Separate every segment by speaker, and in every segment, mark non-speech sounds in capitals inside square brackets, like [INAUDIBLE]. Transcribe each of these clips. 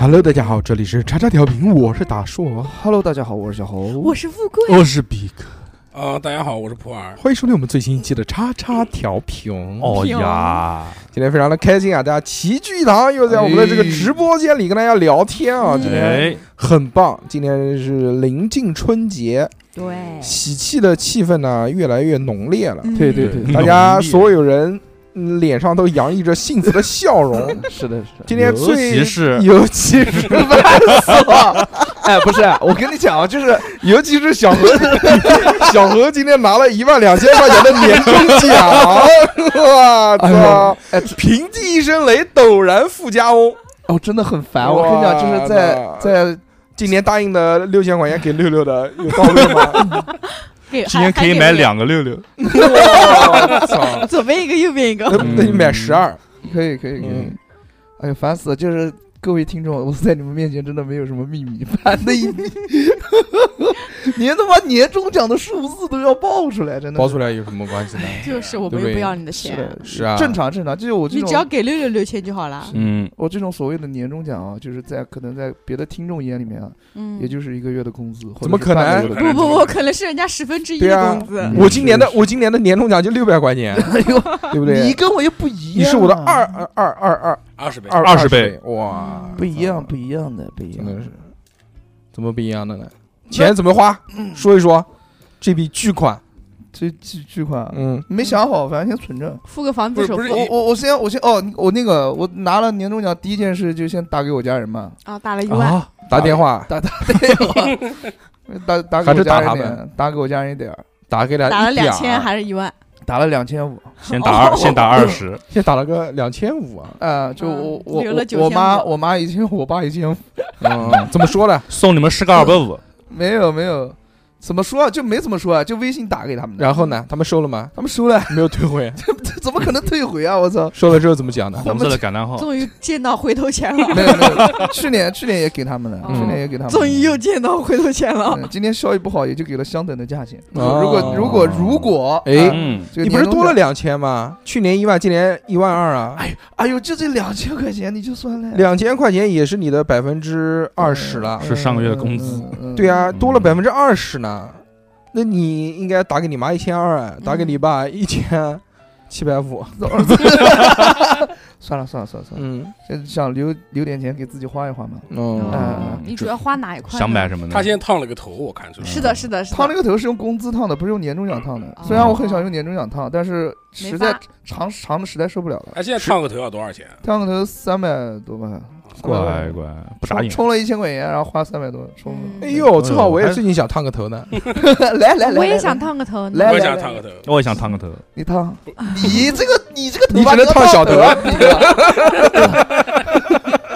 Speaker 1: Hello，大家好，这里是叉叉调频，我是大硕，
Speaker 2: Hello，大家好，我是小侯，
Speaker 3: 我是富贵，
Speaker 1: 我是比克，
Speaker 4: 啊，大家好，我是普洱。
Speaker 1: 欢迎收听我们最新一期的叉叉调频。
Speaker 2: 哦呀，
Speaker 1: 今天非常的开心啊，大家齐聚一堂，又在我们的这个直播间里跟大家聊天啊，今天
Speaker 2: 哎，
Speaker 1: 很棒，今天是临近春节，
Speaker 3: 对，
Speaker 1: 喜气的气氛呢越来越浓烈了，
Speaker 3: 嗯
Speaker 2: 对对对，
Speaker 1: 大家所有人。嗯脸上都洋溢着幸福的笑容。
Speaker 2: [LAUGHS] 是的，是的。
Speaker 1: 今天最
Speaker 5: 尤其是
Speaker 1: 尤其是
Speaker 3: [LAUGHS]
Speaker 2: 烦死了！ [LAUGHS] 哎，不是，我跟你讲啊，就是
Speaker 1: 尤其是小何， [LAUGHS] 小何今天拿了一万两千块钱的年终奖，我
Speaker 2: 哎呦
Speaker 1: 操！平地一声雷，陡然富家翁。
Speaker 2: 哦，真的很烦。我跟你讲，就是在
Speaker 1: 哇
Speaker 2: 在
Speaker 1: 今年答应的六千块钱给六六的有到位 [LAUGHS] 吗？
Speaker 3: 给
Speaker 5: 今天可以买，两个六六，
Speaker 1: 我操！
Speaker 3: 还左边一个，右边一个
Speaker 1: 那，那你买十二，
Speaker 2: 可以可以可以
Speaker 1: 嗯，
Speaker 2: 哎呦，烦死了！就是各位听众，我在你们面前真的没有什么秘密，烦的
Speaker 1: [LAUGHS]
Speaker 2: 一逼，连他妈年终奖的数字都要爆出来，真的
Speaker 1: 包出来有什么关系呢？
Speaker 3: [LAUGHS] 就是我们
Speaker 1: 对
Speaker 3: 又
Speaker 1: 不对
Speaker 3: 不要你的
Speaker 2: 是
Speaker 3: 钱，
Speaker 2: 的，
Speaker 1: 是啊
Speaker 2: 正常正常，就是我这
Speaker 3: 你只要
Speaker 2: 种。
Speaker 3: 给六六六千就好了。
Speaker 5: 嗯，
Speaker 2: 我这种所谓的年终奖啊，就是在可能在别的听众眼里面啊，
Speaker 3: 嗯，
Speaker 2: 也就是一个月的工资，或者
Speaker 1: 怎么
Speaker 2: 是
Speaker 1: 可
Speaker 2: 半
Speaker 1: 能
Speaker 2: 个月的
Speaker 3: 不不不，可能是人家十分之一
Speaker 1: 对啊
Speaker 3: 的工资
Speaker 2: 嗯。
Speaker 1: 我今年的
Speaker 2: 是
Speaker 1: 我今年的年终奖就六百块 [LAUGHS] 钱，
Speaker 2: 哎呦，
Speaker 1: 对不啊对？
Speaker 2: 你跟我又不一样，
Speaker 1: 你是我的二，二二二二
Speaker 4: 二十倍，
Speaker 1: 二
Speaker 5: 二十倍，
Speaker 1: 哇，
Speaker 2: 不一样，不一样的，不一样
Speaker 1: 真的是，怎么不一样的呢？嗯钱怎么花？说一说这笔巨款。
Speaker 2: 这巨巨款，
Speaker 1: 嗯，
Speaker 2: 没想好，反正先存着。
Speaker 3: 付个房
Speaker 4: 不
Speaker 3: 子
Speaker 4: 是
Speaker 3: 首
Speaker 4: 不是
Speaker 3: 付
Speaker 4: 一
Speaker 2: 我我我先我先哦，我那个我拿了年终奖，第一件事就先打给我家人嘛， [LAUGHS]
Speaker 3: 啊，打了一万，
Speaker 1: 啊，打电话
Speaker 2: 打打对我 [LAUGHS] 打打给
Speaker 1: 还是
Speaker 2: 我家
Speaker 1: 打他们
Speaker 2: 人点，打给我家人一点儿，
Speaker 1: 打给俩
Speaker 3: 打了
Speaker 1: 一点
Speaker 3: 两
Speaker 1: 儿啊
Speaker 3: 千，还是一万，
Speaker 2: 打了两千五
Speaker 5: 先打
Speaker 1: 哦
Speaker 5: 二，先打二十，
Speaker 1: 先打了个两千五啊。
Speaker 2: 啊，就我
Speaker 3: 嗯
Speaker 2: 我
Speaker 3: 留了
Speaker 2: 我我妈
Speaker 3: 9500
Speaker 2: 我妈一千，我爸一千，
Speaker 1: 嗯，怎么说 [LAUGHS] 呢？
Speaker 5: 送你们十个二百
Speaker 1: 嗯
Speaker 5: 五，
Speaker 2: 没有没有，怎么说啊就没怎么说啊，就微信打给他们的，
Speaker 1: 然后呢？他们收了吗？
Speaker 2: 他们收了， [LAUGHS]
Speaker 1: 没有退回。
Speaker 2: 这怎么可能退回啊？我操！
Speaker 1: [LAUGHS] 收了之后怎么讲的？
Speaker 5: 红色的感叹
Speaker 6: 哦
Speaker 5: 号，
Speaker 3: 终于见到回头钱了，
Speaker 2: 没有没有，去年去年也给他们了，
Speaker 3: 嗯
Speaker 2: 去年也给他们了，
Speaker 3: 终于又见到回头钱了。
Speaker 2: 嗯，今天效益不好，也就给了相等的价钱。
Speaker 1: 哦
Speaker 2: 如果如果如果，
Speaker 1: 哎
Speaker 2: 啊
Speaker 5: 嗯，
Speaker 2: 这个
Speaker 1: 你不是
Speaker 2: 年终
Speaker 1: 多了
Speaker 2: 奖？
Speaker 1: 两千吗？去年一万，今年一万二啊，
Speaker 2: 哎呦，就这两千块钱你就算了，
Speaker 1: 两千块钱也是你的百分之二十了。
Speaker 5: 是上个月的工资
Speaker 2: 嗯。嗯
Speaker 1: 对，啊，
Speaker 5: 嗯
Speaker 1: 多了百分之二十呢。那你应该打给你妈一千二，啊打给你爸一千七百五。
Speaker 2: 嗯嗯算了算了算了算了，
Speaker 1: 嗯
Speaker 2: 先想留留点钱给自己花一花嘛。
Speaker 1: 哦
Speaker 2: 嗯，
Speaker 3: 你主要花哪一块呢？
Speaker 5: 想买什么呢？
Speaker 4: 他
Speaker 1: 嗯
Speaker 4: 先烫了个头，我看出来。
Speaker 3: 是的，是的，是
Speaker 2: 烫那
Speaker 3: 的。
Speaker 2: 个头是用工资烫的，不是用年终奖烫的
Speaker 3: 哦。
Speaker 2: 虽然我很想用年终奖烫，但是实在
Speaker 3: 没法
Speaker 2: 长长的实在受不了了。
Speaker 4: 哎，现在烫个头要多少钱？
Speaker 2: 烫个头三百多吧，
Speaker 5: 乖乖，不眨
Speaker 2: 充
Speaker 5: 眼，
Speaker 2: 充了一千块钱，然后花三百多，充
Speaker 3: 嗯
Speaker 1: 哎呦，正好我
Speaker 5: 哎
Speaker 1: 也
Speaker 5: 呦
Speaker 1: 最近想烫个头 [LAUGHS] 呢。
Speaker 2: [LAUGHS] 来来来，
Speaker 3: 我也
Speaker 2: 来
Speaker 3: 想
Speaker 2: 来
Speaker 3: 烫个头呢，
Speaker 2: 来
Speaker 4: 我也
Speaker 2: 来
Speaker 4: 想
Speaker 2: 来
Speaker 4: 烫个头。
Speaker 5: 我也想烫个头，
Speaker 2: 你
Speaker 3: [LAUGHS]
Speaker 2: 烫，你这个你这个头
Speaker 1: 你
Speaker 2: 发
Speaker 1: 只能
Speaker 2: 要
Speaker 1: 烫小
Speaker 2: 头
Speaker 1: 头
Speaker 2: 啊，你这个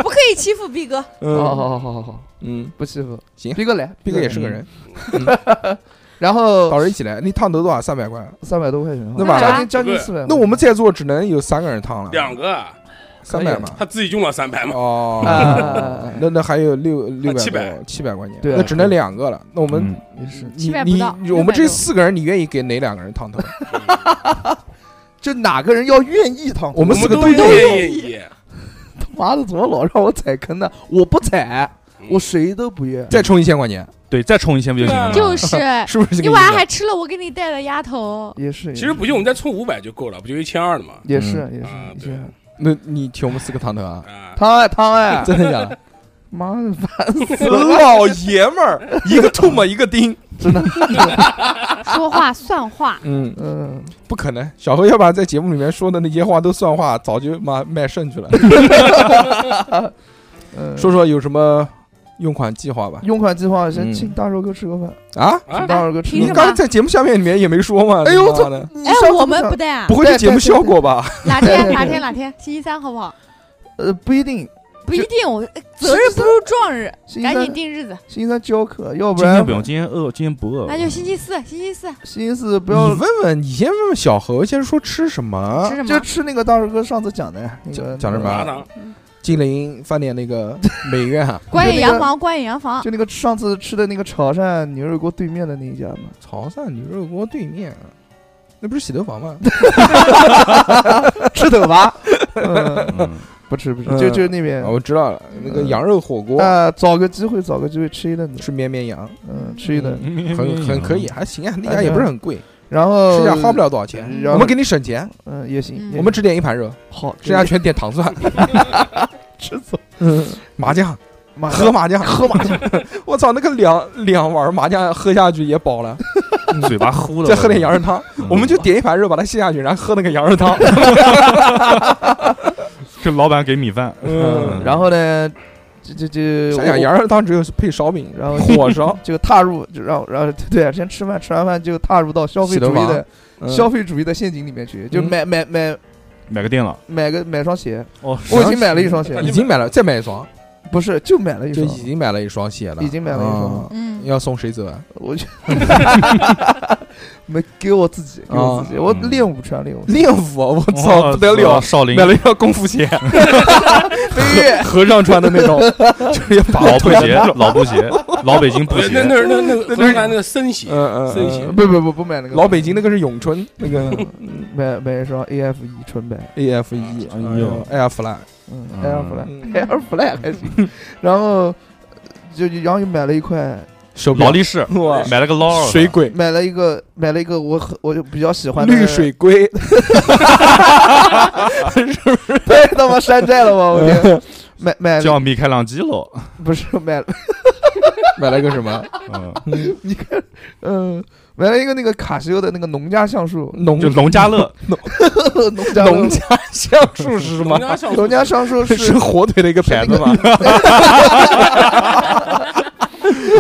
Speaker 3: 不可以欺负逼哥。
Speaker 2: 好
Speaker 1: 嗯
Speaker 2: 好好好好，
Speaker 1: 嗯，
Speaker 2: 不欺负。
Speaker 1: 行
Speaker 2: 逼哥来，
Speaker 1: 毕哥也是个人，
Speaker 2: 然后
Speaker 1: 到时候一起来。你烫头多少？三百块。
Speaker 2: 三百多块钱，
Speaker 1: 那
Speaker 3: 晚上
Speaker 2: 将近将近
Speaker 4: 对
Speaker 2: 四百。
Speaker 1: 那我们在座只能有三个人烫了，
Speaker 4: 两个啊，
Speaker 1: 三百嘛。
Speaker 4: 他自己用了三百嘛。
Speaker 2: 啊啊啊
Speaker 1: 哦，
Speaker 2: 啊啊
Speaker 1: [LAUGHS] 那那还有六六百
Speaker 4: 700
Speaker 1: 七百块钱，
Speaker 2: 对啊
Speaker 1: 那只能两个了。那我们
Speaker 5: 嗯
Speaker 2: 也是，
Speaker 1: 你
Speaker 3: 700不
Speaker 1: 你
Speaker 3: 到
Speaker 1: 你我们这
Speaker 3: 600
Speaker 1: 四个人，你愿意给哪两个人烫头？ [LAUGHS]
Speaker 2: 这哪个人要愿意烫？
Speaker 1: 我
Speaker 4: 我
Speaker 1: 们四
Speaker 4: 们
Speaker 1: 个
Speaker 4: 都
Speaker 1: 愿意。
Speaker 4: 愿意。
Speaker 2: 他妈的怎么老让我踩坑呢？我不踩，我谁都不愿。
Speaker 1: 再充一千块钱，
Speaker 5: 对，再充一千不就
Speaker 1: 啊
Speaker 5: 啊行了吗？
Speaker 3: 就是
Speaker 1: 是不是这个
Speaker 3: 你
Speaker 1: 意思？
Speaker 3: 晚上还吃了我给你带的鸭头，
Speaker 2: 也是，
Speaker 4: 其实不用，你再充五百就够了，不就一千二了吗？
Speaker 2: 也是
Speaker 5: 嗯
Speaker 2: 也是
Speaker 4: 啊
Speaker 2: 也
Speaker 4: 对
Speaker 2: 是。
Speaker 1: 那你请我们四个烫头啊？
Speaker 4: 啊，
Speaker 2: 汤哎
Speaker 1: [LAUGHS]
Speaker 2: 汤哎，
Speaker 1: 真的假
Speaker 4: [LAUGHS]
Speaker 1: 的？
Speaker 2: 妈的烦死了，
Speaker 1: 老爷们儿，一个唾沫一个钉。，
Speaker 2: 真的。
Speaker 3: 说话算话
Speaker 1: 嗯，
Speaker 2: 嗯，
Speaker 1: 不可能，小何要把在节目里面说的那些话都算话，早就妈卖肾
Speaker 2: [LAUGHS]
Speaker 1: 去了。
Speaker 2: 嗯
Speaker 1: 说说有什么用款计划吧？
Speaker 2: 用款计划，先
Speaker 1: 嗯
Speaker 2: 请大寿哥吃个饭，
Speaker 1: 啊，
Speaker 4: 啊
Speaker 2: 请大寿哥吃
Speaker 3: 凭
Speaker 1: 你
Speaker 2: 个
Speaker 3: 什
Speaker 2: 饭
Speaker 1: 刚
Speaker 3: 么。
Speaker 1: 才在节目下面里面也没说嘛。
Speaker 2: 哎呦
Speaker 1: 你妈
Speaker 2: 这
Speaker 1: 的，
Speaker 2: 你
Speaker 3: 哎
Speaker 2: 上，次
Speaker 3: 我们
Speaker 2: 上
Speaker 3: 不带啊
Speaker 1: 不，会是节目效果吧？
Speaker 3: 哪
Speaker 2: 对
Speaker 3: 天
Speaker 2: 对
Speaker 3: 哪
Speaker 2: 对
Speaker 3: 天哪天，星期三好不好？
Speaker 2: 呃不一定，
Speaker 3: 不一定，我哎择日不如撞日，
Speaker 2: 星期
Speaker 3: 赶紧
Speaker 2: 三
Speaker 3: 定日子，
Speaker 2: 星期三教课，要不
Speaker 5: 今
Speaker 2: 然
Speaker 5: 天不用，今天饿，今天不饿，
Speaker 3: 那就星期四，星期四
Speaker 2: 星期四不
Speaker 1: 不
Speaker 2: 要
Speaker 1: 你问问，你先问问小何，先说吃什么
Speaker 3: 吃？什
Speaker 2: 就
Speaker 3: 么？
Speaker 2: 吃那个大寿哥上次讲的呀，那个
Speaker 1: 讲讲什么
Speaker 4: 麻糖
Speaker 1: 金陵饭店那个美院啊，
Speaker 3: 观影
Speaker 2: 就那个
Speaker 3: 洋房，观影洋房，
Speaker 2: 就那个上次吃的那个潮汕牛肉锅对面的那一家嘛，
Speaker 1: 潮汕牛肉锅对面啊，那不是洗头房吗？
Speaker 2: 吃头 [LAUGHS] 发，
Speaker 5: 嗯
Speaker 2: 不吃不吃，
Speaker 1: 嗯
Speaker 2: 就就那边
Speaker 1: 啊，我知道了，那个羊肉火锅
Speaker 2: 啊，找个机会找个机会吃一顿子，
Speaker 1: 吃绵绵羊，
Speaker 2: 嗯，吃一顿，
Speaker 1: [LAUGHS] 很很可以，，还行啊，那家也不是很贵，
Speaker 2: 然后
Speaker 1: 吃下花不了多少钱，
Speaker 2: 然后
Speaker 1: 我们给你省钱，
Speaker 2: 哦嗯也行
Speaker 3: 嗯，
Speaker 2: 也
Speaker 1: 我们只点一盘肉，
Speaker 2: 好
Speaker 1: 剩下全点糖蒜、
Speaker 2: 吃走，
Speaker 1: [LAUGHS]
Speaker 2: 嗯，
Speaker 1: 麻将、
Speaker 2: 马
Speaker 1: 喝麻将、喝麻将。 [LAUGHS] 我操，那个两两碗麻将喝下去也饱了，
Speaker 5: 嗯嘴巴糊了，
Speaker 1: [LAUGHS] 再喝点羊肉汤，
Speaker 5: 嗯，
Speaker 1: 我们就点一盘肉把它卸下去，然后喝那个羊肉汤。
Speaker 5: 是老板给米饭，
Speaker 1: 嗯，
Speaker 2: 然后呢，就就就
Speaker 1: 想想
Speaker 2: 我
Speaker 1: 羊肉汤只有配烧饼，
Speaker 2: 然 [LAUGHS] 后
Speaker 1: [LAUGHS] 火烧
Speaker 2: 就踏入，就让然后对啊，先吃饭，吃完饭就踏入到消费
Speaker 1: 洗头
Speaker 2: 主义的
Speaker 1: 嗯
Speaker 2: 消费主义的陷阱里面去，就
Speaker 1: 嗯
Speaker 2: 买买买
Speaker 5: 买个电脑，
Speaker 2: 买个买双鞋，
Speaker 5: 哦，
Speaker 2: 我已经买了一双鞋
Speaker 4: 那，
Speaker 1: 已经买了，再买一双，
Speaker 2: 不是就买了一
Speaker 1: 就
Speaker 2: 双，
Speaker 1: 已经买了一双鞋了，
Speaker 2: 已经买了一双
Speaker 1: 嗯。
Speaker 3: 嗯，
Speaker 1: 要送谁走
Speaker 2: [LAUGHS]
Speaker 1: 啊？
Speaker 2: 我就没给我自己，给我自己，
Speaker 5: 啊
Speaker 2: 我练武全练武，
Speaker 1: 哦嗯练武，我操，
Speaker 5: [LAUGHS] 哦
Speaker 1: 不得了！
Speaker 5: 少林
Speaker 1: 买了一双功夫鞋， [LAUGHS]
Speaker 2: 飞跃，
Speaker 1: 和尚穿的那种，就是也把
Speaker 5: 老
Speaker 1: 我
Speaker 5: 布
Speaker 1: 腿 [LAUGHS]
Speaker 5: 鞋，老布鞋，老北京布
Speaker 4: 对那
Speaker 5: 鞋，
Speaker 4: 那那那那河南那个僧鞋，
Speaker 1: 嗯
Speaker 4: 僧鞋
Speaker 1: 嗯，
Speaker 2: 不不不不买那个，
Speaker 1: 老北京那个是咏春，那个
Speaker 2: 嗯买买一双 AF 一纯白，
Speaker 1: A F E，
Speaker 5: 哎呦
Speaker 1: ，A F 啦，
Speaker 2: 嗯
Speaker 5: 嗯
Speaker 2: ，Air Fly
Speaker 1: 嗯
Speaker 2: Air Fly 还行，然后就然后又买了一块，
Speaker 1: 手
Speaker 5: 劳
Speaker 1: 表，
Speaker 5: 力士，
Speaker 1: 哇，
Speaker 5: 买了嗯个捞
Speaker 1: 水鬼，
Speaker 2: 买了一个买了一个我很我就比较喜欢的
Speaker 1: 绿水龟， [LAUGHS]
Speaker 2: 太他妈山寨了吧！我
Speaker 1: [LAUGHS]
Speaker 2: 天，买买了
Speaker 5: 叫米开朗基罗， [LAUGHS]
Speaker 2: 不是买了，
Speaker 1: 买了个什么
Speaker 5: 嗯，
Speaker 2: 嗯，买了一个那个卡西欧的那个农家橡
Speaker 1: [LAUGHS]
Speaker 2: 树，
Speaker 1: 农
Speaker 5: 就农家乐，
Speaker 2: 农家乐
Speaker 1: 农家橡树 [LAUGHS] 是什么
Speaker 4: 农？家像
Speaker 2: 农家橡树
Speaker 1: 是
Speaker 2: 是
Speaker 1: 火腿的一个牌子 [LAUGHS]
Speaker 5: [LAUGHS]
Speaker 1: 吗？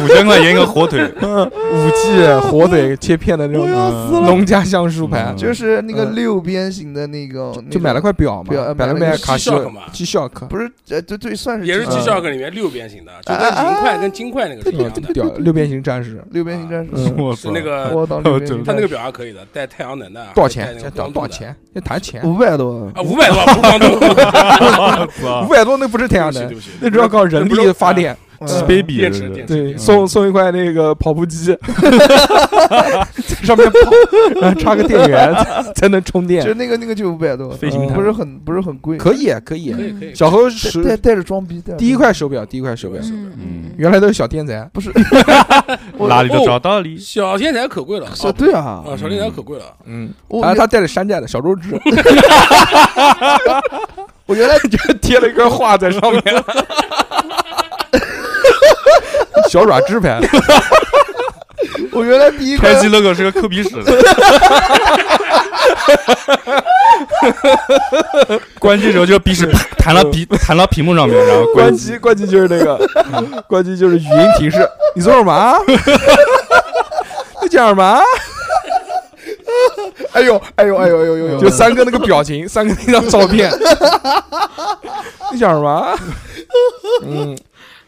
Speaker 5: 五千块钱一个火 [LAUGHS] 腿，
Speaker 1: 五 G 火腿切片的那种
Speaker 5: 嗯
Speaker 1: 农家橡树牌
Speaker 5: 嗯，
Speaker 2: 就是那个
Speaker 1: 嗯
Speaker 2: 六边形的那个，那
Speaker 1: 就
Speaker 2: 种
Speaker 1: 买了块表嘛
Speaker 2: 表，呃
Speaker 1: 买
Speaker 2: 买
Speaker 1: 了
Speaker 2: 了
Speaker 1: 块
Speaker 2: 个
Speaker 1: 卡西
Speaker 4: G-Shock 嘛
Speaker 1: G Shock，
Speaker 2: 不是呃，就对，算是
Speaker 4: 也是 G
Speaker 2: 金
Speaker 4: Shock
Speaker 2: 属
Speaker 1: 嗯
Speaker 4: 里面六边形
Speaker 1: 啊
Speaker 4: 的，就跟银块跟金块那个是一样的，
Speaker 1: 屌
Speaker 2: [LAUGHS]
Speaker 1: 六边形战
Speaker 4: 啊
Speaker 1: 士，
Speaker 2: 六边形战士。
Speaker 4: [LAUGHS]
Speaker 1: 嗯
Speaker 5: 我
Speaker 4: 是
Speaker 5: 操，
Speaker 4: 那个
Speaker 2: 我当六边
Speaker 5: 就
Speaker 2: 形
Speaker 4: 呃他
Speaker 2: 战士
Speaker 4: 那个表还可以的，带太阳能的，
Speaker 1: 多少
Speaker 4: 还
Speaker 1: 钱？
Speaker 4: 带
Speaker 1: 这
Speaker 4: 那个
Speaker 1: 多
Speaker 4: 光
Speaker 1: 多
Speaker 4: 度
Speaker 1: 少
Speaker 4: 的
Speaker 1: 钱？这谈钱，
Speaker 2: 五百多，
Speaker 4: 啊，五百多不光度，
Speaker 5: 我操
Speaker 1: 五百多那不 [LAUGHS] 是太
Speaker 4: 对
Speaker 1: 阳
Speaker 4: 不 [LAUGHS] 起对
Speaker 1: 能，
Speaker 4: 不起，
Speaker 1: 那主要靠人力发电。
Speaker 2: 嗯
Speaker 5: 是 baby
Speaker 4: 电池电池
Speaker 1: 对，
Speaker 5: 嗯
Speaker 1: 送送一块那个跑步机， [LAUGHS] 在上面跑，然后插个电
Speaker 4: [LAUGHS]
Speaker 1: 源才才能充
Speaker 2: 就
Speaker 1: 电。
Speaker 2: 那个那个就五百多，嗯
Speaker 5: 飞行
Speaker 1: 毯
Speaker 2: 不是很不是很贵，
Speaker 1: 可以，啊可以
Speaker 4: 可。以可以，
Speaker 1: 小何
Speaker 2: 带带
Speaker 1: 是
Speaker 2: 带着装逼，带着
Speaker 1: 第一块手表，第一块手表，
Speaker 3: 嗯
Speaker 5: 嗯
Speaker 1: 原来都是小天才，
Speaker 2: 不是，我
Speaker 5: 哪里都找道理，
Speaker 4: 小天才可贵了，
Speaker 2: 是
Speaker 4: 啊
Speaker 2: 对啊，
Speaker 4: 啊，小天才可贵了，
Speaker 1: 嗯，
Speaker 2: 我
Speaker 1: 哦啊，他带着山寨的小肉 [LAUGHS] 质，
Speaker 2: 我原来
Speaker 1: [LAUGHS] 就贴了一根画在上 [LAUGHS] 面，小软质牌，
Speaker 2: 我原来第一
Speaker 5: 开
Speaker 2: 块
Speaker 5: 机 logo 是个抠鼻屎 [LAUGHS] 的，关机时候就是鼻屎啪弹到 [LAUGHS] 屏弹到屏幕上面，然后
Speaker 1: 关
Speaker 5: 关
Speaker 1: 机关机就是那个，关机就是语音提示，你做什么啊？ [LAUGHS] 你讲什么啊？
Speaker 2: 哎呦哎呦哎呦哎呦哎呦，
Speaker 1: 嗯就三哥那个表情，三哥那张照 [LAUGHS] 片，你讲什么啊？嗯，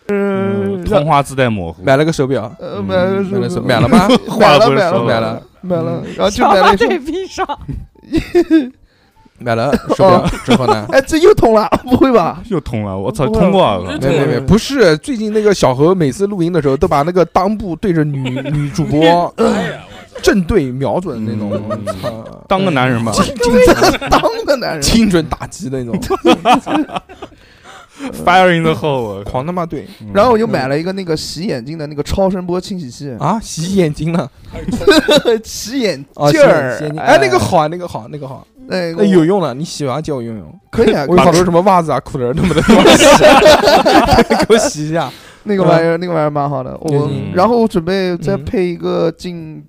Speaker 5: 嗯
Speaker 2: 嗯，
Speaker 5: 通话自带模 [LAUGHS] 糊，
Speaker 1: 买了个手表，
Speaker 2: 呃，买了
Speaker 1: 嗯买了
Speaker 2: 是
Speaker 1: 手买了吗？
Speaker 5: 话
Speaker 2: [LAUGHS] 买了
Speaker 5: 不是
Speaker 2: 买
Speaker 5: 说
Speaker 2: 了
Speaker 1: 买
Speaker 2: 买
Speaker 1: 了嗯
Speaker 2: 了买了，然后就
Speaker 3: 小
Speaker 2: 买了
Speaker 1: [LAUGHS]
Speaker 3: 马
Speaker 2: 一
Speaker 3: 对
Speaker 2: 双，
Speaker 3: 冰上，
Speaker 1: 买了手 [LAUGHS] 表之后呢？
Speaker 2: 哎，这又通了，不会
Speaker 1: [LAUGHS]
Speaker 2: 吧？
Speaker 5: 又通了，我操，通过了，
Speaker 1: 没没没，不是，最近那个小何每次录音的时候都把那个裆部对着女 [LAUGHS] 女主播呃
Speaker 4: 哎呀，我操
Speaker 1: 正对瞄准那种，
Speaker 5: 嗯
Speaker 1: 我操
Speaker 5: 当个男人吧，
Speaker 2: 当个男人，
Speaker 1: 精准打击 [LAUGHS] 那种，
Speaker 5: ，fire in the hole，
Speaker 1: 狂他妈对
Speaker 5: 嗯
Speaker 2: 然后我就买了一个那个洗眼睛的那个超声波清洗器，
Speaker 1: 啊！洗眼睛了
Speaker 4: 还有
Speaker 2: [LAUGHS]
Speaker 4: 冲
Speaker 2: 洗眼
Speaker 1: 啊，洗
Speaker 2: 镜儿
Speaker 1: 眼，睛，哎，那个，好啊，那个好，那个好，
Speaker 2: 那
Speaker 1: 那
Speaker 2: 个
Speaker 1: 有用了，你洗完借我用用。
Speaker 2: 可以啊，
Speaker 1: 我有
Speaker 2: 可以
Speaker 1: 好多什么袜 [LAUGHS] 子啊、裤子都没得给我洗，给我洗一下。
Speaker 2: 那个玩意儿，那个玩意儿蛮好的。我
Speaker 5: 嗯
Speaker 2: 然后我准备再
Speaker 1: 嗯
Speaker 2: 配一个镜，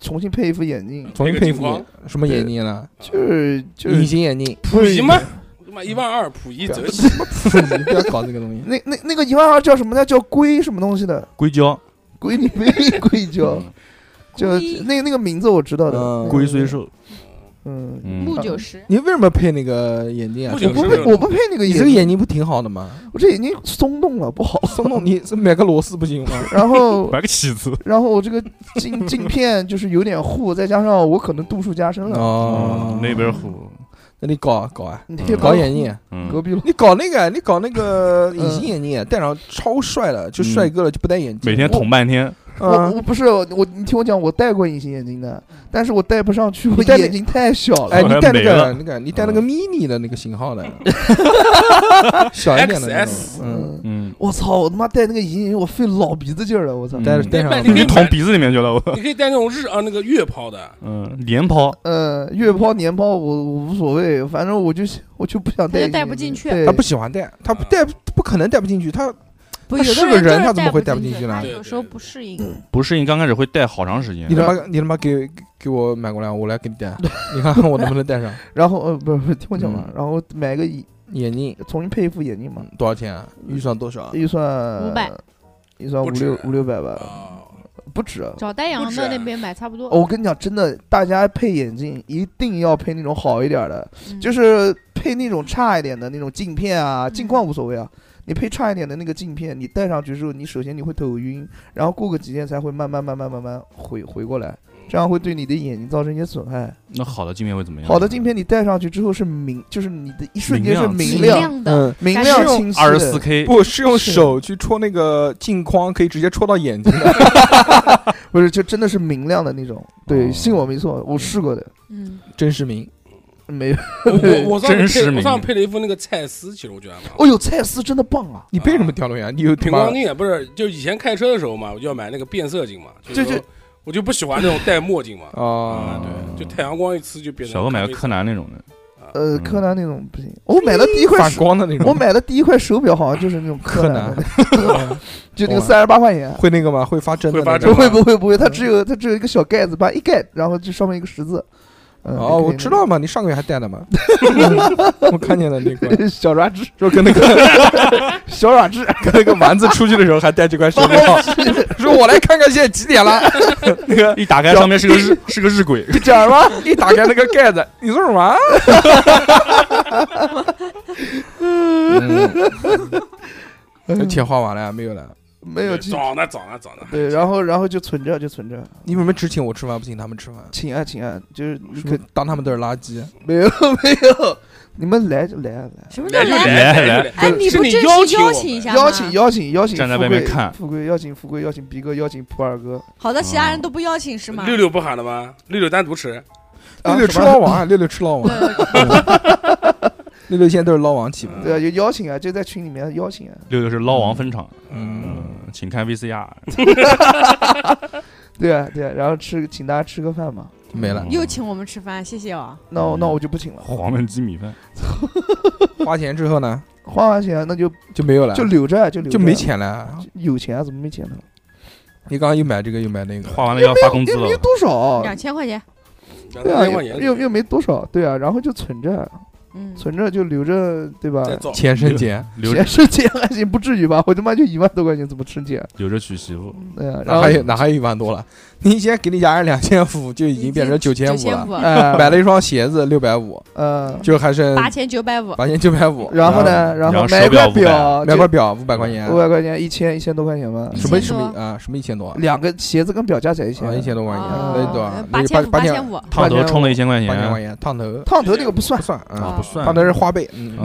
Speaker 2: 重新配一副眼镜，
Speaker 1: 重新配一副
Speaker 4: 那个
Speaker 1: 眼什么眼镜呢？
Speaker 2: 就是就
Speaker 1: 隐
Speaker 2: 是
Speaker 1: 形眼镜，
Speaker 4: 溥仪吗？他妈一万二，溥仪泽西，
Speaker 1: [LAUGHS] 不要搞这个东西。
Speaker 2: 那那那个一万二叫什么呢？叫硅什么东西的？
Speaker 5: 硅胶，
Speaker 2: 硅你没
Speaker 1: [LAUGHS]
Speaker 2: 硅胶，就
Speaker 3: 硅
Speaker 2: 那那个名字我知道的
Speaker 1: 嗯。
Speaker 5: 龟虽寿，
Speaker 2: 嗯，
Speaker 5: 嗯
Speaker 3: 木九十，
Speaker 1: 你为什么配那个眼镜啊？
Speaker 4: 不
Speaker 2: 我
Speaker 4: 仅
Speaker 2: 不
Speaker 4: 是
Speaker 2: 配，我不配那个
Speaker 1: 你
Speaker 2: 眼
Speaker 1: 这个
Speaker 2: 镜，
Speaker 1: 眼睛不挺好的 [LAUGHS] 吗？
Speaker 2: 我这眼睛松动了，不好。
Speaker 1: 松动，你买个螺丝不行吗？
Speaker 2: 然后
Speaker 5: 买个起子，
Speaker 2: 然后我这个
Speaker 1: 哦
Speaker 2: 镜镜片就是有点糊，再加上我可能度数加深了，
Speaker 5: 嗯那边虎，
Speaker 1: 那你搞啊搞啊，
Speaker 2: 你也
Speaker 1: 搞眼镜啊，呃
Speaker 5: 嗯
Speaker 2: 隔壁
Speaker 1: [LAUGHS]
Speaker 2: 了，
Speaker 1: 你搞那个，你搞那个隐形眼镜，啊戴上超帅了，就帅哥了，就不戴眼镜，
Speaker 5: 每天捅半天，
Speaker 1: 啊
Speaker 2: 我，
Speaker 3: 嗯
Speaker 2: 我不是我，你听我讲，我戴过隐形眼镜的，但是我戴不上去，我
Speaker 1: 你戴那
Speaker 2: 眼睛太小了。
Speaker 1: 哎，你戴那
Speaker 5: 没了嗯
Speaker 1: 个那个，你戴那个 mini 的那个
Speaker 5: [LAUGHS]
Speaker 1: 型号的，小一点的那种，
Speaker 4: XS
Speaker 1: 嗯，
Speaker 2: 嗯，
Speaker 5: 嗯，
Speaker 2: 我操，我他妈戴那个隐形眼镜，我费老鼻子劲儿了，我操。
Speaker 1: 戴
Speaker 5: 嗯
Speaker 1: 戴
Speaker 4: 那
Speaker 1: 上
Speaker 4: 你可以
Speaker 5: 你
Speaker 1: 了。
Speaker 5: 捅鼻子里面去了，我
Speaker 4: 你可以戴那种日啊那个月抛的，
Speaker 5: 嗯，连抛，
Speaker 2: 呃，月抛年抛我我无所谓，反正我就我就不想戴
Speaker 3: 他就
Speaker 2: 眼镜。
Speaker 3: 戴不进去
Speaker 2: 对
Speaker 1: 啊他不喜欢戴，他不
Speaker 5: 嗯
Speaker 1: 戴不可能戴不进去，他
Speaker 3: 不
Speaker 1: 他
Speaker 3: 有
Speaker 1: 是
Speaker 3: 的
Speaker 1: 个人他
Speaker 3: 就是
Speaker 1: 怎么会戴不进
Speaker 3: 进
Speaker 1: 去呢
Speaker 3: 他
Speaker 4: 对
Speaker 3: 有
Speaker 4: 对
Speaker 3: 时候
Speaker 4: 对
Speaker 3: 不适应。
Speaker 5: 不适应，刚开始会戴好长时间
Speaker 1: 你。他妈你他妈给给我买过来，我来给你戴，啊 [LAUGHS] 你看看我能不能戴 [LAUGHS] 上
Speaker 2: 然后呃，不是不是，听我讲嘛，
Speaker 1: 嗯
Speaker 2: 然后买个眼
Speaker 1: 眼镜？
Speaker 2: 重新配一副眼镜嘛，
Speaker 1: 多少钱啊？预算多少啊？
Speaker 2: 预算
Speaker 3: 500，
Speaker 2: 预算五
Speaker 4: 不止
Speaker 2: 六五六百吧，
Speaker 1: 嗯
Speaker 4: 啊，
Speaker 2: 不止。
Speaker 3: 找丹阳的那边买差不多，
Speaker 2: 哦我跟你讲，真的，大家配眼镜一定要配那种好一点的，
Speaker 3: 嗯
Speaker 2: 就是配那种差一点的那种镜片啊，
Speaker 3: 嗯
Speaker 2: 镜框无所谓啊。你配差一点的那个镜片，你戴上去之后，你首先你会头晕，然后过个几天才会慢慢慢慢慢慢回回过来，这样会对你的眼睛造成一些损害。
Speaker 5: 那好的镜片会怎么样？
Speaker 2: 好的镜片你戴上去之后是明，就是你的一瞬间是
Speaker 5: 明
Speaker 2: 明亮、
Speaker 3: 亮的，
Speaker 1: 嗯，
Speaker 2: 明
Speaker 3: 感
Speaker 2: 亮
Speaker 3: 觉
Speaker 2: 清晰的
Speaker 5: 二十四 K，
Speaker 1: 不是用
Speaker 2: 是
Speaker 1: 手去戳那个镜框，可以直接戳到眼睛的。
Speaker 2: 不是就真的是明亮的那种。对，
Speaker 5: 哦
Speaker 2: 信我没错，我试过的，
Speaker 3: 嗯，
Speaker 1: 真实名，
Speaker 2: 没有。 [LAUGHS]
Speaker 4: 我我我上
Speaker 5: 真
Speaker 4: 次
Speaker 5: 实
Speaker 4: 配我
Speaker 5: 名
Speaker 4: 上次配了一副那个蔡司，其实我觉得还蛮好。
Speaker 2: 哦呦，蔡司真的棒啊！
Speaker 1: 你配什么调度员？你有他
Speaker 4: 平
Speaker 1: 妈
Speaker 4: 光镜也不是，就以前开车的时候嘛，我就要买那个变色镜嘛，就
Speaker 2: 对
Speaker 4: 是
Speaker 2: 对
Speaker 4: 我就不喜欢那种戴
Speaker 1: [LAUGHS]
Speaker 4: 墨镜嘛，
Speaker 1: 啊？
Speaker 4: 对，就太阳光一呲就变成
Speaker 5: 小哥买个
Speaker 4: 咖啡
Speaker 5: 柯南那种的，
Speaker 2: 呃，
Speaker 5: 嗯
Speaker 2: 柯南那种不行，我买的第一块
Speaker 1: 反
Speaker 2: 手
Speaker 1: 光的那种。
Speaker 2: 我买的第一块手表好像就是那种柯
Speaker 1: [LAUGHS]
Speaker 2: 南的，就那个
Speaker 1: 哦
Speaker 2: 三十八块钱。
Speaker 1: 会那个吗？会发针的那
Speaker 4: 会发
Speaker 1: 个？
Speaker 4: 针
Speaker 2: 不会
Speaker 4: 吗
Speaker 2: 不会不
Speaker 1: 嗯
Speaker 2: 会，它只有它只有一个小盖子，把一盖，然后这上面一个十字。嗯
Speaker 1: 哦，我知。道嘛，你上个月还戴的嘛，我看见了那
Speaker 2: 就可以
Speaker 1: 块，
Speaker 2: 那个 [LAUGHS] 小软纸，
Speaker 1: 说跟那个 [LAUGHS]
Speaker 2: 小软纸，
Speaker 1: 跟那个丸子出去的时候还戴这块手表，说我来看看现在几点了。那个
Speaker 5: 一打开上面是个日 [LAUGHS] 是个日晷，
Speaker 2: [LAUGHS]
Speaker 1: 你讲什 [LAUGHS] 么？一打开那个盖子，你说什么？嗯钱花完了呀？没有了。
Speaker 2: 没有
Speaker 4: 对
Speaker 2: 去。
Speaker 4: 早呢早呢早呢，
Speaker 2: 对，然后然后就存着，就存着，
Speaker 1: 你为什么只请我吃饭，不请他们吃饭？
Speaker 2: 请啊请啊，就是你
Speaker 1: 是不
Speaker 2: 可
Speaker 1: 是当他们都是垃圾？
Speaker 2: [LAUGHS] 没有 [LAUGHS] 没有，你们来就来啊来
Speaker 3: 什么叫
Speaker 4: 来就
Speaker 5: 来
Speaker 4: 来
Speaker 5: 来
Speaker 4: 就来，
Speaker 3: 哎，你
Speaker 4: 是
Speaker 3: 不
Speaker 4: 你
Speaker 3: 真
Speaker 4: 邀
Speaker 3: 是
Speaker 4: 请我
Speaker 3: 邀
Speaker 4: 们
Speaker 3: 请一下
Speaker 2: 啊，
Speaker 3: 吗？
Speaker 2: 邀请邀请邀请，
Speaker 5: 站在
Speaker 2: 富
Speaker 5: 外面
Speaker 2: 贵
Speaker 5: 看
Speaker 2: 富贵邀请富贵邀请逼哥邀请普二哥
Speaker 3: 好的，其他人都不邀请是吗？
Speaker 4: 六六不喊了吗？六六单独吃，
Speaker 2: 啊
Speaker 1: 六六吃
Speaker 2: 什么
Speaker 1: 捞王，六六吃捞王，
Speaker 3: 对
Speaker 1: [LAUGHS] 六六现在都是捞王起步。
Speaker 2: 对啊，有邀请啊，就在群里面邀请啊，
Speaker 5: 六六是捞王分场，
Speaker 1: 嗯，
Speaker 5: 嗯，请看 VCR，
Speaker 2: 对啊对啊，然后吃请大家吃个饭嘛，
Speaker 1: 没了，
Speaker 3: 又请我们吃饭，谢谢啊。
Speaker 2: 那
Speaker 1: 嗯
Speaker 2: 我那我就不请了，
Speaker 5: 黄焖鸡米饭，
Speaker 1: 花钱之后呢
Speaker 2: 花完钱那就
Speaker 1: 就没有了，
Speaker 2: 就留着啊就留
Speaker 1: 就
Speaker 2: 着啊
Speaker 1: 没，钱了。
Speaker 2: 有钱啊怎么没钱呢？
Speaker 1: 你刚刚又买这个又买那个，
Speaker 5: 花完了要发工资
Speaker 2: 又
Speaker 5: 了
Speaker 2: 没，多少，
Speaker 3: 两千块钱，
Speaker 4: 两
Speaker 2: 对啊
Speaker 4: 三，万
Speaker 2: 又
Speaker 4: 元
Speaker 2: 又又没多少，对啊，然后就存着，
Speaker 3: 嗯，
Speaker 2: 存着就留着，对吧？
Speaker 4: 再造
Speaker 1: 钱生钱，
Speaker 6: 嗯
Speaker 5: 留着
Speaker 2: 钱是钱还行，不至于吧？我 [LAUGHS] 他妈就一万多块钱，怎么吃钱？
Speaker 5: 留着娶媳妇，
Speaker 2: 对啊，然
Speaker 1: [LAUGHS] 哪
Speaker 2: 后
Speaker 1: 还有哪还有一万多了？你现在给你家人两千五，就已经变成九千
Speaker 3: 九
Speaker 1: 五
Speaker 3: 千
Speaker 1: 了。
Speaker 3: 五，
Speaker 2: 哎
Speaker 1: 买了一双鞋子六百五，
Speaker 2: 呃，
Speaker 1: 就还剩
Speaker 3: 八千九百五，
Speaker 1: 八千九百五。啊
Speaker 2: 然后呢，
Speaker 5: 然后
Speaker 2: 后
Speaker 5: 然后
Speaker 2: 买一
Speaker 5: 手
Speaker 2: 块
Speaker 5: 表
Speaker 2: 表，
Speaker 1: 买块表五百块钱啊
Speaker 2: 五，百块钱，一千一千多块钱吧，
Speaker 1: 什么
Speaker 3: 一
Speaker 1: 什
Speaker 3: 千
Speaker 1: 么
Speaker 3: 多
Speaker 1: 啊？什么一千多啊？
Speaker 2: 两个鞋子跟表加起来一
Speaker 1: 啊，
Speaker 2: 千，
Speaker 1: 一千多块钱，
Speaker 3: 啊
Speaker 1: 那就多少？
Speaker 3: 八
Speaker 1: 那就
Speaker 3: 千五，
Speaker 1: 八
Speaker 3: 八
Speaker 1: 千
Speaker 3: 千五，
Speaker 5: 烫头充了一千块
Speaker 1: 八千块
Speaker 5: 钱，
Speaker 1: 钱，烫头
Speaker 2: 烫头那个不算
Speaker 1: 不，算啊，
Speaker 5: 不算
Speaker 1: 烫头是花呗，嗯，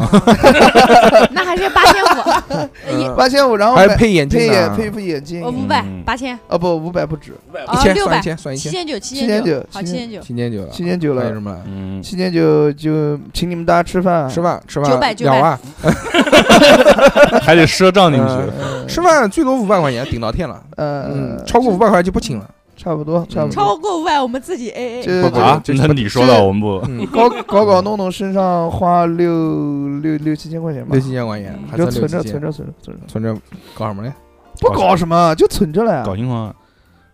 Speaker 3: 那还是八千五，
Speaker 1: [LAUGHS] 嗯
Speaker 2: 八千五，然后
Speaker 1: 还
Speaker 2: 买
Speaker 1: 配眼
Speaker 2: 配
Speaker 1: 镜
Speaker 2: 眼
Speaker 1: 呢，
Speaker 2: 配副眼镜
Speaker 3: 呃，五百
Speaker 5: 嗯，
Speaker 3: 八千，
Speaker 2: 啊不，五百不止，
Speaker 4: 五百
Speaker 3: 啊
Speaker 1: 一千
Speaker 3: 六
Speaker 1: 算
Speaker 3: 百
Speaker 1: 一千算一
Speaker 3: 七
Speaker 1: 千，
Speaker 3: 千九，七
Speaker 2: 79
Speaker 3: 好，七千九，
Speaker 1: 七千九了，
Speaker 2: 七千九
Speaker 1: 还有
Speaker 2: 了
Speaker 1: 什，么了？
Speaker 2: [LAUGHS]
Speaker 5: 嗯，
Speaker 2: 七千九就请你们大家吃饭，啊
Speaker 1: 吃饭吃
Speaker 3: 九
Speaker 1: 饭
Speaker 3: 百九百
Speaker 1: 两万，呃
Speaker 5: 还得赊账进去，
Speaker 2: 嗯，
Speaker 1: 吃饭最多五百块钱，顶到天了。
Speaker 2: 呃，
Speaker 1: 嗯，超过五百块就不请了。
Speaker 2: 差不多，差不多，
Speaker 3: 超过五百我们自己哎 A
Speaker 2: 就
Speaker 3: A，
Speaker 2: 是
Speaker 1: 不
Speaker 5: 啊，
Speaker 1: 这
Speaker 5: 那你说的我们不，
Speaker 1: 嗯，
Speaker 2: 搞搞搞弄弄，身上花六六六七千块钱吧
Speaker 1: 六，七千块钱，还
Speaker 2: 就
Speaker 1: 算六
Speaker 2: 存着
Speaker 1: 七千，
Speaker 2: 存着存着存着，
Speaker 1: 存着搞什么嘞？
Speaker 2: 不搞什么就存着了呀
Speaker 5: 搞，银行啊，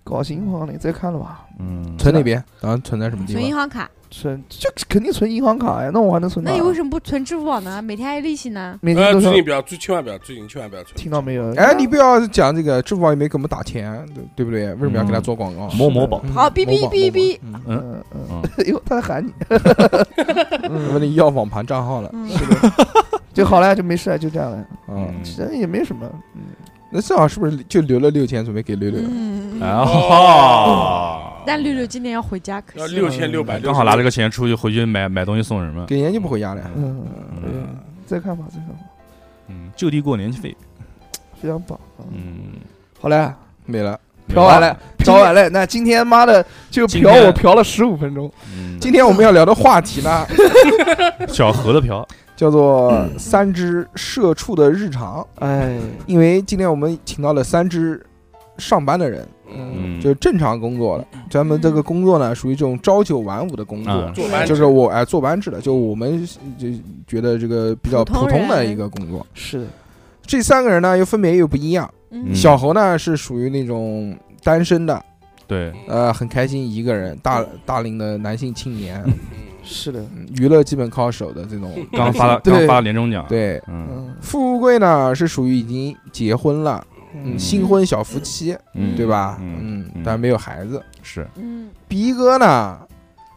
Speaker 2: 搞情况你再看了吧，
Speaker 5: 嗯，
Speaker 1: 存哪边？打算存在什么地
Speaker 3: 存银
Speaker 1: 方？
Speaker 3: 行卡，
Speaker 2: 存就肯定存银行卡呀，那我还能存哪
Speaker 3: 那你为什么不存支付宝呢？每天还有利息呢？
Speaker 2: 每天
Speaker 4: 呃，
Speaker 2: 都
Speaker 4: 最
Speaker 2: 是
Speaker 4: 近不要，最千万不要，最近千万不要存。
Speaker 2: 听到没有？
Speaker 1: 哎
Speaker 2: 嗯
Speaker 1: 哎，你不要讲这个，支付宝也没给我们打钱，对对不对？为什么要给他做广告？
Speaker 5: 嗯某某宝，
Speaker 1: 嗯
Speaker 3: 好哔哔哔哔。
Speaker 1: 某宝某宝嗯
Speaker 2: 嗯嗯
Speaker 5: 嗯，
Speaker 2: [LAUGHS] 哟，他在喊你，嗯
Speaker 1: 我问你要网盘账号了，
Speaker 3: 嗯，
Speaker 2: 就好了，就没事了，就这样了，
Speaker 1: 嗯，
Speaker 2: 其实也没什么，嗯，
Speaker 1: 那正好是不是就留了六千，准备给六六？
Speaker 3: 嗯
Speaker 5: 然后
Speaker 3: 但六六今年要回家，可
Speaker 4: 要
Speaker 3: 惜
Speaker 4: 六千六百，
Speaker 5: 刚好拿这个钱出去回去买买东西送人嘛。
Speaker 1: 给年就不回家了。
Speaker 2: 嗯，对
Speaker 5: 嗯
Speaker 2: 再看吧，再看吧，
Speaker 5: 嗯，就地过年费。
Speaker 2: 非常棒。嗯，
Speaker 5: 嗯，
Speaker 2: 好嘞，
Speaker 1: 没了，
Speaker 2: 嫖完了，嫖完了。那今天妈的就
Speaker 5: 今
Speaker 2: 嫖
Speaker 5: 天
Speaker 2: 我嫖了十五分钟，
Speaker 5: 嗯，
Speaker 1: 今天我们要聊的话题呢，
Speaker 5: 小何的嫖，
Speaker 1: 叫做《三只社畜的日常》。
Speaker 2: 哎，
Speaker 1: 因为今天我们请到了三只上班的人，
Speaker 4: 嗯，
Speaker 5: 嗯，
Speaker 1: 就是正常工作的。咱们这个工作呢，属于这种朝九晚五的工作
Speaker 5: 啊，
Speaker 4: 做班
Speaker 1: 就是我哎做班制的，就我们就觉得这个比较
Speaker 3: 普通
Speaker 1: 普通的
Speaker 3: 人
Speaker 1: 一个工作。
Speaker 2: 是的，
Speaker 1: 这三个人呢，又分别又不一样。
Speaker 3: 嗯
Speaker 5: 嗯
Speaker 1: 小猴呢是属于那种单身的，
Speaker 5: 对，
Speaker 1: 呃，很开心一个人，大
Speaker 5: 嗯
Speaker 1: 大龄的男性青年，
Speaker 2: 是的，
Speaker 1: 嗯娱乐基本靠手的这种。
Speaker 5: 刚发
Speaker 1: [LAUGHS]
Speaker 5: 了
Speaker 2: 对
Speaker 5: 刚发了年终奖。，
Speaker 1: 对，
Speaker 5: 嗯
Speaker 2: 嗯
Speaker 1: 富贵呢是属于已经结婚了，嗯，
Speaker 2: 嗯，
Speaker 1: 新婚小夫妻，
Speaker 5: 嗯，
Speaker 1: 对吧？
Speaker 5: 嗯
Speaker 1: 嗯，但没有孩子。
Speaker 5: 是，
Speaker 3: 嗯，
Speaker 1: 逼哥呢，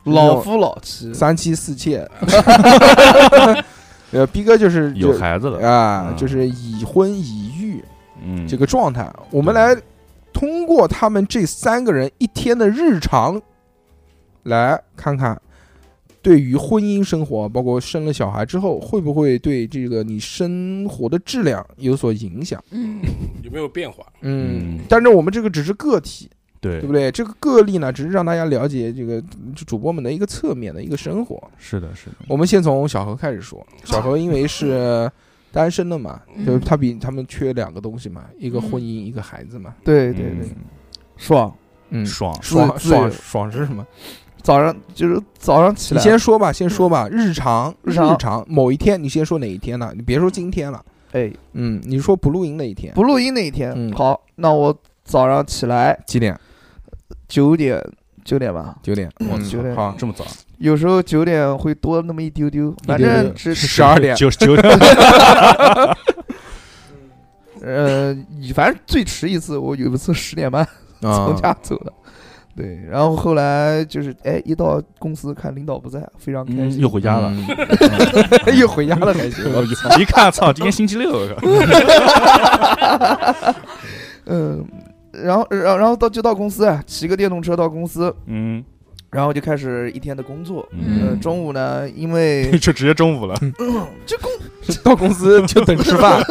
Speaker 2: 老夫老妻，
Speaker 1: 三妻
Speaker 5: [LAUGHS]
Speaker 1: 四妾，呃，逼哥就是
Speaker 5: 有
Speaker 1: 就
Speaker 5: 孩子了。
Speaker 1: 啊，
Speaker 5: 嗯
Speaker 1: 就是已婚已育
Speaker 5: 嗯，
Speaker 1: 这个状态。我们来通过他们这三个人一天的日常，来看看。对于婚姻生活，包括生了小孩之后，会不会对这个你生活的质量有所影响？
Speaker 3: 嗯，
Speaker 4: 有没有变化？
Speaker 5: 嗯
Speaker 1: 但是我们这个只是个体，
Speaker 5: 对
Speaker 1: 对不对？这个个例呢，只是让大家了解这个主播们的一个侧面的一个生活。
Speaker 6: 嗯
Speaker 5: 是的，是的，
Speaker 1: 我们先从小何开始
Speaker 2: [LAUGHS]
Speaker 1: 说，小何因为是单身的嘛，
Speaker 3: 嗯
Speaker 1: 就是他比他们缺两个东西嘛，一
Speaker 2: 嗯
Speaker 1: 个婚姻，一个孩子嘛。
Speaker 2: 对对对，爽。
Speaker 1: 嗯
Speaker 5: 嗯，爽，
Speaker 1: 爽
Speaker 2: 自自由
Speaker 1: 爽爽是什么？
Speaker 2: 早上就是早上起
Speaker 1: 你
Speaker 2: 来，
Speaker 1: 先说吧，先说吧。日常
Speaker 2: 日常
Speaker 1: 某一天，你先说哪一天呢？你别说今天了，
Speaker 2: 哎，
Speaker 1: 嗯，你说不露营那一天，
Speaker 2: 不录音那一天，
Speaker 1: 嗯
Speaker 2: 好，那我早上起来
Speaker 1: 几点？
Speaker 2: 九点九点吧，
Speaker 1: 九点，
Speaker 2: 嗯
Speaker 1: 嗯
Speaker 2: 九点
Speaker 1: 好，
Speaker 5: 这么早？
Speaker 2: 有时候九点会多那么一丢丢，反正只
Speaker 1: 十二
Speaker 5: [LAUGHS]
Speaker 1: 点，
Speaker 5: 九九
Speaker 2: 呃，你反正最迟一次，我有一次十点半 [LAUGHS] 从家
Speaker 1: 啊，
Speaker 2: 走的，对，然后后来就是哎，一到公司看领导不在，非常开
Speaker 5: 嗯
Speaker 2: 心，
Speaker 5: 又回家了。
Speaker 1: 嗯， [LAUGHS] 又回家了还行。我
Speaker 5: 一看，操，今天星期六，我靠
Speaker 2: 嗯，然后然后然后到就到公司啊，骑个电动车到公司，
Speaker 5: 嗯
Speaker 2: 然后就开始一天的工作。
Speaker 5: 嗯
Speaker 2: 呃，中午呢，因
Speaker 6: [LAUGHS]
Speaker 2: 为
Speaker 5: [LAUGHS] 就直接中午了，
Speaker 1: [LAUGHS] 到公司就等吃饭，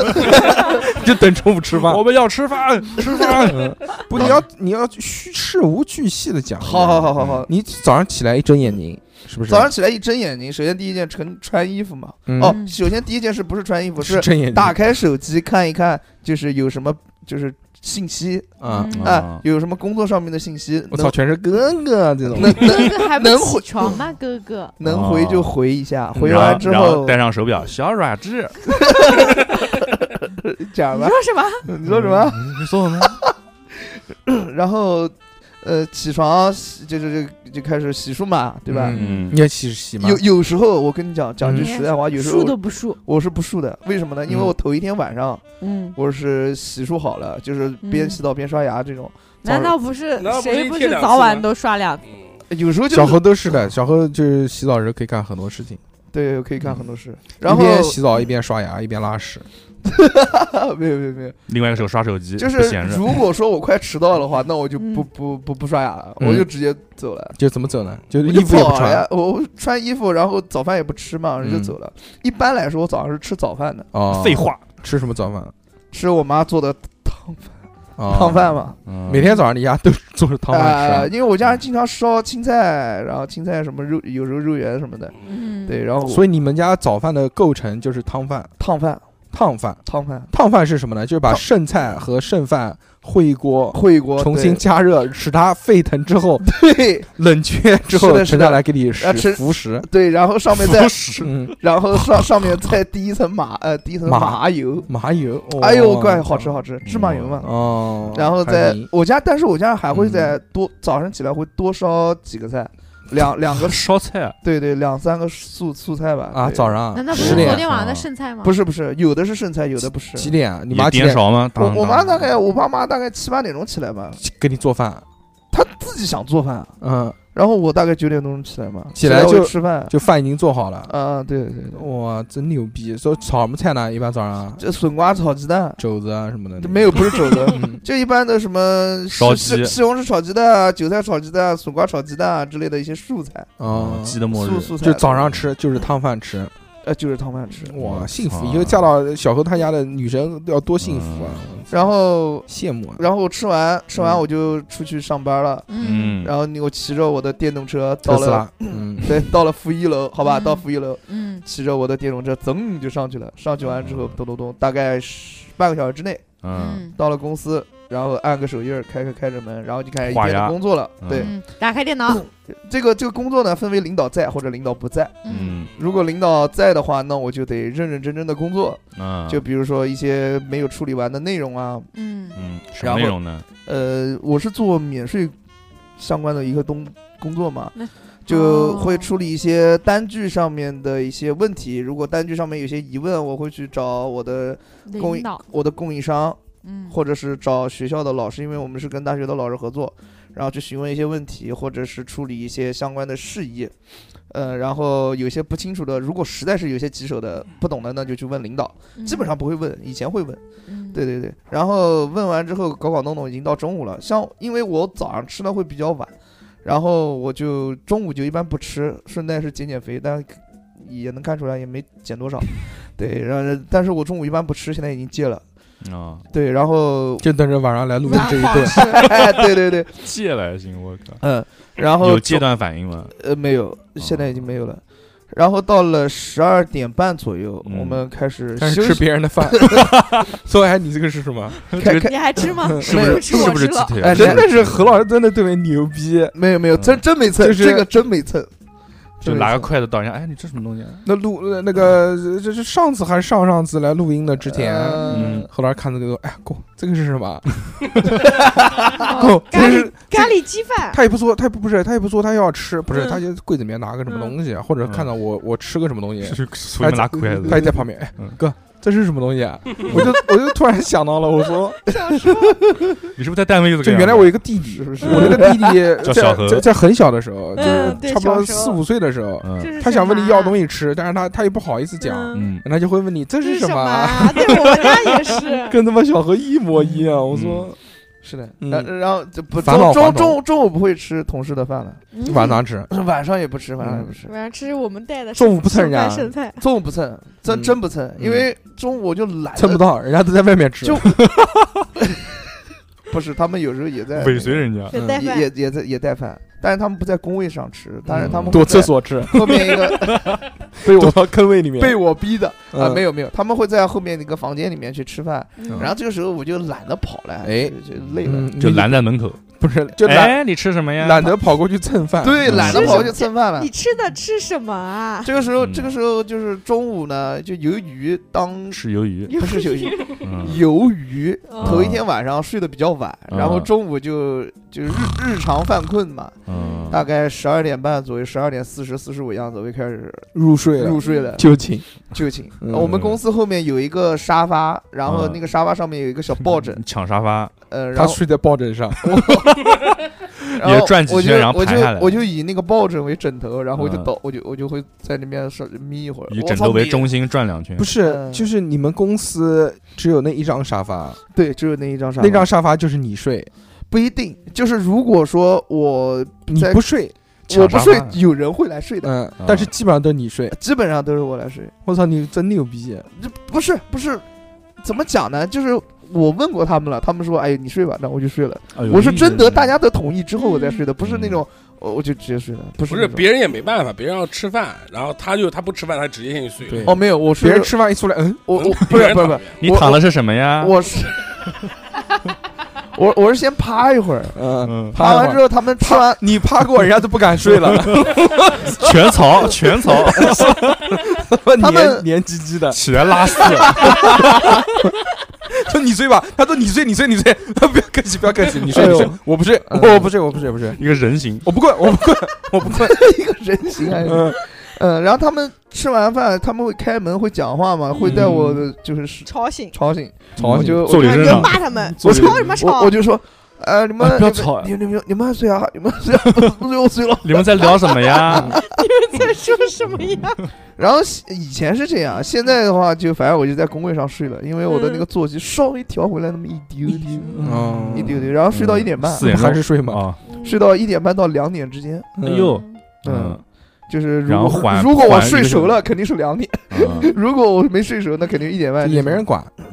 Speaker 1: [LAUGHS]
Speaker 5: 就等中午吃
Speaker 1: 饭 [LAUGHS] 嗯
Speaker 5: 我们要吃饭，吃饭。
Speaker 1: 不，你要你要虚事无巨细的讲。
Speaker 2: 好好好好好，
Speaker 1: 你早上起来一睁眼睛，是嗯不是？
Speaker 2: 早上起来一睁眼睛，首先第一件穿穿衣服嘛。
Speaker 1: 嗯
Speaker 2: 哦，首先第一件事不是穿衣服，是
Speaker 1: 睁眼睛
Speaker 2: 打开手机看一看，就是有什么就是信息
Speaker 1: 啊！
Speaker 3: 嗯
Speaker 2: 啊，有什么工作上面的信息，
Speaker 1: 我操，全是哥哥这种。
Speaker 2: 能
Speaker 3: [LAUGHS]
Speaker 2: 能
Speaker 3: 哥哥还不
Speaker 2: 能
Speaker 3: 起
Speaker 2: 回
Speaker 3: 床吗？哥哥，
Speaker 2: 能能回就回一下，回
Speaker 5: 然
Speaker 2: 完
Speaker 5: 后
Speaker 2: 之
Speaker 5: 然
Speaker 2: 后
Speaker 5: 戴上手表，小软质，
Speaker 2: 讲
Speaker 3: 你
Speaker 2: 吧，
Speaker 3: 说什么？
Speaker 2: 你说什么？
Speaker 5: 你说什么？
Speaker 1: 嗯
Speaker 2: [LAUGHS] 然后呃，起床洗就是就就开始洗漱嘛，对吧？
Speaker 5: 嗯
Speaker 1: 你要洗洗吗
Speaker 2: 有？有时候我跟你讲讲句
Speaker 1: 嗯
Speaker 2: 实在话，有时
Speaker 3: 数都
Speaker 2: 候
Speaker 3: 不数，
Speaker 2: 我是不漱的，为什么呢？因为
Speaker 1: 嗯
Speaker 2: 我头一天晚上
Speaker 3: 嗯，
Speaker 2: 我是洗漱好了，就是边
Speaker 3: 嗯
Speaker 2: 洗澡边刷牙这种。早
Speaker 3: 难道不是
Speaker 4: 难道不是
Speaker 3: 谁
Speaker 4: 一
Speaker 3: 不是
Speaker 4: 天两
Speaker 3: 早
Speaker 4: 次
Speaker 3: 晚
Speaker 4: 吗
Speaker 3: 都刷两？
Speaker 4: 嗯，
Speaker 2: 有时候就
Speaker 1: 小何都是的，小何就是洗澡时可以干很多事情，
Speaker 2: 对，可以看很多事。然后
Speaker 1: 一边嗯洗澡一边刷牙一边拉屎。
Speaker 2: 啊没有没有没有，
Speaker 5: 另外一个手刷手机，
Speaker 2: 就是
Speaker 5: 不闲着。
Speaker 2: 如果说我快迟到的话，那我就不
Speaker 3: 嗯
Speaker 2: 不不不刷牙了，
Speaker 1: 嗯
Speaker 2: 我就直接走了。
Speaker 1: 就怎么走呢？就是
Speaker 2: 我
Speaker 1: 衣
Speaker 2: 就
Speaker 1: 服也不
Speaker 2: 跑了
Speaker 1: 穿
Speaker 2: 呀，我我穿衣服，然后早饭也不吃嘛，然后就
Speaker 1: 嗯
Speaker 2: 走了。一般来说，我早上是吃早饭的，
Speaker 1: 哦，
Speaker 5: 废，话，
Speaker 1: 吃什么早饭？
Speaker 2: 吃我妈做的汤
Speaker 1: 哦
Speaker 2: 汤饭。嘛。
Speaker 5: 嗯
Speaker 1: 每天早上你家都是做着汤
Speaker 2: 啊，
Speaker 1: 饭
Speaker 2: 因为我家人经常烧青菜，然后青菜什么肉，有时候肉圆什么的。
Speaker 3: 嗯，
Speaker 2: 对，，然后
Speaker 1: 吃，所以你们家早饭的构成就是汤饭、
Speaker 2: 烫饭，
Speaker 1: 烫饭。
Speaker 2: 烫饭，
Speaker 1: 烫饭是什么呢？就是把
Speaker 2: 烫
Speaker 1: 剩菜和剩饭烩一锅，
Speaker 2: 烩一锅，
Speaker 1: 重新加热，使它沸腾之后
Speaker 2: 哦对 [LAUGHS] 对
Speaker 1: [LAUGHS] 冷却之
Speaker 2: 是
Speaker 1: 后
Speaker 2: 的是
Speaker 1: 沉
Speaker 2: 的
Speaker 1: 下来给你食
Speaker 2: 啊吃
Speaker 1: 服食。
Speaker 2: 对，然后上面
Speaker 1: [LAUGHS]
Speaker 2: 再
Speaker 5: 不是
Speaker 1: 嗯，
Speaker 2: 然后上上面再滴一层麻呃滴一层
Speaker 1: 麻
Speaker 2: 麻油，
Speaker 1: 麻油，哦
Speaker 2: [LAUGHS] 哎呦乖，好吃好吃，芝麻油嘛。
Speaker 1: 哦。
Speaker 2: 然后
Speaker 1: 还
Speaker 2: 再
Speaker 1: 有嗯
Speaker 2: 我家，但是我家还会再多早上起来会多烧几个菜，两两个
Speaker 5: 烧菜，啊
Speaker 2: 对对两三个素素菜吧
Speaker 1: 啊，
Speaker 2: 对
Speaker 1: 早上
Speaker 3: 难道不
Speaker 1: 十
Speaker 3: 是昨
Speaker 1: 点
Speaker 3: 天晚上的
Speaker 5: 啊
Speaker 3: 剩菜吗？
Speaker 2: 不是不是，有的是剩菜，有的不是。
Speaker 1: 几点啊？你
Speaker 5: 你
Speaker 1: 妈几
Speaker 5: 颠
Speaker 1: 点
Speaker 5: 勺吗？
Speaker 2: 我
Speaker 5: 当
Speaker 2: 我妈
Speaker 5: 当
Speaker 2: 大概我爸妈大概七八点钟起来吧，
Speaker 1: 给你做饭？
Speaker 2: 她自己想做饭，
Speaker 1: 嗯，
Speaker 2: 然后我大概九点钟起来嘛，
Speaker 1: 起来
Speaker 2: 我
Speaker 1: 就
Speaker 2: 吃饭
Speaker 1: 就饭已经做好了，
Speaker 2: 啊，对对对，
Speaker 1: 哇，真牛逼！说炒什么菜呢？一般早上啊
Speaker 2: 这笋瓜炒鸡蛋，
Speaker 1: 肘子啊什么的，
Speaker 2: 没有不是肘子，
Speaker 1: [LAUGHS] 嗯，
Speaker 2: 就一般的什么西
Speaker 5: 烧
Speaker 2: 西
Speaker 5: 鸡
Speaker 2: 西红柿炒鸡蛋啊、韭菜炒鸡蛋啊、笋瓜炒鸡蛋啊之类的一些素菜，
Speaker 1: 哦，
Speaker 5: 啊鸡的末日
Speaker 2: 素，素菜
Speaker 1: 就早上嗯吃，就是汤饭吃，
Speaker 2: 呃就是汤饭吃，
Speaker 1: 哇，幸福！
Speaker 5: 啊
Speaker 1: 以后嫁到小何他家的女神要多幸福啊！
Speaker 2: 然后
Speaker 1: 羡慕啊！
Speaker 2: 然后吃完吃完
Speaker 1: 嗯
Speaker 2: 我就出去上班了，
Speaker 5: 嗯，
Speaker 3: 嗯
Speaker 2: 然后你我骑着我的电动车
Speaker 1: 特
Speaker 2: 到
Speaker 1: 斯
Speaker 2: 了
Speaker 1: [CLEARS THROAT] 拉，嗯，
Speaker 2: 对到了负一楼，好吧，
Speaker 3: 嗯
Speaker 2: 到负一楼。
Speaker 3: 嗯
Speaker 2: 骑着我的电动车，噌就上去了。上去完之后，咚咚咚，大概十半个小时之内
Speaker 5: 嗯，
Speaker 2: 到了公司，然后按个手印儿，开开开着门，然后就开始一
Speaker 5: 画
Speaker 2: 天的
Speaker 5: 押
Speaker 2: 工作了。
Speaker 5: 嗯
Speaker 2: 对，
Speaker 3: 嗯，打开电脑，
Speaker 2: 这个这个工作呢，分为领导在或者领导不在。
Speaker 5: 嗯
Speaker 2: 如果领导在的话，那我就得认认真真的工作。
Speaker 5: 啊，
Speaker 2: 就比如说一些没有处理完的内容啊，
Speaker 3: 嗯
Speaker 5: 嗯什么内容呢？
Speaker 2: 呃，我是做免税相关的一个东工作嘛
Speaker 3: 那，
Speaker 2: 就
Speaker 3: 哦
Speaker 2: 会处理一些单据上面的一些问题。如果单据上面有些疑问，我会去找我的供
Speaker 3: 嗯领
Speaker 2: 应
Speaker 3: 导，
Speaker 2: 我的供应商，
Speaker 3: 嗯，
Speaker 2: 或者是找学校的老师，因为我们是跟大学的老师合作，然后去询问一些问题，或者是处理一些相关的事宜。呃，然后有些不清楚的，如果实在是有些棘手的、不懂的，那就去问领导。基本上不会问，以前会问。
Speaker 3: 嗯，
Speaker 2: 对对对。然后问完之后，搞搞弄弄已经到中午了。像因为我早上吃的会比较晚，然后我就中午就一般不吃，顺带是减减肥，但也能看出来也没减多少。对，然后但是我中午一般不吃，现在已经戒了。
Speaker 5: 啊，
Speaker 2: 对，然后
Speaker 1: 就等着晚上来录的这一 [LAUGHS] 顿。
Speaker 2: 哎， [LAUGHS] 对对对，
Speaker 5: 戒了还行，我靠，
Speaker 2: 嗯，然后
Speaker 5: 有戒断反应吗？
Speaker 2: 呃没有，现在已经没有了。然后到了十二点半左右，
Speaker 5: 嗯
Speaker 2: 我们开始
Speaker 1: 但
Speaker 2: 休
Speaker 1: [LAUGHS] 是吃
Speaker 2: 息，
Speaker 1: 别人的饭，所以哎，你这个是什么？
Speaker 5: 这
Speaker 2: 开
Speaker 5: 个
Speaker 2: 开
Speaker 3: 你还吃吗？
Speaker 5: 是不
Speaker 2: 没
Speaker 5: 是
Speaker 2: 有
Speaker 3: 吃
Speaker 5: 是
Speaker 3: 我
Speaker 5: 不是
Speaker 3: 吃
Speaker 5: 鸡
Speaker 3: 了
Speaker 5: 腿？啊
Speaker 2: 哎
Speaker 1: 真的是何老师真的特别牛逼，
Speaker 2: 没有没有，真真没蹭，
Speaker 1: 就是
Speaker 2: 这个真没蹭，
Speaker 5: 就
Speaker 2: 真没
Speaker 5: 拿个
Speaker 2: 蹭
Speaker 5: 筷子倒一下，哎，你这什么东西啊？
Speaker 1: 那录呃那个呃这是上次还是上上次来录音的之前，
Speaker 2: 呃
Speaker 5: 嗯
Speaker 1: 何老师看这个，哎，哥，这个是什 [LAUGHS] 么？
Speaker 3: 哦
Speaker 1: 这
Speaker 3: 咖
Speaker 1: 个
Speaker 3: 喱
Speaker 1: 是
Speaker 3: 咖喱鸡饭，
Speaker 1: 他也不说，他也不不是，他也不说他要吃，不是，
Speaker 3: 嗯
Speaker 1: 他就柜子里面拿个什么东西，啊或者看到我我吃个什么东西，
Speaker 5: 是出门拿筷
Speaker 1: 他
Speaker 5: 子，
Speaker 1: 哎也在旁边，哎
Speaker 5: 嗯，
Speaker 1: 哥，这是什么东西？啊？ [LAUGHS] 我就我就突然想到了，我说，
Speaker 5: 你是不是在单位就这
Speaker 1: 就
Speaker 5: 个样
Speaker 1: 原来
Speaker 5: 子
Speaker 1: 我有一个弟弟，
Speaker 2: 是不是
Speaker 1: 我那个弟弟
Speaker 5: [LAUGHS] 叫
Speaker 1: 在
Speaker 5: 小何
Speaker 1: 在在很小的时候，就
Speaker 3: 嗯
Speaker 1: 是
Speaker 3: 对
Speaker 1: 差不多
Speaker 3: 小时候
Speaker 1: 四五岁的时候，
Speaker 5: 嗯
Speaker 1: 他想问你要东
Speaker 3: 西
Speaker 1: 西吃，但是他他又不好意思讲，
Speaker 5: 嗯，
Speaker 1: 然后他就会问你这
Speaker 3: 这
Speaker 1: 是
Speaker 3: 是
Speaker 1: 什
Speaker 3: 么
Speaker 1: 么啊，
Speaker 3: 啊？对，我们家也
Speaker 1: [LAUGHS]
Speaker 3: 是。
Speaker 1: 跟他妈小何一模一样。
Speaker 5: 嗯
Speaker 1: 我说
Speaker 2: 是的，
Speaker 1: 嗯
Speaker 2: 然然后就不
Speaker 1: 返老
Speaker 2: 中
Speaker 1: 还
Speaker 2: 中
Speaker 1: 童
Speaker 2: 中中午不会吃同事的饭了，
Speaker 3: 嗯
Speaker 1: 晚上吃，
Speaker 2: 晚上也不吃，晚上也不吃，
Speaker 3: 晚上吃我们带的
Speaker 1: 中午不蹭人家
Speaker 3: 剩饭剩菜，
Speaker 2: 中午不蹭，真
Speaker 1: 嗯
Speaker 2: 真不蹭，因为中午我就懒，
Speaker 1: 蹭不，到，人家都在外面吃。
Speaker 2: 就不是他们有时候也在
Speaker 5: 尾随人
Speaker 6: 嗯
Speaker 5: 家，
Speaker 3: 就带
Speaker 2: 也
Speaker 3: 饭。
Speaker 2: 也也在也带饭，但是他们不在工位上吃，但是他们
Speaker 1: 躲
Speaker 2: 会
Speaker 1: 厕
Speaker 2: 在
Speaker 1: 所吃，
Speaker 2: [LAUGHS] 后面一个
Speaker 1: 被我
Speaker 2: 哦
Speaker 1: 到坑位里面
Speaker 2: 被我逼的啊，没
Speaker 1: 有。
Speaker 2: 有没有，他们会在后面那个房间里面去吃饭，
Speaker 3: 嗯
Speaker 2: 然后这个时候我就懒得跑了，
Speaker 1: 哎
Speaker 2: 就就累了，
Speaker 1: 嗯，
Speaker 5: 就
Speaker 1: 你
Speaker 5: 拦在门口。
Speaker 1: 不是就懒
Speaker 5: 哎，你吃什么呀？
Speaker 1: 懒得跑过去蹭饭，
Speaker 2: 对，
Speaker 5: 嗯
Speaker 2: 懒得跑就蹭饭了
Speaker 3: 你。吃的吃什么啊？
Speaker 2: 这个时候，
Speaker 5: 嗯
Speaker 2: 这个时候就是中午呢，就由于当
Speaker 5: 吃鱿
Speaker 2: [LAUGHS]
Speaker 5: 鱼，
Speaker 2: 不是鱿鱼，
Speaker 5: 嗯，
Speaker 2: 由于
Speaker 3: 哦
Speaker 2: 头一天晚上睡得比较晚，
Speaker 5: 嗯
Speaker 2: 然后中午就就日日常犯困嘛，
Speaker 5: 嗯
Speaker 2: 大概十二点半左右，十二点四十、四十五样子，我就开始
Speaker 1: 入睡了
Speaker 2: 入睡了，
Speaker 1: 啊就寝。
Speaker 2: 就寝。啊
Speaker 1: 嗯
Speaker 2: 我们公司后面有一个沙发，然后
Speaker 5: 嗯
Speaker 2: 那个沙发上面有一个小抱枕，
Speaker 5: 抢沙发，
Speaker 2: 呃，然
Speaker 1: 他
Speaker 2: 后
Speaker 1: 睡在抱枕上，
Speaker 2: 然后
Speaker 5: 也转几
Speaker 2: 我就
Speaker 5: 圈然后
Speaker 2: 我就
Speaker 5: 盘下来
Speaker 2: 我就以那个抱枕为枕头，然后我就
Speaker 5: 嗯
Speaker 2: 倒，我就我就会在那边稍眯一会儿，
Speaker 5: 以
Speaker 2: 我
Speaker 5: 枕
Speaker 2: 操
Speaker 5: 头为
Speaker 2: 眯
Speaker 5: 中心转两圈
Speaker 1: 不。是，
Speaker 2: 嗯
Speaker 1: 就是你们公司只有那一张沙发，
Speaker 2: 对，只有那一张沙发，
Speaker 1: 那张沙发就是你睡，
Speaker 2: 不一定，就是如果说我
Speaker 1: 你
Speaker 2: 在啊
Speaker 1: 不睡，
Speaker 2: 我
Speaker 5: 抢
Speaker 2: 不
Speaker 5: 沙
Speaker 2: 睡
Speaker 5: 发，，
Speaker 2: 有人会来睡的，
Speaker 1: 嗯，但是基本上都是你睡。
Speaker 2: 基本上都是我来睡。
Speaker 1: 我操，你真牛逼！
Speaker 2: 这不是不是，怎么讲呢？就是我问过他们了，他们说：“哎，你睡吧。”那我就睡了。
Speaker 5: 哎呦
Speaker 2: 我是真得大家的同意之后我再睡的，不是那
Speaker 5: 嗯
Speaker 2: 种我我就直接睡的，不是那
Speaker 4: 不是
Speaker 2: 种
Speaker 4: 别人也没办法，别人要吃饭，然后他就他不吃饭，他直接先去睡
Speaker 1: 对
Speaker 4: 了。
Speaker 2: 哦，没有，我
Speaker 1: 别
Speaker 2: 是
Speaker 1: 人吃饭一出来，嗯，
Speaker 2: 我我
Speaker 4: 能
Speaker 2: 不是不是不是，，
Speaker 5: 你躺的是什么呀？[LAUGHS]
Speaker 2: 我是我我是先趴一会儿，
Speaker 1: 嗯，
Speaker 5: 嗯，
Speaker 1: 趴
Speaker 2: 趴
Speaker 1: 一
Speaker 2: 完
Speaker 1: 会儿
Speaker 2: 之后他们吃完
Speaker 1: 你趴过，人家都不敢睡了， [LAUGHS]
Speaker 5: 全槽全槽，
Speaker 1: 他
Speaker 2: [LAUGHS] 他们
Speaker 1: 黏黏唧唧的，
Speaker 5: 起来拉屎，
Speaker 1: 说你睡吧， [LAUGHS] 他说你睡，你睡，你睡， [LAUGHS] 不要客气，不要客气，你睡，
Speaker 2: 哎
Speaker 1: 你
Speaker 2: 呦
Speaker 1: 睡，我不睡，
Speaker 2: 嗯
Speaker 1: 我不睡，我不睡，不睡，
Speaker 5: 一个人形，
Speaker 1: 我不困，我不困，我不困，
Speaker 2: 一个人形还是
Speaker 1: 嗯，
Speaker 2: 嗯，然后他们吃完饭他们会开门会讲话
Speaker 5: 嗯
Speaker 2: 嘛，会在我的就是
Speaker 3: 吵醒，
Speaker 2: 吵醒，
Speaker 1: 吵
Speaker 2: 我
Speaker 1: 醒
Speaker 2: 就
Speaker 5: 坐
Speaker 2: [LAUGHS] 我
Speaker 5: 立
Speaker 3: 然
Speaker 5: 身
Speaker 3: 后你就
Speaker 5: 上，
Speaker 3: 骂他们，
Speaker 1: 坐立
Speaker 3: 吵什么
Speaker 2: 我
Speaker 3: 吵
Speaker 2: 我？就说呃，你们
Speaker 5: 啊不要吵
Speaker 2: 你们你们你们还睡啊？ [LAUGHS] 你们还睡啊？不睡我睡了。
Speaker 5: 你们在聊什么
Speaker 2: [LAUGHS]
Speaker 5: 呀？
Speaker 3: 你们在说什么呀？
Speaker 2: 然后以前是这
Speaker 5: 嗯
Speaker 2: 样，现在的话就反正我就在工位上睡了，因为我的那个作息稍微调回来那么一丢丢，
Speaker 1: 嗯
Speaker 2: 一丢丢，然后睡到一点半，
Speaker 5: 嗯四点钟
Speaker 1: 还是睡嘛？
Speaker 5: 啊，
Speaker 2: 睡到一点半到两点之间，
Speaker 5: 哎呦，
Speaker 2: 嗯
Speaker 5: 嗯，
Speaker 2: 就是如
Speaker 5: 然后
Speaker 2: 果
Speaker 5: 缓
Speaker 2: 如果我
Speaker 5: 缓一
Speaker 2: 睡
Speaker 5: 个小
Speaker 2: 熟
Speaker 5: 时
Speaker 2: 了，肯定是两点； [LAUGHS]
Speaker 5: 嗯
Speaker 2: 如果我没睡熟，那肯定一点半
Speaker 1: 嗯
Speaker 2: 之前。
Speaker 1: 也没人管，
Speaker 3: 嗯，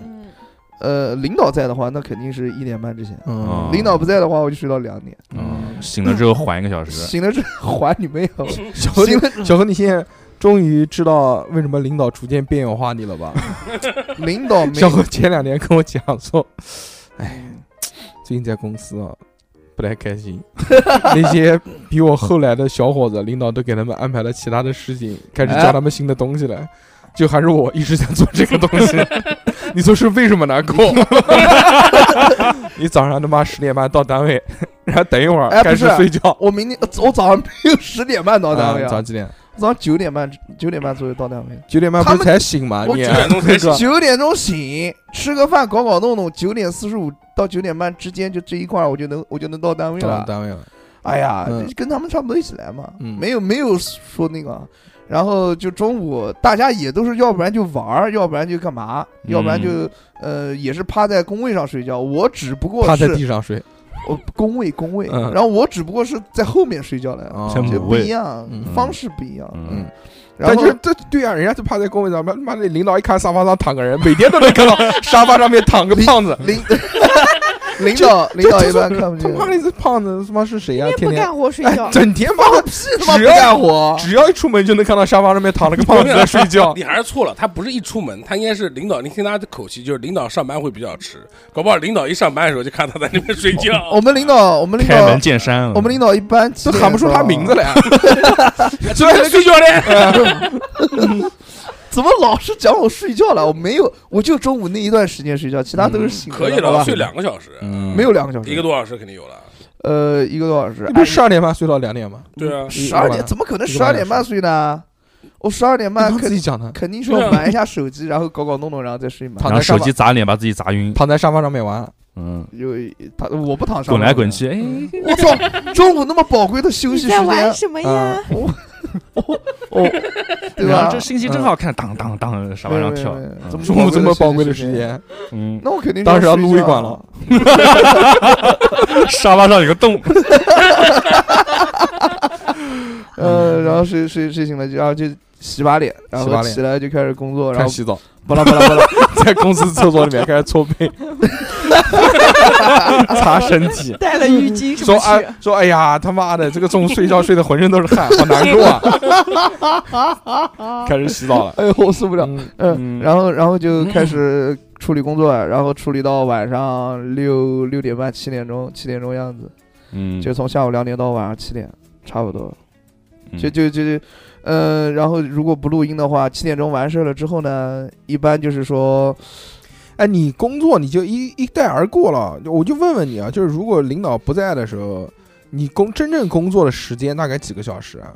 Speaker 2: 呃，领导在的话，那肯定是一点半之前；
Speaker 1: 嗯
Speaker 5: 哦
Speaker 2: 领导不在的话，我就睡到两点。
Speaker 5: 嗯，醒了之后缓一个小时，
Speaker 2: 醒了之后 [LAUGHS] 还你没有？
Speaker 1: 小何
Speaker 2: 醒了
Speaker 1: 你，小何，你现在终于知道为什么领导逐渐边缘化你了 [LAUGHS] 吧？
Speaker 2: 领导没
Speaker 1: 小何前两天跟我讲说，哎，最近在公司啊不太开心， [LAUGHS] 那些比我后来的小伙子，领导都给他们安排了其他的事情，开始教他们新的东西了。就还是我一直在做这个东 [LAUGHS] 西，你说是为什么呢？跟 [LAUGHS] 我，你早上他妈十点半到单位， [LAUGHS] 然后等一会儿
Speaker 2: 哎不
Speaker 1: 开始
Speaker 2: 是
Speaker 1: 睡觉，
Speaker 2: 我明天我早上没有十点半到单位
Speaker 1: 啊
Speaker 2: 啊，
Speaker 1: 早几点？
Speaker 2: 早上九点半九点半左右到单位。
Speaker 1: 九点半不
Speaker 2: 他
Speaker 1: 是
Speaker 2: 们
Speaker 1: 才醒吗？
Speaker 2: 我
Speaker 1: 你
Speaker 2: 九
Speaker 4: 点钟才
Speaker 1: 那个
Speaker 2: 九点钟醒，吃个饭，搞搞弄弄，九点四十五到九点半之间，就这一块儿我就能我就能到单位
Speaker 1: 到
Speaker 2: 了
Speaker 1: 了。单位了，
Speaker 2: 哎呀，
Speaker 1: 嗯
Speaker 2: 跟他们差不多一起来嘛，
Speaker 1: 嗯
Speaker 2: 没有没有说那个。然后就中午，大家也都是要不然就玩儿，要不然就干嘛，
Speaker 5: 嗯
Speaker 2: 要不然就呃也是趴在工位上睡觉。我只不过
Speaker 1: 趴在
Speaker 2: 是
Speaker 1: 地上睡，
Speaker 2: 哦工位工位，
Speaker 1: 嗯
Speaker 2: 然后我只不过是在后面睡觉来的，
Speaker 1: 哦
Speaker 5: 前
Speaker 2: 就
Speaker 5: 五
Speaker 2: 不
Speaker 5: 位
Speaker 2: 一样
Speaker 1: 嗯，
Speaker 2: 方式不一样。
Speaker 5: 嗯，
Speaker 2: 然
Speaker 1: 但
Speaker 2: 后
Speaker 1: 是这对啊，人家就趴在工位上，妈妈的领导一看沙发上躺个人，每天都能看到沙发上面躺个胖子， [LAUGHS]
Speaker 2: 领领导领导一般看不
Speaker 1: 他
Speaker 2: 见，
Speaker 1: 妈的这胖子他妈是谁呀、天
Speaker 3: 天天不
Speaker 1: 天
Speaker 3: 干活睡
Speaker 1: 哎
Speaker 3: 觉，
Speaker 1: 整天妈的
Speaker 2: 屁他妈
Speaker 1: 只
Speaker 2: 不
Speaker 1: 要
Speaker 2: 干活，
Speaker 1: 只要一出门就能看到沙发上面躺了个胖子在睡觉
Speaker 4: 你还是错了，他不是一出门，
Speaker 2: 嗯
Speaker 4: 他应该是领导。你听他的口气，就是领导上班会比较迟，搞不好领导一上班的时候就看他在那边睡觉。
Speaker 2: 我们领导我们领
Speaker 5: 开
Speaker 2: 导
Speaker 5: 门见山了，
Speaker 2: 嗯我们领导一般
Speaker 1: 都喊不出他名字
Speaker 2: 来，
Speaker 1: 来、啊。
Speaker 4: 昨天睡觉嘞，
Speaker 2: [LAUGHS] 怎么老是讲我睡觉了？我没有，我就中午那一段时间睡觉，其他都是醒着
Speaker 4: 嗯可以
Speaker 2: 的好
Speaker 4: 了，
Speaker 2: 吧
Speaker 4: 睡两个小时，
Speaker 5: 嗯
Speaker 2: 没有两个小时，
Speaker 4: 一个多小时肯定有了。
Speaker 2: 呃一个多小时，
Speaker 1: 你不是十二点半睡到两点吗？
Speaker 4: 对啊，
Speaker 2: 十二点怎么可能
Speaker 1: 一
Speaker 2: 十
Speaker 1: 个
Speaker 2: 二
Speaker 1: 半小时
Speaker 2: 点半睡呢？我十二点
Speaker 1: 你
Speaker 2: 半
Speaker 1: 刚自己
Speaker 2: 肯
Speaker 1: 讲的，
Speaker 2: 肯定是
Speaker 4: 啊
Speaker 2: 要玩一下手机，然后搞搞弄弄，然后再睡嘛
Speaker 1: 躺。
Speaker 5: 然后
Speaker 1: 在沙
Speaker 5: 手
Speaker 1: 发
Speaker 5: 机砸脸，把自己砸晕，
Speaker 1: 躺在沙发上面玩，
Speaker 5: 嗯，
Speaker 2: 有他我不躺上，
Speaker 5: 滚来滚。去，哎，
Speaker 2: 我操，中午那么宝贵的休
Speaker 3: 你
Speaker 2: 息时
Speaker 3: 在玩
Speaker 2: 间，啊嗯
Speaker 3: 什么呀？
Speaker 2: 对
Speaker 5: 然后
Speaker 2: 吧
Speaker 5: 这？星期真好看，当当当，沙发上跳，
Speaker 2: 对对对
Speaker 5: 嗯
Speaker 2: 怎么
Speaker 1: 中午这么宝贵的时
Speaker 2: 宝贵
Speaker 1: 间，
Speaker 5: 嗯，
Speaker 2: 那我肯定
Speaker 1: 当时要
Speaker 2: 睡觉
Speaker 1: 撸一管了。
Speaker 5: 沙发上有个洞，
Speaker 1: 嗯
Speaker 2: 呃，然后睡睡睡醒了，就然后就洗把脸，然
Speaker 1: 洗把
Speaker 2: 后
Speaker 1: 脸
Speaker 2: 起来就开始工作，然
Speaker 1: 开
Speaker 2: 后
Speaker 1: 洗澡，
Speaker 2: 巴拉巴拉巴拉，
Speaker 1: 在公司厕所里面开始搓背，擦身体。
Speaker 3: 带了浴
Speaker 1: [LAUGHS]
Speaker 3: 巾什
Speaker 1: 说
Speaker 3: 么去
Speaker 1: 哎？说哎呀他妈的，这个中午睡觉睡得浑身都是汗，好难过啊！开始洗澡了，
Speaker 2: 哎呦，我受不了。
Speaker 1: 嗯
Speaker 5: 嗯
Speaker 2: 嗯，[LAUGHS] 然后然后就开始处理工作，然后处理到晚上六六点半七点钟七点钟样子，
Speaker 5: 嗯，
Speaker 2: 就从下午两点到晚上七点，差不多，
Speaker 5: 嗯
Speaker 2: 就就就就，呃，然后如果不录音的话，七点钟完事儿了之后呢，一般就是说，
Speaker 1: 哎，你工作你就一一带而过了。我就问问你啊，就是如果领导不在的时候，你工真正工作的时间大概几个小时啊？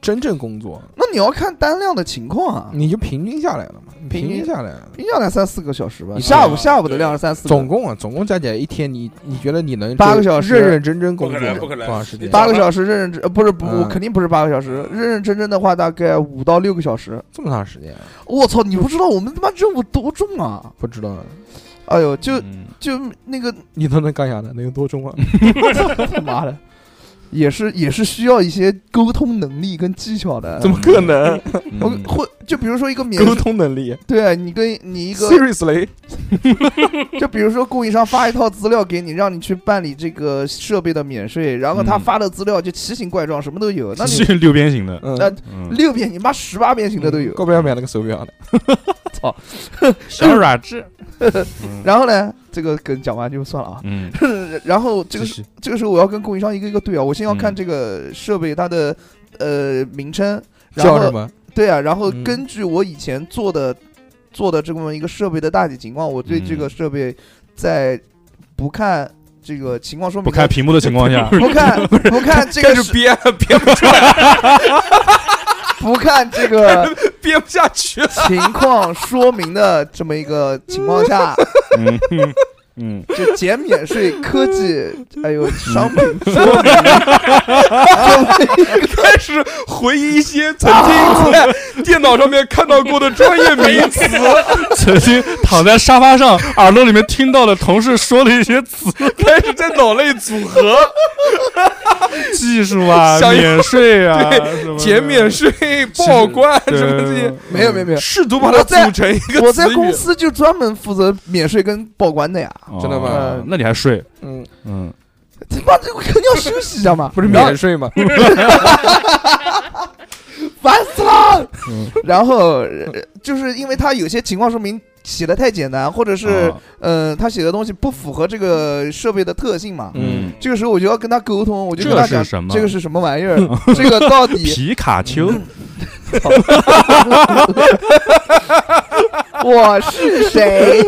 Speaker 1: 真正工作，
Speaker 2: 那你要看单量的情况啊，
Speaker 1: 你就平均下来了嘛？你
Speaker 2: 平
Speaker 1: 平
Speaker 2: 均
Speaker 1: 均下来，
Speaker 2: 平均下来三四个小时吧，
Speaker 1: 你
Speaker 2: 下午
Speaker 4: 对
Speaker 2: 下午的量是三四个，
Speaker 1: 总共啊，总共加起来一天你，你觉得你能
Speaker 2: 八个
Speaker 1: 就
Speaker 2: 小时
Speaker 1: 认认真真工作
Speaker 4: 不可能不可能
Speaker 1: 多长时间
Speaker 4: 你？
Speaker 2: 八个小时认认真，呃，不是不，我
Speaker 1: 嗯
Speaker 2: 肯定不是八个小时，认认真真的话大概五到六个小时。
Speaker 1: 这么长时间啊
Speaker 2: 我操，你不知道我们他妈任务多重啊！
Speaker 1: 不知道啊，
Speaker 2: 哎呦，就
Speaker 5: 嗯
Speaker 2: 就那个 [LAUGHS]
Speaker 1: 你都能干下来，能有多重啊？
Speaker 2: 嗯他妈的，也是也是需要一些沟通能力跟技巧的。
Speaker 1: 怎么可能？
Speaker 2: 我
Speaker 5: 嗯
Speaker 2: 会就比如说一个免
Speaker 1: 沟通能力
Speaker 2: 对啊，你跟你一个
Speaker 1: ，seriously，
Speaker 2: 就比如说供应商发一套资料给你，让你去办理这个设备的免税，然后他
Speaker 5: 嗯
Speaker 2: 发的资料就奇形怪状，什么都有。 [LAUGHS] 那你
Speaker 5: 是六边形
Speaker 1: [LAUGHS]
Speaker 5: 的，
Speaker 1: 嗯
Speaker 2: 那
Speaker 5: 嗯，
Speaker 2: 六遍你妈十八遍型的都有。
Speaker 1: 要不要买那个手表呢？
Speaker 5: 小软质，
Speaker 2: [LAUGHS] 然后呢，这个梗讲完就算了啊。
Speaker 5: 嗯，
Speaker 2: [LAUGHS] 然后
Speaker 5: 继
Speaker 2: 这个
Speaker 5: 续，
Speaker 2: 这个时候我要跟供应商一个一个对啊，我先要看
Speaker 5: 嗯
Speaker 2: 这个设备它的呃名称，然
Speaker 1: 叫什
Speaker 2: 后
Speaker 1: 么？
Speaker 2: 对啊，然后
Speaker 1: 嗯
Speaker 2: 根据我以前做的做的这么一个设备的大体情况，我对这个
Speaker 5: 嗯
Speaker 2: 设备在不看这个情况说
Speaker 5: 不
Speaker 2: 明
Speaker 5: 看屏幕的情况下，
Speaker 2: 不看不看这个是
Speaker 1: 编编
Speaker 2: 不看这个
Speaker 1: 编不下去了。
Speaker 2: 情况说明的这么一个情况下，
Speaker 5: 嗯，
Speaker 2: [LAUGHS]
Speaker 5: 嗯，
Speaker 2: 就减免税、科技，还有商品
Speaker 5: 开始回忆一些曾
Speaker 2: 啊
Speaker 5: 经在电脑上面看到过的
Speaker 1: 哎
Speaker 5: 专业名词，曾经躺在沙发上耳朵里面听到的同事说的一些词，开始在脑内组
Speaker 2: [LAUGHS]
Speaker 5: 合，技术啊，
Speaker 1: 想要
Speaker 5: 免税啊，
Speaker 1: 对
Speaker 5: 什么的
Speaker 1: 减
Speaker 2: 嗯
Speaker 1: 免税、报关什么这些，
Speaker 2: 没有没有没有，
Speaker 1: 试图把它组成一个
Speaker 2: 我在
Speaker 1: 词语
Speaker 2: 公司就专门负责免税跟报关的呀。
Speaker 5: 哦
Speaker 1: 真的吗
Speaker 5: 那你还睡？
Speaker 1: 嗯，
Speaker 5: 嗯，
Speaker 2: 他妈这我肯定要休息一
Speaker 5: [LAUGHS]
Speaker 2: 下嘛，
Speaker 1: 不是免税吗？
Speaker 2: 嗯烦死了
Speaker 5: 嗯。
Speaker 2: [LAUGHS] 然后呃就是因为他有些情况说明写的太简单，或者是
Speaker 5: 啊
Speaker 2: 嗯他写的东西不符合这个设备的特性嘛。
Speaker 1: 嗯
Speaker 5: 嗯，
Speaker 2: 这个时候我就要跟他沟通，我就跟
Speaker 5: 这
Speaker 2: 他
Speaker 5: 是
Speaker 2: 讲
Speaker 5: 什么？
Speaker 2: 这个是什么玩
Speaker 5: [LAUGHS]
Speaker 2: 意儿，这个到底
Speaker 5: 皮卡丘，
Speaker 2: 我是谁？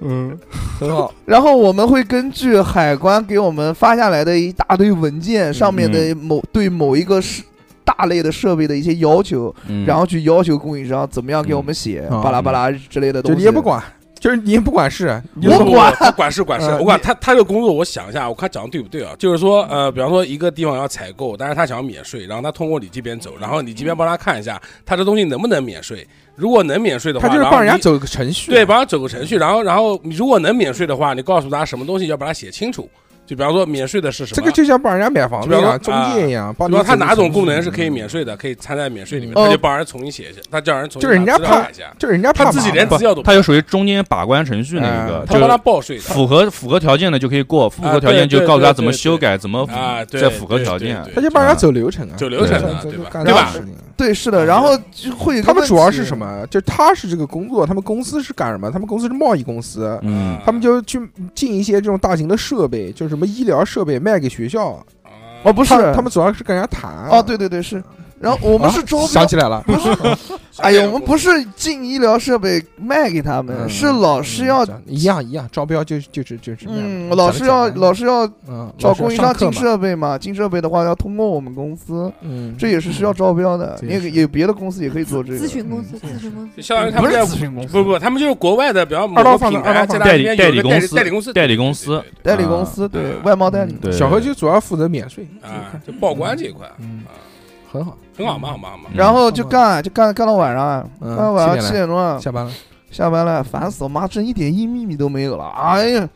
Speaker 5: 嗯，
Speaker 1: 很好，
Speaker 2: 然后我们会根据海关给我们发下来的一大堆文件
Speaker 1: 嗯
Speaker 2: 上面的某对某一个是大类的设备的一些要求，然后去要求供应商怎么样给我们写
Speaker 1: 嗯
Speaker 2: 巴拉巴拉之类的东
Speaker 1: 就
Speaker 2: 西。
Speaker 1: 你也不管，就是你也不管是，你也
Speaker 2: 我
Speaker 1: 不
Speaker 2: 管
Speaker 4: 不管是管是，
Speaker 1: 呃
Speaker 4: 我管他他这个工作，我想一下，我看讲的对不对啊？就是说，呃，比方说一个地方要采购，但是他想要免税，然后他通过你这边走，然后你
Speaker 1: 嗯
Speaker 4: 这边帮他看一下，他这东西能不能免税？如果能免税的话，
Speaker 1: 他就是
Speaker 4: 然后
Speaker 1: 帮人家
Speaker 4: 你
Speaker 1: 走个程序，啊
Speaker 4: 对，帮他走个程序，然后然后你如果能免税的话，你告诉他什么东西要把它写清楚，就比方说免税的是什么，
Speaker 1: 这个就像帮人家买房子一样，中介一样，帮
Speaker 4: 比
Speaker 1: 你
Speaker 4: 方他哪种功
Speaker 1: 功
Speaker 4: 能是可以免税的，可以掺在免税里面，
Speaker 2: 哦
Speaker 4: 他就帮人重新写一下，他叫人重
Speaker 1: 嗯
Speaker 4: 新
Speaker 1: 就是人家
Speaker 4: 把资料
Speaker 1: 怕
Speaker 4: 改一下，
Speaker 1: 就是人家怕
Speaker 4: 他自己
Speaker 1: 麻
Speaker 4: 连
Speaker 1: 烦
Speaker 4: 资料都不
Speaker 5: 它就属于中间把关程序那一
Speaker 1: 哎
Speaker 5: 个，
Speaker 4: 他
Speaker 5: 就
Speaker 4: 帮他
Speaker 5: 是
Speaker 4: 报税，他
Speaker 5: 符合符合条件的就可以过，符合条件就告诉他怎么修改，怎么
Speaker 4: 啊，对，
Speaker 5: 再符合
Speaker 4: 对
Speaker 5: 条
Speaker 4: 对
Speaker 5: 件
Speaker 4: 对
Speaker 1: 他就帮人家走流程啊，
Speaker 4: 走流
Speaker 5: 程
Speaker 4: 的
Speaker 1: 这这
Speaker 4: 对吧
Speaker 1: 这
Speaker 4: 对吧
Speaker 1: 干这种事情
Speaker 2: 对，是的。然后就会有一
Speaker 1: 嗯
Speaker 2: 个
Speaker 1: 他们主要
Speaker 2: 问题
Speaker 1: 是什？么？就是他是这个工作，他们公司是干什么？他们公司是贸易公司，
Speaker 5: 嗯
Speaker 4: 啊
Speaker 1: 他们就去进一些这种大型的设备，就是什么医疗设备卖给学校。
Speaker 2: 哦，
Speaker 4: 啊，
Speaker 2: 不是，
Speaker 1: 他他们主要是跟人家谈。
Speaker 2: 哦，对对对是。然后我
Speaker 1: 啊，
Speaker 2: 们是招标
Speaker 1: 想，起来了，
Speaker 2: 不是，哎呀，我们不是进医疗设备卖给他们，
Speaker 1: 嗯
Speaker 2: 是老师要，
Speaker 1: 一样一样，招标就就是就是那样
Speaker 2: 嗯，
Speaker 1: 讲
Speaker 2: 老师
Speaker 1: 得
Speaker 2: 要
Speaker 1: 简单
Speaker 2: 老师要
Speaker 1: 嗯
Speaker 2: 找
Speaker 1: 老师
Speaker 2: 供应
Speaker 1: 上
Speaker 2: 商
Speaker 1: 课
Speaker 2: 进
Speaker 1: 嘛，
Speaker 2: 设备嘛，进设备的话要通过我们公司，
Speaker 1: 嗯，
Speaker 2: 这也是需要招标的。
Speaker 1: 这
Speaker 2: 你
Speaker 1: 也
Speaker 2: 也
Speaker 1: 是
Speaker 2: 可以有别的公司也可以做这个
Speaker 3: 咨询公司，咨询公司，
Speaker 4: 相当于他
Speaker 2: 不
Speaker 4: 们
Speaker 2: 是
Speaker 4: 在
Speaker 2: 咨询公司，
Speaker 4: 不不，他们就是国外的，比方某
Speaker 1: 二道
Speaker 4: 个
Speaker 1: 贩子
Speaker 4: 品
Speaker 1: 二道
Speaker 4: 牌
Speaker 1: 贩
Speaker 4: 在
Speaker 1: 子
Speaker 4: 那边
Speaker 5: 代
Speaker 4: 有
Speaker 5: 理
Speaker 4: 一个
Speaker 5: 代
Speaker 4: 代
Speaker 5: 理
Speaker 4: 理
Speaker 5: 公司
Speaker 4: 代理公司，
Speaker 5: 代理公司
Speaker 2: 代
Speaker 4: 对对对
Speaker 2: 理公司对
Speaker 4: 啊
Speaker 2: 外贸代理。
Speaker 5: 嗯对
Speaker 1: 小何就主要负责免税
Speaker 4: 对啊，就报关这一块，
Speaker 1: 嗯
Speaker 4: 啊，
Speaker 1: 很好，
Speaker 4: 很好嘛，很好嘛，很好嘛
Speaker 5: 嗯
Speaker 2: 然后就干，就干干到晚上，啊
Speaker 1: 嗯
Speaker 2: 干到晚上
Speaker 1: 七点来
Speaker 2: 七点钟啊
Speaker 1: 下班了，
Speaker 2: 下班了，烦死我妈，真一点一秘密都没有了。哎呀，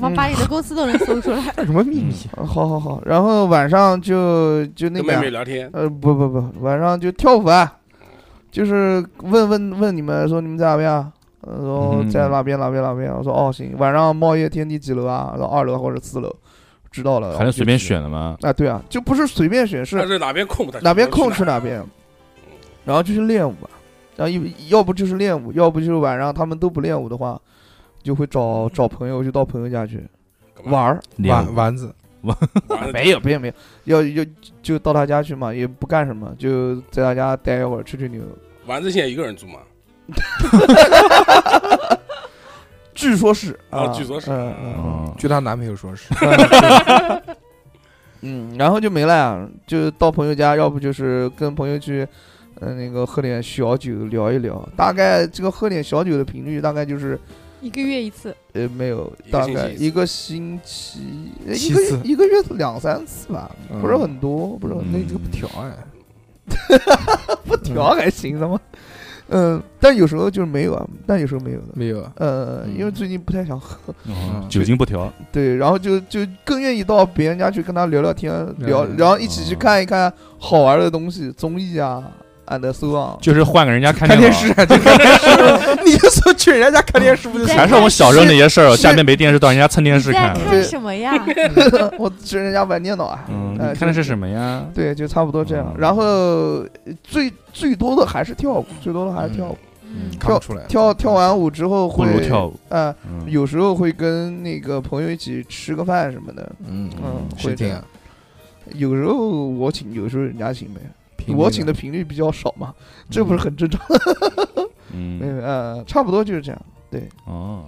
Speaker 3: 我们把你的公司都能搜出来。
Speaker 2: 嗯
Speaker 1: 这有什么秘密？
Speaker 2: 好好好，然后晚上就就那
Speaker 4: 跟
Speaker 2: 个
Speaker 4: 妹妹
Speaker 2: 啊，
Speaker 4: 聊天，
Speaker 2: 呃，不不不，晚上就跳舞啊，就是问问问你们说你们在哪边啊？呃然后
Speaker 5: 嗯
Speaker 2: 在哪边哪边哪边？我说哦行，晚上茂业天地几楼啊？然后二楼或者四楼，知道了。
Speaker 5: 还能随便选的吗？
Speaker 2: 啊？对啊，就不是随便选，是
Speaker 4: 但是哪边空他
Speaker 2: 哪边空
Speaker 4: 去啊
Speaker 2: 吃哪边，然后就去练舞啊，然后一要不就是练舞，要不就是晚上他们都不练舞的话，就会
Speaker 4: 嗯
Speaker 2: 找找朋友，就到朋友家去
Speaker 4: 干嘛
Speaker 2: 玩儿。
Speaker 1: 丸丸子，
Speaker 5: [LAUGHS]
Speaker 4: 玩
Speaker 2: 没有，没有，没有，要要就到他家去嘛，也不干什么，就在他家待一会儿，吹吹牛。
Speaker 4: 丸子现在一个人住嘛，
Speaker 2: 据说是
Speaker 4: 哦
Speaker 2: 啊，
Speaker 4: 据说是
Speaker 2: 嗯嗯
Speaker 6: 哦
Speaker 5: 嗯，
Speaker 1: 据她男朋友说是，
Speaker 2: 嗯，嗯然后就没了呀，就到朋友家，要不就是跟朋友去。嗯，那个喝点小酒聊一聊，大概这个喝点小酒的频率大概就是
Speaker 3: [LAUGHS] 一个月一次，
Speaker 2: 呃，没有，
Speaker 4: 一个
Speaker 2: 大
Speaker 4: 星
Speaker 2: 概
Speaker 4: 期一次
Speaker 2: 一个星期，呃
Speaker 1: 七
Speaker 2: 一个
Speaker 1: 次
Speaker 2: 月一个月两三次吧，不是
Speaker 1: 嗯
Speaker 2: 很多，不是很
Speaker 1: 那这个不调哎，
Speaker 5: 嗯
Speaker 2: 不调还
Speaker 1: [LAUGHS]
Speaker 2: 行的嘛。嗯，但有时候就是没有啊，但有时候没有的。
Speaker 1: 没有啊， [LAUGHS]
Speaker 2: 呃，因为
Speaker 1: 嗯
Speaker 2: 最近不太想喝， [LAUGHS]
Speaker 5: 嗯酒精不调，
Speaker 2: 对，然后就就更愿意到别人家去跟他聊聊天，聊，
Speaker 1: 嗯
Speaker 2: 然后一起去
Speaker 5: 哦
Speaker 2: 看一看好玩的东西，综艺啊，安德搜啊，
Speaker 5: 就是换个人家看
Speaker 1: 看
Speaker 5: 电
Speaker 1: 电
Speaker 5: 脑
Speaker 1: 视，啊，就看电视，你就说去人家家看电视不就行？
Speaker 5: 还是我们小时候那些事儿，
Speaker 2: 是
Speaker 5: 家里面没电视，到人家蹭电
Speaker 3: 你
Speaker 5: 视
Speaker 3: 在
Speaker 6: 嗯
Speaker 5: 看。
Speaker 3: 看什么呀？
Speaker 2: [LAUGHS] 我去人家玩电脑啊，
Speaker 5: 嗯，你
Speaker 2: 呃
Speaker 5: 看的是
Speaker 2: 就
Speaker 5: 什么呀？
Speaker 2: 对，就差不多这样
Speaker 5: 哦。
Speaker 1: 嗯
Speaker 2: 然后呃最最多的还是跳舞，最多的还是跳舞。
Speaker 3: 嗯，
Speaker 1: 看不出来，
Speaker 2: 跳跳完舞之后
Speaker 5: 不
Speaker 2: 会
Speaker 5: 如跳舞。
Speaker 2: 呃，
Speaker 5: 嗯
Speaker 2: 有时候会跟那个朋友一起吃个饭什么的。
Speaker 1: 嗯，
Speaker 2: 嗯，
Speaker 1: 是
Speaker 2: 会
Speaker 1: 这
Speaker 2: 这
Speaker 1: 样
Speaker 2: 样。。有时候我请，有时候人家请呗。
Speaker 1: 频率
Speaker 2: 我请的频率比较少嘛，这不是很正常？没
Speaker 5: 嗯
Speaker 2: 有，呃，差不多就是这样。
Speaker 5: 哦，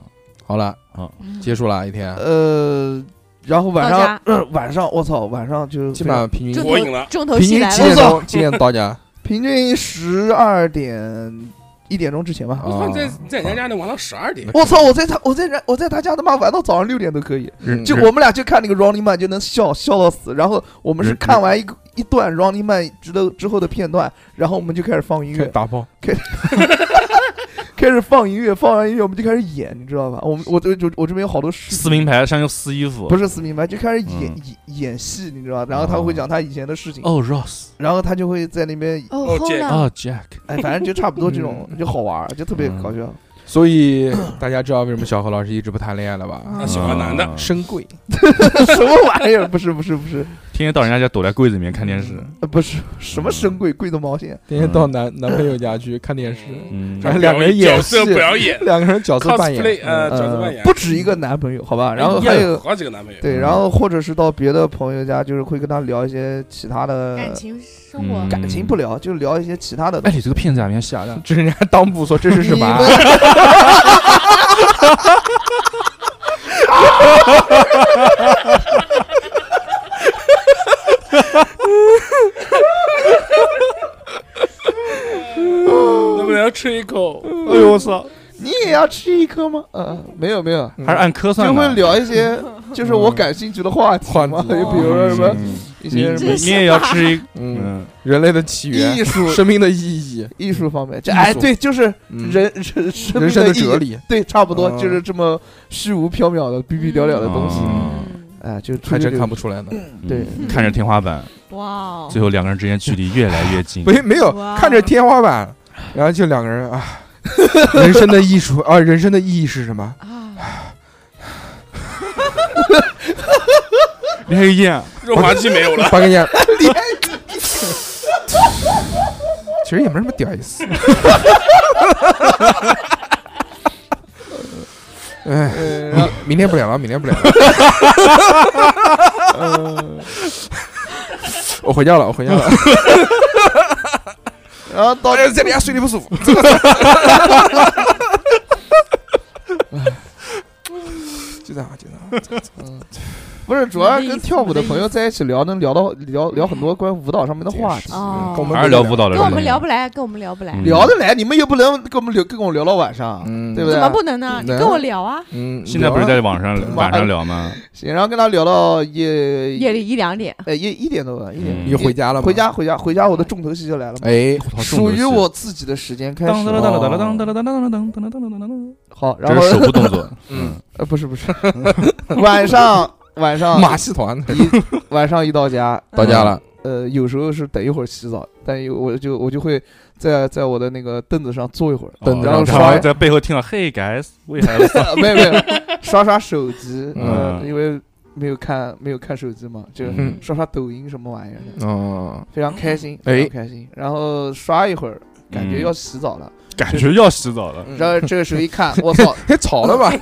Speaker 1: 好了，
Speaker 3: 嗯
Speaker 1: 结束了啊一天，嗯
Speaker 2: 呃，然后晚
Speaker 3: 到
Speaker 2: 上 [CLEARS THROAT]
Speaker 3: 家
Speaker 2: 呃晚上我操，晚上就
Speaker 1: 基本上平均
Speaker 3: 重
Speaker 4: 我赢
Speaker 3: 头
Speaker 4: 了
Speaker 3: 重头
Speaker 1: 平
Speaker 3: 戏
Speaker 1: 均
Speaker 3: 来
Speaker 2: [LAUGHS]
Speaker 1: 几点
Speaker 3: 了，
Speaker 1: 钟？几点到家？
Speaker 2: 平均十二点一点钟之前吧。
Speaker 4: 我操，在
Speaker 1: 啊
Speaker 4: 在人家家能玩到十二点，
Speaker 2: 我操！我在他，我在人，我在他家他妈玩到早上六点都可以。
Speaker 1: 人
Speaker 2: 嗯就我们俩就看那个 Running Man 就能笑笑到死，然后我们是
Speaker 1: 嗯
Speaker 2: 看完一个一段 Running Man 之后之后的片段，然后我们就开始放
Speaker 5: [LAUGHS]
Speaker 2: 音乐，
Speaker 1: 打包，
Speaker 2: 开始放音乐，放完音乐我们就开始演，你知道吧？我们我我我我这边有好多事
Speaker 5: 撕名牌，上去撕衣服。
Speaker 2: 不
Speaker 5: 是
Speaker 2: 是撕名牌，就开始演、
Speaker 5: 嗯
Speaker 2: 演演戏，你知道吧？然后他会讲他以前的事情，
Speaker 5: 哦，Ross，
Speaker 2: 然后他就会在那边，
Speaker 3: 哦，
Speaker 4: 哦
Speaker 3: 后
Speaker 4: 这
Speaker 3: 呢？
Speaker 1: 啊
Speaker 5: 哦，Jack， [LAUGHS]
Speaker 2: 哎，反正就差不多
Speaker 5: 嗯
Speaker 2: 这种，就好玩儿，就特别搞笑。
Speaker 1: [LAUGHS]
Speaker 2: [LAUGHS]
Speaker 1: 所以大家知道为什么小何老师一直不谈恋爱了吧？
Speaker 3: 啊
Speaker 4: 他喜欢男的，
Speaker 5: 嗯
Speaker 1: 深贵，
Speaker 2: 什么玩意儿？不是不是不是，
Speaker 5: 天天到人家家躲在柜子里面看电视。
Speaker 2: 呃不是
Speaker 5: 嗯
Speaker 2: 什么深贵贵的毛线，
Speaker 1: 天天到男男朋友家去看电视，
Speaker 5: 嗯，
Speaker 1: 然后两个人演
Speaker 4: 角色
Speaker 1: 戏
Speaker 4: 表演
Speaker 1: 两个人角色扮演，
Speaker 4: ，cosplay，呃，角色扮
Speaker 2: 呃
Speaker 4: 演，
Speaker 2: 不止一个男朋友，好吧？然后
Speaker 4: 哎
Speaker 2: 还
Speaker 4: 呀
Speaker 2: 有
Speaker 4: 好几个男朋友，
Speaker 2: 对，然后或者是到别的朋友家，就是会跟他聊一些其他的
Speaker 3: 感情生活
Speaker 5: 嗯
Speaker 2: 感情不聊，就聊一些其他的东
Speaker 5: 哎，
Speaker 2: 西。
Speaker 5: 你这个骗子啊，别吓人。
Speaker 1: 这人家当铺说这是什么啊？
Speaker 4: 能不能吃一口？
Speaker 5: 哎呦我操，
Speaker 2: 你也要吃一颗吗？呃，没有没有，
Speaker 1: 嗯
Speaker 5: 还是按颗算
Speaker 2: 就
Speaker 5: 的。啊
Speaker 2: 会聊一些就是我感兴趣的话题
Speaker 1: 话题
Speaker 2: 嘛，就比如说什么
Speaker 5: 嗯
Speaker 2: 一
Speaker 5: 你
Speaker 2: 些什么
Speaker 5: 你你也
Speaker 2: [LAUGHS]
Speaker 5: 要吃一，
Speaker 1: 嗯，
Speaker 5: 嗯，
Speaker 1: 人类的起源
Speaker 2: 艺，术
Speaker 1: 生命的意义，
Speaker 2: 艺术方面，这
Speaker 1: 艺
Speaker 2: 哎
Speaker 1: 术
Speaker 2: 对，就是
Speaker 1: 嗯
Speaker 2: 人人生
Speaker 1: 人
Speaker 2: 命
Speaker 1: 生的
Speaker 2: 意义
Speaker 1: 哲，理，
Speaker 2: 对，差不多
Speaker 1: 嗯
Speaker 2: 就是这么虚无缥缈的、逼逼寥寥的东西，
Speaker 3: 嗯
Speaker 2: 哎，就
Speaker 1: 还真看不
Speaker 2: 出
Speaker 1: 出来呢。
Speaker 2: 对
Speaker 5: 嗯看着天花板，
Speaker 3: 哇哦，
Speaker 5: 最后两个人之间距离越来越近。
Speaker 1: 没没有
Speaker 3: 哇
Speaker 1: 看着天花板，然后就两个人啊， [LAUGHS] 人生的艺术啊，人生的意义是什么？
Speaker 3: 啊，
Speaker 5: 你还有
Speaker 2: 啊
Speaker 5: 烟？
Speaker 4: 润滑剂没有
Speaker 2: [LAUGHS]
Speaker 4: 了，
Speaker 1: 八根烟， [LAUGHS] 其实也没什么屌意 [LAUGHS] 思。哎，明 [LAUGHS] 明天不聊了，明天不聊 [LAUGHS] 了。呃我回家了，我回家了。
Speaker 2: 来。然后到
Speaker 1: [LAUGHS] 哎，在家睡得不舒服。 [LAUGHS] 就这样，就这样。
Speaker 2: 不是，主要是跟跳舞的朋友在一起聊，能聊到聊聊很多关于舞蹈上面的话题，
Speaker 3: 哦
Speaker 1: 跟我们
Speaker 5: 还是聊舞蹈的？
Speaker 3: 跟我们聊不来，跟我们聊不来，
Speaker 5: 嗯
Speaker 2: 聊得来，你们又不能跟我们聊，跟我聊到晚上，
Speaker 1: 嗯
Speaker 2: 对不
Speaker 3: 怎
Speaker 2: 对
Speaker 3: 么？不能呢？你
Speaker 1: 能
Speaker 3: 跟我聊啊，
Speaker 1: 嗯，
Speaker 5: 现在不是
Speaker 1: 聊
Speaker 5: 在网上
Speaker 1: 嗯
Speaker 5: 晚上聊吗？
Speaker 2: 行，然后跟他聊到夜
Speaker 3: 夜里一两点，
Speaker 2: 哎，一一点多了，一点
Speaker 5: 嗯
Speaker 1: 你就回家了吗？
Speaker 2: 回。家回家回家，我的重头戏就来了嘛，
Speaker 1: 哎，
Speaker 2: 属于我自己的时间开
Speaker 5: 当
Speaker 2: 始
Speaker 5: 当
Speaker 2: 了。
Speaker 5: 当当当当当当当当当当当当当。
Speaker 2: 好，然
Speaker 5: 这
Speaker 2: 后
Speaker 5: 是手部动作。
Speaker 1: 嗯，
Speaker 2: 呃不是不是，晚上晚上
Speaker 1: 马戏团
Speaker 2: 一晚上一到家，
Speaker 1: 到家了，
Speaker 2: 呃有时候是等一会儿洗澡，但有我就我就会在在我的那个凳子上坐一会儿，
Speaker 1: 等着
Speaker 5: 哦然后
Speaker 1: 刷
Speaker 5: 他在背后听到，Hey guys，we have
Speaker 2: [LAUGHS] 没有没有，刷刷手机，呃
Speaker 5: 嗯
Speaker 2: 因为没有看没有看手机嘛，就
Speaker 5: 嗯
Speaker 2: 刷刷抖音什么玩意儿的，
Speaker 1: 哦，
Speaker 2: 非常开心，
Speaker 1: 哎
Speaker 2: 非常开心。然后刷一会儿，感觉
Speaker 5: 嗯
Speaker 2: 要洗澡了，
Speaker 5: 感觉要洗澡
Speaker 1: 嗯
Speaker 5: 了。
Speaker 2: 然后这个时候一看，我操，
Speaker 1: 还吵了吧？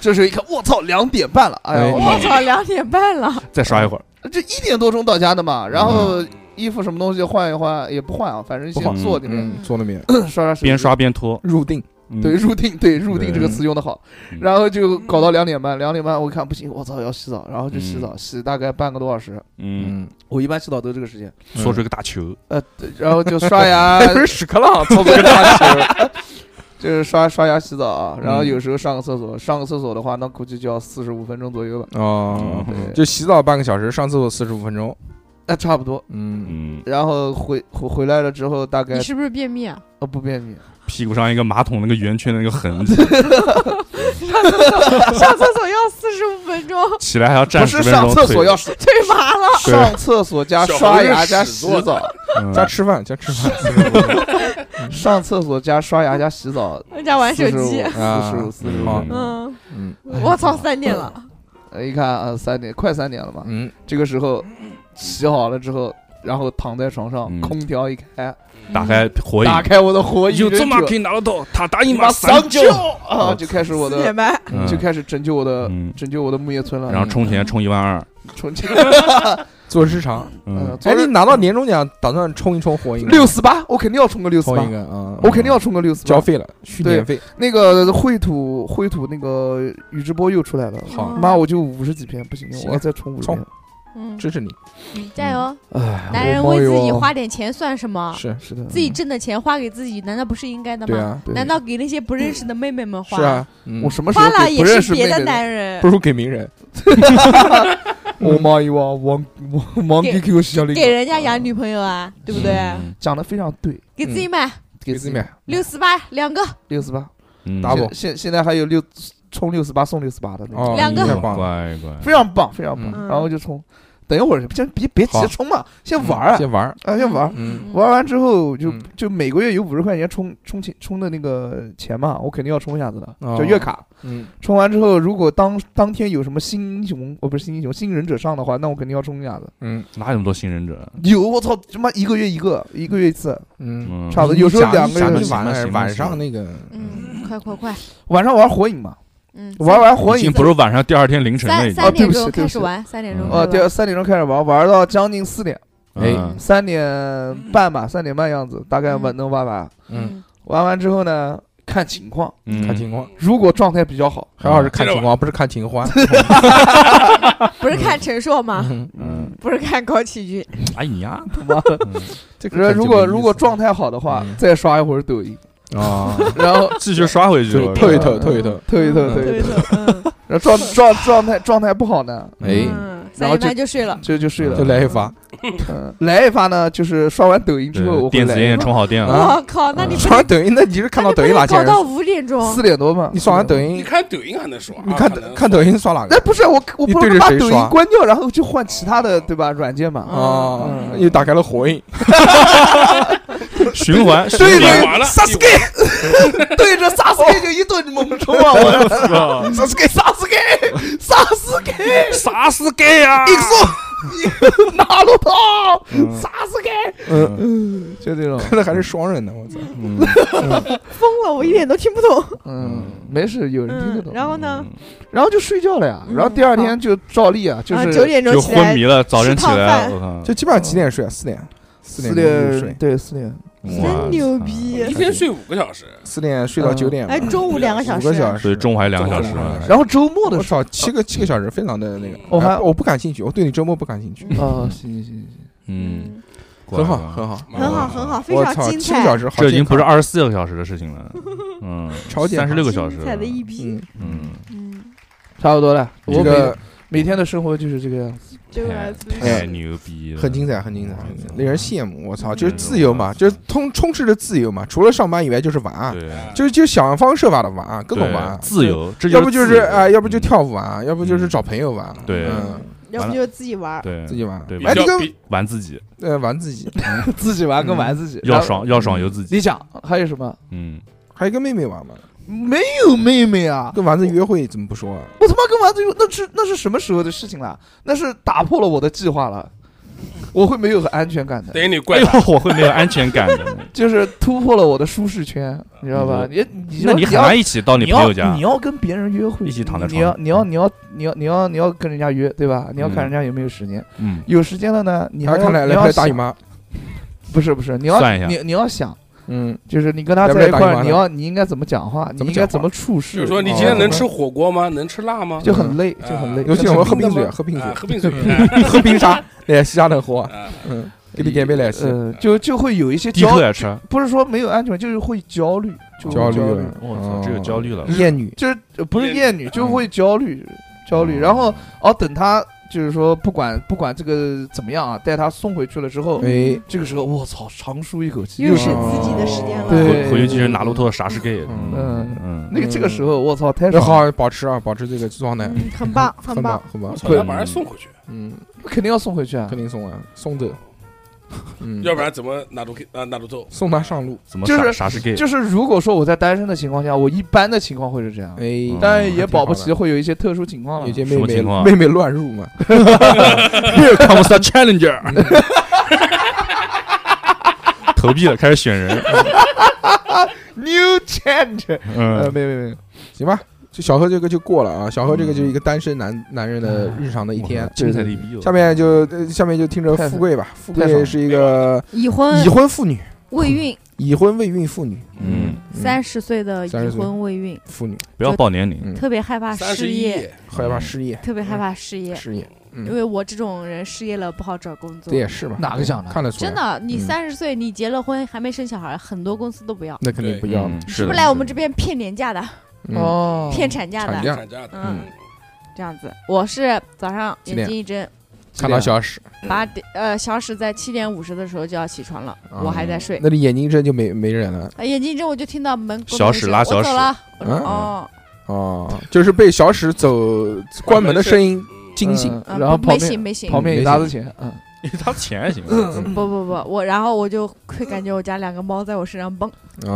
Speaker 2: 这时候一看，我操，两点半了，哎
Speaker 1: 哎
Speaker 2: 呀，
Speaker 3: 我
Speaker 2: 我
Speaker 3: 操，两点半了，
Speaker 5: 再刷一会儿，
Speaker 2: 操，这一点多钟到家的嘛，然后衣服什么东西换一换，也不换啊，反正
Speaker 1: 不
Speaker 2: 先
Speaker 1: 换
Speaker 2: 坐那边
Speaker 1: 嗯，坐那边
Speaker 2: [COUGHS] 刷刷手机
Speaker 5: 边刷边脱。
Speaker 1: 入定，
Speaker 5: 嗯
Speaker 2: 对，入定，对入定这个词用的好
Speaker 5: 嗯，
Speaker 2: 然后就搞到两点半，两点半我看不行，我操要洗澡，然后就洗澡，洗大概半个多小时，
Speaker 5: 嗯，，
Speaker 2: 我一般洗澡都这个时间，
Speaker 1: 嗯
Speaker 5: 搓出一个大球。
Speaker 2: [LAUGHS] 然后就刷牙，
Speaker 6: [LAUGHS]
Speaker 1: 哎，不是屎壳
Speaker 2: [LAUGHS]
Speaker 1: 郎，操这个大球，
Speaker 2: 就是刷刷牙洗澡啊，然后
Speaker 1: 嗯
Speaker 2: 有时候上个厕所，上个厕所的话，那估计就要四十五分钟左右吧，
Speaker 1: 哦，
Speaker 2: 对，
Speaker 1: 就洗澡半个小时，上厕所四十五分钟，
Speaker 2: 那差不多。
Speaker 1: 嗯，
Speaker 5: 嗯，
Speaker 2: 然后回回回来了之后，大概
Speaker 3: 你是不是便秘啊？
Speaker 2: 呃不便秘，
Speaker 5: 屁股上一个马桶那个圆圈的那个痕迹，
Speaker 3: [LAUGHS] 上厕所要四十五分钟，
Speaker 5: 起来还要站
Speaker 2: 不
Speaker 5: 十
Speaker 2: 是
Speaker 5: 分钟。
Speaker 2: 上厕所
Speaker 5: 腿
Speaker 2: 要是
Speaker 3: 腿麻了，
Speaker 5: 对
Speaker 2: 上厕所加
Speaker 4: 小猴
Speaker 2: 刷
Speaker 4: 是
Speaker 2: 牙加
Speaker 4: 屎
Speaker 2: 洗
Speaker 4: 做的
Speaker 2: 澡，
Speaker 5: 嗯
Speaker 1: 加吃饭，加吃饭，
Speaker 2: 上厕所加刷牙加洗澡，
Speaker 3: 人家玩手机，
Speaker 2: 四十五四十
Speaker 1: 啊好
Speaker 2: 五，
Speaker 3: 嗯，
Speaker 1: 嗯
Speaker 3: 我操，三点了，
Speaker 2: 呃一看啊三点快三点了嘛，
Speaker 1: 嗯，
Speaker 2: 这个时候洗好了之后，然后躺在床上，
Speaker 5: 嗯
Speaker 2: 空调一开，
Speaker 5: 打开火影
Speaker 2: 打，开我的火影忍者，
Speaker 5: 以拿得到？他答
Speaker 2: 一马三九
Speaker 1: 哦
Speaker 2: 啊，就开始我
Speaker 3: 四
Speaker 2: 的
Speaker 3: 点半，
Speaker 5: 嗯
Speaker 2: 就开始拯救我的
Speaker 5: 嗯
Speaker 2: 拯救我的木叶村了，嗯
Speaker 5: 然后充
Speaker 1: 嗯
Speaker 5: 钱充一万二。
Speaker 2: 重庆，
Speaker 1: 做日常。
Speaker 2: 嗯
Speaker 5: 嗯，，
Speaker 2: [LAUGHS]
Speaker 1: 哎，
Speaker 2: 昨
Speaker 1: 你
Speaker 2: 天
Speaker 1: 拿到年终奖，打算冲一冲火影吗？
Speaker 2: 六四八，我肯定要充个六四
Speaker 1: 冲
Speaker 2: 八
Speaker 1: 一，个啊，
Speaker 2: 我肯定要充个六四
Speaker 1: 交
Speaker 2: 八。
Speaker 1: 费了，续
Speaker 2: 对
Speaker 1: 年费，
Speaker 2: 那个绘图绘图那个宇智波又出来了，
Speaker 1: 好
Speaker 2: 妈，我就五十几篇，不行，我要再充五十
Speaker 1: 冲
Speaker 2: 篇。
Speaker 3: 嗯，
Speaker 1: 支持你。
Speaker 3: 你加油！
Speaker 2: 哎，
Speaker 3: 男人
Speaker 2: 我
Speaker 3: 为自己
Speaker 2: 猫哟
Speaker 3: 花点钱算什么？
Speaker 1: 是，
Speaker 2: 是的，
Speaker 3: 自己挣的钱花给自己，难道不是应该的
Speaker 1: 对
Speaker 3: 吗？
Speaker 1: 啊，
Speaker 2: 对
Speaker 3: 难道给那些不认识的妹妹们花？
Speaker 1: 是啊，嗯
Speaker 2: 我什么时候
Speaker 3: 花了
Speaker 2: 给不
Speaker 3: 也
Speaker 2: 认
Speaker 3: 是
Speaker 2: 识
Speaker 3: 别
Speaker 2: 妹
Speaker 3: 的
Speaker 2: 妹
Speaker 3: 男人
Speaker 1: 不，如给名人。
Speaker 2: 我妈一哇，王王王
Speaker 3: 给
Speaker 2: QQ 小林
Speaker 3: 给人家养女朋友啊，对不对？
Speaker 5: 嗯
Speaker 2: 讲的非常对，
Speaker 3: 给自己
Speaker 2: 嗯
Speaker 3: 买
Speaker 1: 给自己买
Speaker 3: 六四八两个，
Speaker 2: 六四八，
Speaker 5: 嗯
Speaker 1: double
Speaker 2: 现现现在还有六充六四八送六四八的那种，
Speaker 1: 哦，
Speaker 3: 两个
Speaker 1: 太
Speaker 5: 乖
Speaker 6: 嗯
Speaker 1: 棒了，
Speaker 5: 嗯乖，
Speaker 2: 非常棒，非常棒。
Speaker 3: 嗯
Speaker 2: 然后就充，等一会儿先别别急
Speaker 1: 好嗯
Speaker 2: 着充嘛，先玩儿啊，
Speaker 1: 先玩儿，
Speaker 2: 啊先玩儿。
Speaker 1: 嗯，
Speaker 3: 嗯
Speaker 2: 玩完之后就
Speaker 1: 嗯
Speaker 2: 就每个月有五十块钱充充钱充的那个钱嘛，我肯定要充一下子的，
Speaker 1: 哦
Speaker 2: 叫月卡。
Speaker 1: 嗯，
Speaker 2: 充完之后，如果当当天有什么新英雄，哦不是新英雄，新忍者上的话，那我肯定要充一下子。
Speaker 1: 嗯
Speaker 5: 哪有那么多新忍者？
Speaker 2: 有我操，他妈一个月一个，一个月一次，
Speaker 1: 嗯，
Speaker 5: 嗯，
Speaker 2: 差不多有时候两个
Speaker 1: 咱们
Speaker 2: 人
Speaker 5: 行吧行
Speaker 1: 晚
Speaker 5: 吧
Speaker 1: 晚
Speaker 5: 行
Speaker 1: 上那个，
Speaker 3: 嗯，快快快，
Speaker 2: 晚上玩火影嘛，
Speaker 3: 嗯，
Speaker 2: 玩完火
Speaker 5: 已经
Speaker 2: 影
Speaker 5: 不是晚上第二天凌晨了，已
Speaker 3: 三
Speaker 5: 经
Speaker 2: 啊对
Speaker 3: 三点
Speaker 2: 不起对
Speaker 3: 钟
Speaker 2: 不
Speaker 3: 开
Speaker 2: 起
Speaker 3: 始玩，三点钟
Speaker 5: 嗯
Speaker 2: 呃，
Speaker 3: 开
Speaker 2: 第
Speaker 3: 始
Speaker 2: 二
Speaker 3: 玩，
Speaker 2: 三点钟开始玩，玩到将近四点，
Speaker 1: 哎
Speaker 5: 嗯
Speaker 2: 三点半吧，三点半样子，大概玩
Speaker 3: 嗯
Speaker 2: 能玩完。
Speaker 1: 嗯，
Speaker 2: 玩完之后呢，看情况，
Speaker 5: 嗯，
Speaker 1: 看情况，
Speaker 2: 如果状态比较好，
Speaker 1: 还好是看情况，不是看情欢。
Speaker 3: 嗯不是看陈
Speaker 1: [LAUGHS]
Speaker 3: 硕吗？
Speaker 1: 嗯
Speaker 5: 嗯，
Speaker 3: 不是看高启军，
Speaker 5: 哎呀，
Speaker 2: 他妈
Speaker 1: 这个
Speaker 2: 的，
Speaker 1: 很
Speaker 2: 如
Speaker 1: 有
Speaker 2: 果
Speaker 1: 意
Speaker 2: 如果
Speaker 1: 思
Speaker 2: 状态好的话
Speaker 1: 嗯，
Speaker 2: 再刷一会儿抖音，
Speaker 5: [LAUGHS]
Speaker 1: 啊，
Speaker 2: 然后
Speaker 5: 继续刷回去
Speaker 1: 就，透一透，透一透， [LAUGHS]
Speaker 2: 透一透，
Speaker 3: 嗯
Speaker 2: 透一透。
Speaker 3: 透，
Speaker 2: [LAUGHS]
Speaker 3: 嗯
Speaker 2: 然后状状状态状态不好呢，
Speaker 1: 哎，
Speaker 3: 嗯，
Speaker 2: 然
Speaker 3: 三
Speaker 2: 后就
Speaker 3: 点半就睡了，
Speaker 2: 就就睡了
Speaker 1: 就。来一发，
Speaker 2: 嗯来一发呢，就是刷完抖音之后，我会
Speaker 5: 电子烟
Speaker 2: 来
Speaker 5: 也充好电了，
Speaker 1: 啊
Speaker 3: 我靠，
Speaker 2: 嗯
Speaker 3: 那你不
Speaker 1: 刷完抖音，那你是看到抖音哪些
Speaker 3: 搞
Speaker 1: 人？
Speaker 3: 到五点钟，
Speaker 2: 四点多嘛。
Speaker 1: 你刷完抖
Speaker 4: 你
Speaker 1: 音，
Speaker 4: 看抖音还能说啊？
Speaker 1: 你看
Speaker 4: 还能
Speaker 1: 看抖音刷哪
Speaker 2: 哎，
Speaker 1: 个？
Speaker 2: 不是我，我
Speaker 1: 你
Speaker 2: 不
Speaker 1: 对着
Speaker 2: 能把
Speaker 1: 谁
Speaker 2: 抖
Speaker 1: 刷
Speaker 2: 音关掉，然后就换其他的，对吧？软件嘛。
Speaker 1: 哦，
Speaker 2: 嗯
Speaker 1: 又打开了火影， [LAUGHS]
Speaker 5: 循环，
Speaker 2: 对
Speaker 5: 循环
Speaker 4: 完
Speaker 2: 着
Speaker 4: 了
Speaker 2: 萨斯给，对着萨斯给就一顿猛冲啊！我
Speaker 1: [LAUGHS]
Speaker 2: 萨斯给，萨斯给，萨斯给，
Speaker 5: 啥是 gay 啊？
Speaker 2: 你说，拿了他，萨斯给，
Speaker 1: 嗯，
Speaker 2: 就这种。
Speaker 1: 看来还是双人呢，我操，
Speaker 5: 嗯
Speaker 3: 疯了，我一点都听不懂。
Speaker 2: 嗯，没事，有人听得
Speaker 3: 嗯，
Speaker 2: 懂。
Speaker 3: 然后呢？
Speaker 2: 然后就睡觉了呀，然后第二天就照例嗯啊，就
Speaker 3: 啊
Speaker 2: 是
Speaker 3: 九点钟
Speaker 5: 就
Speaker 3: 起来
Speaker 5: 昏迷了，早晨起
Speaker 3: 吃泡
Speaker 5: 来，
Speaker 3: 饭
Speaker 5: 我靠，
Speaker 1: 就基本上几点睡啊？四点，四点
Speaker 2: 四
Speaker 1: 钟就睡
Speaker 2: 点，，对四点，
Speaker 5: 哇
Speaker 3: 真
Speaker 2: 啊
Speaker 3: 牛逼
Speaker 4: 一天睡五个小时，
Speaker 1: 四点睡到
Speaker 2: 嗯
Speaker 1: 九点，
Speaker 3: 哎，中午两个小
Speaker 1: 五
Speaker 3: 时，
Speaker 1: 个小时，
Speaker 5: 所以中午还两个小时啊
Speaker 1: 中午两个小
Speaker 5: 嘛
Speaker 1: 时，
Speaker 2: 然后周末的
Speaker 1: 我
Speaker 2: 时候
Speaker 1: 操，七个七个小时，非常的那个。
Speaker 2: 我还
Speaker 1: 哎我不感兴趣，我对你周末不感兴趣。
Speaker 2: 啊，行行行
Speaker 5: 嗯，，
Speaker 1: 很好，
Speaker 5: 乖
Speaker 1: 很好，
Speaker 4: 乖
Speaker 3: 很好，很好，非
Speaker 1: 我
Speaker 3: 常
Speaker 1: 操，
Speaker 3: 精
Speaker 1: 七个
Speaker 3: 彩，
Speaker 1: 小时好健康，
Speaker 5: 这已经不是二十四个小时的事情了，嗯，
Speaker 1: 超健
Speaker 5: 三十
Speaker 1: 康
Speaker 5: 六个小时
Speaker 3: 精，彩的一批。
Speaker 1: 嗯，
Speaker 5: 嗯，
Speaker 3: 嗯，
Speaker 2: 差不多了。
Speaker 5: 你
Speaker 2: 我
Speaker 1: 这
Speaker 2: 每
Speaker 1: 个
Speaker 2: 每天的生活就是这个样子。
Speaker 3: 这个
Speaker 5: 太牛逼了，
Speaker 1: 哎很精彩，很精彩，很精彩令人羡慕。我操，就是
Speaker 5: 嗯
Speaker 1: 自由嘛，就是充充斥着自由嘛，除了上班以外就是玩，
Speaker 5: 对，
Speaker 1: 就是就想方设法的玩，各种
Speaker 5: 对
Speaker 1: 玩，
Speaker 5: 自。由，这
Speaker 1: 要不就是
Speaker 5: 自由
Speaker 1: 哎，要不就
Speaker 5: 嗯
Speaker 1: 跳舞啊，要不就是
Speaker 5: 嗯
Speaker 1: 找朋友玩，
Speaker 5: 对
Speaker 1: 嗯，
Speaker 3: 要不就自己玩儿，
Speaker 5: 对，
Speaker 1: 自己玩
Speaker 5: 对，
Speaker 1: 哎，
Speaker 4: 比
Speaker 1: 这个
Speaker 4: 较比
Speaker 5: 玩自己，
Speaker 1: 呃玩自己，
Speaker 2: [LAUGHS] 自己玩跟玩自己，
Speaker 5: 要
Speaker 2: 然后。
Speaker 5: 爽要爽由自己，
Speaker 2: 你讲还有什么？
Speaker 5: 嗯，
Speaker 1: 还有跟妹妹玩嘛，
Speaker 2: 没有妹妹啊！
Speaker 1: 跟丸子约会怎么不说啊？
Speaker 2: 我他妈跟丸子有那是那是什么时候的事情了？那是打破了我的计划了，我会没有安全感的，
Speaker 4: 等于你
Speaker 5: 哎
Speaker 4: 怪
Speaker 5: 呦
Speaker 4: 他，，
Speaker 5: 我会没有安全感
Speaker 1: [LAUGHS]
Speaker 5: 的，
Speaker 2: 就是突破了我的舒适圈，你知道吧？你你
Speaker 5: 嗯那你很
Speaker 2: 要
Speaker 5: 难一起到你朋友家
Speaker 2: 你要，你要跟别人约会，
Speaker 5: 一起躺在
Speaker 2: 你
Speaker 5: 床
Speaker 2: 要
Speaker 5: 上
Speaker 2: 你要你要你要你要你要跟人家约，对吧？你要看
Speaker 5: 嗯
Speaker 2: 人家有没有时间，
Speaker 5: 嗯，
Speaker 2: 有时间了呢，你还
Speaker 1: 还
Speaker 2: 要
Speaker 1: 看来
Speaker 2: 你
Speaker 1: 来
Speaker 2: 要
Speaker 1: 拍大姨
Speaker 2: 想
Speaker 1: 妈，
Speaker 2: 不是不是，你要
Speaker 5: 算一下
Speaker 2: 你你要想，
Speaker 1: 嗯，
Speaker 2: 就是你跟他
Speaker 1: 来不
Speaker 2: 在
Speaker 1: 来
Speaker 2: 一
Speaker 1: 大
Speaker 2: 块
Speaker 1: 姨
Speaker 2: 儿，
Speaker 1: 妈
Speaker 2: 你
Speaker 1: 呢
Speaker 2: 要你应该怎么讲话，你
Speaker 1: 怎么
Speaker 2: 应该
Speaker 1: 讲
Speaker 2: 怎
Speaker 1: 话
Speaker 2: 么处事，嗯
Speaker 4: 就是说你今天能吃火锅吗？能吃辣吗？
Speaker 2: 哦就很累，就很累。
Speaker 1: 啊尤其我们喝
Speaker 2: 冰
Speaker 1: 冰水，喝冰水
Speaker 4: 啊，，喝冰水。
Speaker 1: 喝冰沙，来西沙的喝，
Speaker 4: 啊
Speaker 1: 嗯，给你点杯奶昔，
Speaker 2: 呃，就就会有一些
Speaker 5: 低
Speaker 2: 焦
Speaker 5: 头，也吃，
Speaker 2: 不是说没有安全，就是会焦虑，就会
Speaker 1: 焦
Speaker 2: 焦
Speaker 1: 虑
Speaker 2: 虑，
Speaker 1: 了，哦
Speaker 5: 我操，只有焦虑了，
Speaker 1: 厌女，
Speaker 2: 就是呃不是
Speaker 4: 厌
Speaker 2: 厌女，就会焦虑，焦虑。然后哦，等他就是说不管不管这个怎么样啊，带他送回去了之后，
Speaker 1: 哎，
Speaker 2: 这个时候我操，长舒一口气，
Speaker 3: 又
Speaker 2: 又
Speaker 3: 是
Speaker 1: 嗯
Speaker 2: 是
Speaker 3: 自己的时间
Speaker 2: 对
Speaker 3: 了。
Speaker 5: 回回去继续拿骆驼啥是 gay，
Speaker 2: 嗯
Speaker 5: 嗯，
Speaker 2: 那个这个时候我操，太
Speaker 1: 那
Speaker 2: 爽
Speaker 1: 好
Speaker 2: 了，
Speaker 1: 好保持啊，保持这个状态，
Speaker 3: 嗯，很棒，很
Speaker 1: 很棒
Speaker 3: 棒。，
Speaker 1: 很棒
Speaker 4: 我，操，要把人送回去，
Speaker 1: 嗯，
Speaker 2: 肯定要送回去啊
Speaker 1: 肯。定送啊，送走，嗯，
Speaker 4: 要不然怎么拿住啊拿住走？
Speaker 1: 送他上路，
Speaker 5: 怎么
Speaker 2: 就是
Speaker 5: 啥啥是 gay， [LAUGHS]
Speaker 2: 就是如果说我在单身的情况下，我一般的情况会是这样，
Speaker 1: 哎，
Speaker 2: 当
Speaker 5: 嗯
Speaker 2: 然也
Speaker 1: 还挺
Speaker 2: 保不
Speaker 1: 好的
Speaker 2: 齐会有一些特殊情况
Speaker 1: 有
Speaker 2: 了。
Speaker 1: 些
Speaker 5: 什
Speaker 1: 妹
Speaker 5: 么
Speaker 1: 妹
Speaker 5: 情况啊
Speaker 1: 妹妹乱入嘛，
Speaker 5: Here comes the challenger，投币了，开始选人，
Speaker 2: New change，呃，
Speaker 5: 嗯，
Speaker 2: 没有没有没有，
Speaker 1: 行吧。就小何这个就过了啊，小何这个就是一个单身男男人的日常的一天。
Speaker 5: 精彩的一逼哦，
Speaker 1: 下面就呃下面就听着富贵吧，富
Speaker 2: 太爽
Speaker 1: 贵
Speaker 2: 了
Speaker 1: 是一个
Speaker 3: 已婚
Speaker 1: 已婚妇女，
Speaker 3: 未孕，
Speaker 1: 已婚未孕妇女，
Speaker 5: 嗯，
Speaker 3: 三十岁的已
Speaker 1: 30岁
Speaker 3: 婚未孕，
Speaker 1: 妇女
Speaker 5: 不要报年龄，
Speaker 1: 嗯
Speaker 3: 特别害怕
Speaker 4: 三十
Speaker 3: 失
Speaker 4: 一
Speaker 3: 业，
Speaker 1: 害怕失业，
Speaker 3: 特别害怕失业，
Speaker 1: 失业，嗯
Speaker 3: 因为我这种人失业了不好找工作
Speaker 1: 这。也是嘛？
Speaker 6: 哪个讲的
Speaker 1: 看得出来，
Speaker 3: 真的，你
Speaker 1: 嗯
Speaker 3: 三十岁，你结了婚还没生小孩，很多公司都不要。
Speaker 1: 那肯定不要
Speaker 6: 嗯
Speaker 1: 了，
Speaker 6: 是
Speaker 3: 是不
Speaker 6: 的
Speaker 3: 来我们这边骗年假的，
Speaker 1: 嗯
Speaker 2: 哦，
Speaker 3: 骗产假
Speaker 1: 产
Speaker 3: 的，
Speaker 1: 假
Speaker 4: 产假的，
Speaker 3: 嗯，这样子。我是早上
Speaker 1: 几
Speaker 3: 眼
Speaker 1: 点
Speaker 3: 睛一睁，
Speaker 1: 看到小史，
Speaker 3: 八点呃小史在七点五十的时候就要起床了，
Speaker 1: 啊
Speaker 3: 我还在睡。
Speaker 1: 那你眼睛一睁就没没人了
Speaker 3: 啊眼睛一睁我就听到门工
Speaker 6: 小
Speaker 3: 作人
Speaker 6: 史
Speaker 3: 员
Speaker 6: 拉
Speaker 3: 说我
Speaker 6: 小
Speaker 3: 走
Speaker 6: 史
Speaker 3: 了。我说
Speaker 1: 嗯
Speaker 3: 哦，
Speaker 1: 哦，就是被小史走关门的声音惊醒，
Speaker 3: 啊
Speaker 2: 然后
Speaker 3: 不
Speaker 2: 旁
Speaker 3: 没醒
Speaker 2: 边
Speaker 3: 没醒，
Speaker 2: 旁边有一沓子钱，嗯，
Speaker 5: 一沓钱还行，啊
Speaker 1: [LAUGHS]
Speaker 3: 不不不，我然后我就会感觉我家两个猫在我身上蹦，
Speaker 1: 啊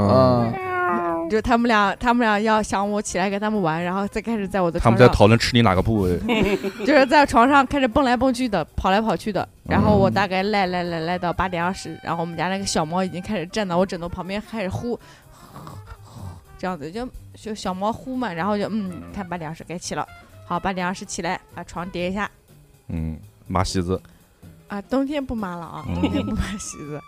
Speaker 2: 啊，
Speaker 3: 就他们俩，他们俩要想我起来跟他们玩，然后再开始在我的
Speaker 6: 他
Speaker 3: 床
Speaker 6: 们在
Speaker 3: 上，
Speaker 6: 讨论吃你哪个部
Speaker 3: [LAUGHS]
Speaker 6: 位，
Speaker 3: 就是在床上开始蹦来蹦去的，跑来跑去的。然后我
Speaker 6: 嗯
Speaker 3: 大概赖赖赖赖到八点二十，然后我们家那个小猫已经开始站到我枕头旁边开始呼，这样子就就小猫呼嘛，然后就嗯，看八点二十该起了，好，八点二十起来把床叠一下
Speaker 6: 嗯，麻席子，
Speaker 3: 啊，冬天不抹了啊，
Speaker 6: 嗯
Speaker 3: 冬天不抹席子，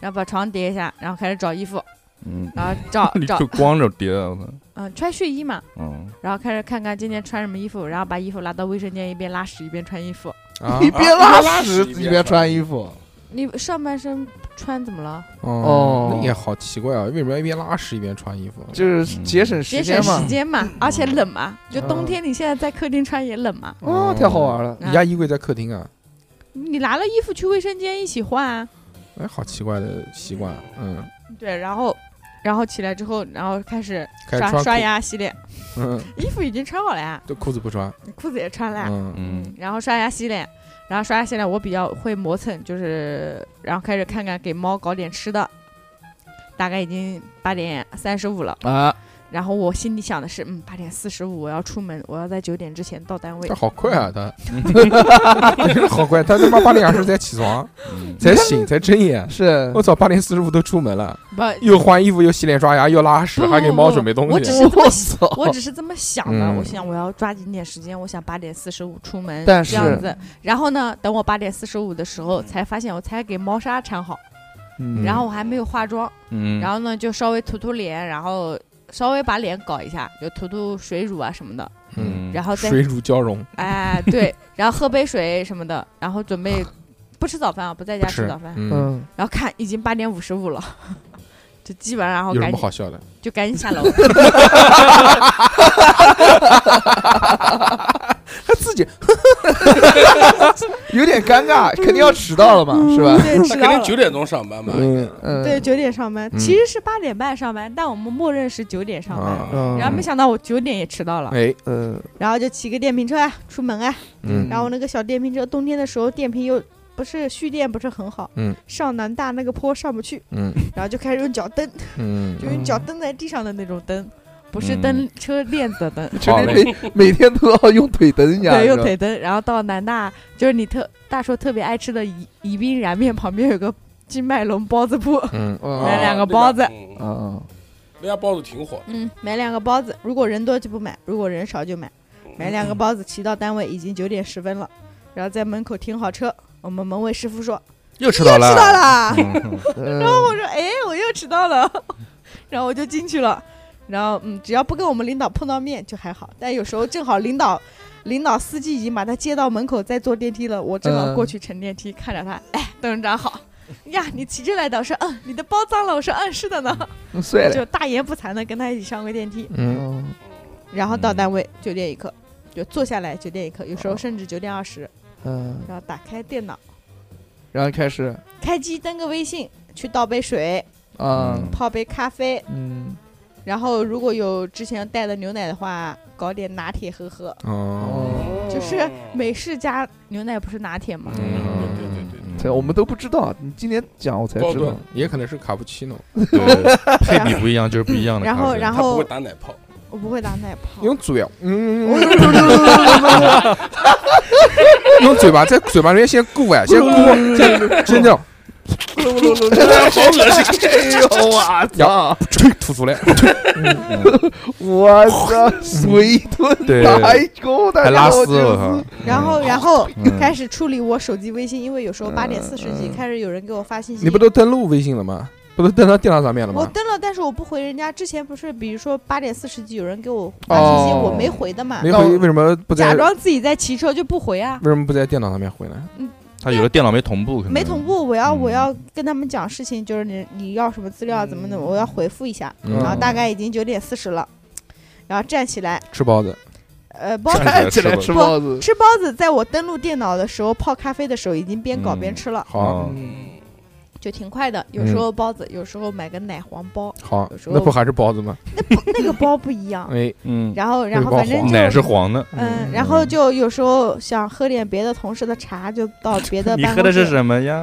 Speaker 3: 然后把床叠一下，然后开始找衣服，
Speaker 6: 嗯，
Speaker 3: 然后找
Speaker 6: 你
Speaker 3: 找
Speaker 6: 就光着啊叠，我操
Speaker 3: 嗯穿睡衣嘛，
Speaker 6: 嗯，
Speaker 3: 然后开始看看今天穿什么衣服，然后把衣服拉到卫生间，一边拉屎一边穿衣服。
Speaker 1: 啊
Speaker 2: 一边拉
Speaker 4: 屎
Speaker 2: 屎
Speaker 4: 一
Speaker 2: 一
Speaker 4: 边
Speaker 2: 边穿衣服，
Speaker 3: 你上半身穿怎么了？
Speaker 1: 哦
Speaker 2: 哦，
Speaker 1: 那也好奇怪啊，为什么要一边拉屎一边穿衣服？
Speaker 2: 就是节省
Speaker 3: 节
Speaker 2: 时
Speaker 3: 省
Speaker 2: 间嘛
Speaker 3: 时。间嘛，而且冷嘛，就冬天你现在在客厅穿也冷嘛。
Speaker 2: 哦，太好玩了！
Speaker 1: 你家衣柜在客厅啊，
Speaker 3: 你拿了衣服去卫生间一起换啊。
Speaker 1: 哎，好奇怪的习惯，嗯，
Speaker 3: 对，然后，然后起来之后，然后开始
Speaker 1: 开始
Speaker 3: 刷
Speaker 1: 穿
Speaker 3: 刷
Speaker 1: 裤，
Speaker 3: 牙、洗脸，
Speaker 1: 嗯，
Speaker 3: 衣服已经穿好了呀，
Speaker 1: 这裤子不穿，
Speaker 3: 裤子也穿了呀。
Speaker 1: 嗯，
Speaker 6: 嗯，
Speaker 3: 然后刷牙洗脸，然后刷牙洗脸，我比较会磨蹭，就是然后开始看看给猫搞点吃的，大概已经八点三十五了
Speaker 2: 啊。
Speaker 3: 然后我心里想的是，嗯，八点四十五我要出门，我要在九点之前到单位
Speaker 1: 他。好快啊，他，真是好快，他他妈八点二十才起床，
Speaker 6: 嗯
Speaker 1: 才醒，才睁眼。
Speaker 2: 是
Speaker 3: 哦
Speaker 1: 我操，八点四十五都出门了，
Speaker 3: [LAUGHS] 不，
Speaker 1: 又换衣服，又洗脸刷牙，又拉屎，
Speaker 3: 不
Speaker 1: 还给猫准备东
Speaker 3: 不不我只
Speaker 1: 西。
Speaker 3: 是这么 [LAUGHS]
Speaker 2: 操
Speaker 3: 我只是这么想的，
Speaker 1: 嗯
Speaker 3: 我想我要抓紧点时间，我想八点四十五出门，
Speaker 2: 但
Speaker 3: 这样
Speaker 2: 是
Speaker 3: 子。然后呢，等我八点四十五的时候，才发现我才给猫砂铲好，
Speaker 1: 嗯
Speaker 3: 然后我还没有化妆，
Speaker 6: 嗯，
Speaker 3: 然后呢就稍微涂涂脸，然后稍微把脸搞一下，就涂涂水乳啊什么的，
Speaker 1: 嗯，
Speaker 3: 然后再
Speaker 1: 水乳交融，
Speaker 3: 哎对，然后喝杯水什么的，然后准备不吃早饭啊，不在
Speaker 1: 不
Speaker 3: 家吃
Speaker 1: 吃
Speaker 3: 早饭，，
Speaker 1: 嗯，
Speaker 2: 嗯，
Speaker 3: 然后看已经八点五十五了， [LAUGHS] 就基本上然后
Speaker 1: 有什
Speaker 3: 赶
Speaker 1: 么
Speaker 3: 紧
Speaker 1: 好笑的？
Speaker 3: 就赶紧
Speaker 1: [LAUGHS]
Speaker 3: 下楼，
Speaker 2: 他自己 [LAUGHS] 有点尴
Speaker 3: 嗯
Speaker 2: 尬，肯定要迟到了嘛，是吧？
Speaker 3: 对，
Speaker 4: 他
Speaker 3: 迟
Speaker 4: 肯
Speaker 3: 到
Speaker 4: 定
Speaker 3: 了
Speaker 4: 九点钟上班嘛，
Speaker 1: 嗯，
Speaker 2: 嗯，
Speaker 3: 嗯对，九点上班，
Speaker 1: 嗯
Speaker 3: 其实是八点半上班，但我们默认是九点上班。
Speaker 1: 啊，
Speaker 2: 嗯，
Speaker 3: 然后没想到我九点也迟到了，
Speaker 1: 哎，
Speaker 2: 嗯，
Speaker 3: 然后就骑个电瓶车啊，出门啊，
Speaker 1: 嗯
Speaker 3: 然后那个小电瓶车冬天的时候电瓶又不是蓄电不是很好，
Speaker 1: 嗯，
Speaker 3: 上南大那个坡上不去，
Speaker 1: 嗯
Speaker 3: 然后就开始用脚蹬，
Speaker 1: 嗯
Speaker 3: 就用脚蹬在地上的那种蹬，不是蹬车链子的蹬，
Speaker 2: 就
Speaker 1: 好
Speaker 2: 是
Speaker 1: 嘞
Speaker 2: 每每天都要用腿蹬一下，
Speaker 3: 对，
Speaker 2: 是
Speaker 3: 用
Speaker 2: 吧
Speaker 3: 腿蹬。然后到南大就是你特大叔特别爱吃的宜宜宾燃面旁边有个金麦隆包子铺，
Speaker 1: 嗯，
Speaker 2: 嗯
Speaker 3: 买两个
Speaker 4: 啊
Speaker 3: 包子
Speaker 4: 那嗯嗯
Speaker 3: [LAUGHS]
Speaker 2: 啊，
Speaker 4: 那家包子挺火的，
Speaker 3: 嗯，买两个包子，如果人多就不买，如果人少就买。买两个包子，骑到单位已经九点十分了，然后在门口停好车。我们门卫师傅说
Speaker 6: 又吃到
Speaker 3: 迟
Speaker 6: 了，
Speaker 3: 到啦，
Speaker 6: 嗯 [LAUGHS]
Speaker 2: 然
Speaker 3: 我说哎，我又迟到了， [LAUGHS] 然后我就进去了。然后嗯，只要不跟我们领导碰到面就还好，但有时候正好领导。领导司机已经把他接到门口，在坐电梯了。我正好
Speaker 2: 嗯
Speaker 3: 过去乘电梯，看着他，哎，董事长好呀，你骑车来的？我说嗯，你的包脏了。我说嗯，是的呢，
Speaker 2: 碎了，
Speaker 3: 就大言不惭的跟他一起上个电梯。
Speaker 1: 嗯，
Speaker 2: 嗯，
Speaker 3: 然后到
Speaker 6: 嗯
Speaker 3: 单位九点一刻，就坐下来九点一刻，有时候甚至九点二十，
Speaker 2: 嗯，
Speaker 3: 然后打开电脑，
Speaker 2: 然后开始
Speaker 3: 开机登个微信，去倒杯水，
Speaker 2: 啊，
Speaker 3: 泡杯咖啡，
Speaker 2: 嗯，
Speaker 3: 然后如果有之前带的牛奶的话，搞点拿铁喝喝，
Speaker 1: 哦，
Speaker 2: 哦，
Speaker 3: 就是
Speaker 4: 嗯
Speaker 3: 美式加牛奶不是拿铁吗？
Speaker 4: 对
Speaker 1: 嗯
Speaker 4: 对对对对。
Speaker 6: 嗯
Speaker 2: 这我们都不知道，你今天讲我才知
Speaker 4: 高
Speaker 2: 道
Speaker 4: 端，
Speaker 1: 也可能是卡布奇诺，
Speaker 6: 对配比不一样就是不一样的
Speaker 3: 然
Speaker 6: 咖啡，
Speaker 3: 后，然
Speaker 4: 他不
Speaker 3: 后
Speaker 4: 会打奶
Speaker 3: [LAUGHS]
Speaker 4: 泡，
Speaker 3: 我不会打奶泡，
Speaker 1: 用嘴，嗯，用嘴巴在嘴巴里面先咕哎，先咕，先先这样
Speaker 4: 好恶心！
Speaker 2: 哎呦我操，
Speaker 1: 吐出来，
Speaker 2: 我
Speaker 6: [LAUGHS]
Speaker 2: 操，水遁
Speaker 6: 对
Speaker 2: 打一勾，大
Speaker 6: 还拉
Speaker 2: 家我
Speaker 6: 丝，哎我
Speaker 2: 就
Speaker 6: 靠
Speaker 2: 是，
Speaker 3: 然后，然后
Speaker 6: 嗯
Speaker 3: 开始处理我手机微信，因为有时候八点四十几
Speaker 2: 嗯
Speaker 1: 嗯
Speaker 3: 开始有人给我发信息，
Speaker 1: 你不都登录微信了吗？不都登到电脑上面了
Speaker 3: 我
Speaker 1: 吗？
Speaker 3: 登了，但是我不回人家。之前不是，比如说八点四十几有人给我发信息，
Speaker 1: 哦
Speaker 3: 我没回的嘛，
Speaker 1: 没
Speaker 2: 那
Speaker 1: 回
Speaker 2: 我
Speaker 1: 为什么不在
Speaker 3: 假
Speaker 1: 为
Speaker 3: 装自己在骑车就不回啊。
Speaker 1: 什么不在电脑上面回呢？
Speaker 6: 他有的电脑没同步，可能
Speaker 3: 没同。步，我要我
Speaker 6: 嗯
Speaker 3: 要跟他们讲事情，就是你你要什么资料，怎么怎么，我要回复一下。
Speaker 1: 嗯
Speaker 3: 然后大概已经九点四十了，然后站起来，
Speaker 1: 吃包子，
Speaker 6: [LAUGHS]
Speaker 3: 呃，包
Speaker 6: 站
Speaker 2: 站起来
Speaker 6: 吃
Speaker 2: 吃包子，
Speaker 3: [LAUGHS] 吃包子，在我登录电脑的时候泡咖啡的时候，已经边搞边
Speaker 6: 嗯
Speaker 3: 吃了，
Speaker 1: 好
Speaker 6: 嗯
Speaker 3: 啊就挺快的。有时候包子，有时候买个奶黄包，
Speaker 1: 好
Speaker 3: 有，时候
Speaker 1: 那不还是包子吗？
Speaker 3: 那个包不
Speaker 7: 啊
Speaker 3: 一样。
Speaker 1: 哎，
Speaker 6: 嗯，
Speaker 3: 然后然后
Speaker 1: 包
Speaker 3: 反正
Speaker 1: 黄
Speaker 3: 就
Speaker 6: 奶是黄的，
Speaker 3: 嗯，然后就有时候想喝点别的同事的茶，就到
Speaker 6: [LAUGHS]
Speaker 3: 别的
Speaker 6: 你
Speaker 3: 办
Speaker 6: 喝
Speaker 3: 公
Speaker 6: 的
Speaker 3: 室
Speaker 6: 是。什么
Speaker 3: [LAUGHS]
Speaker 6: 呀？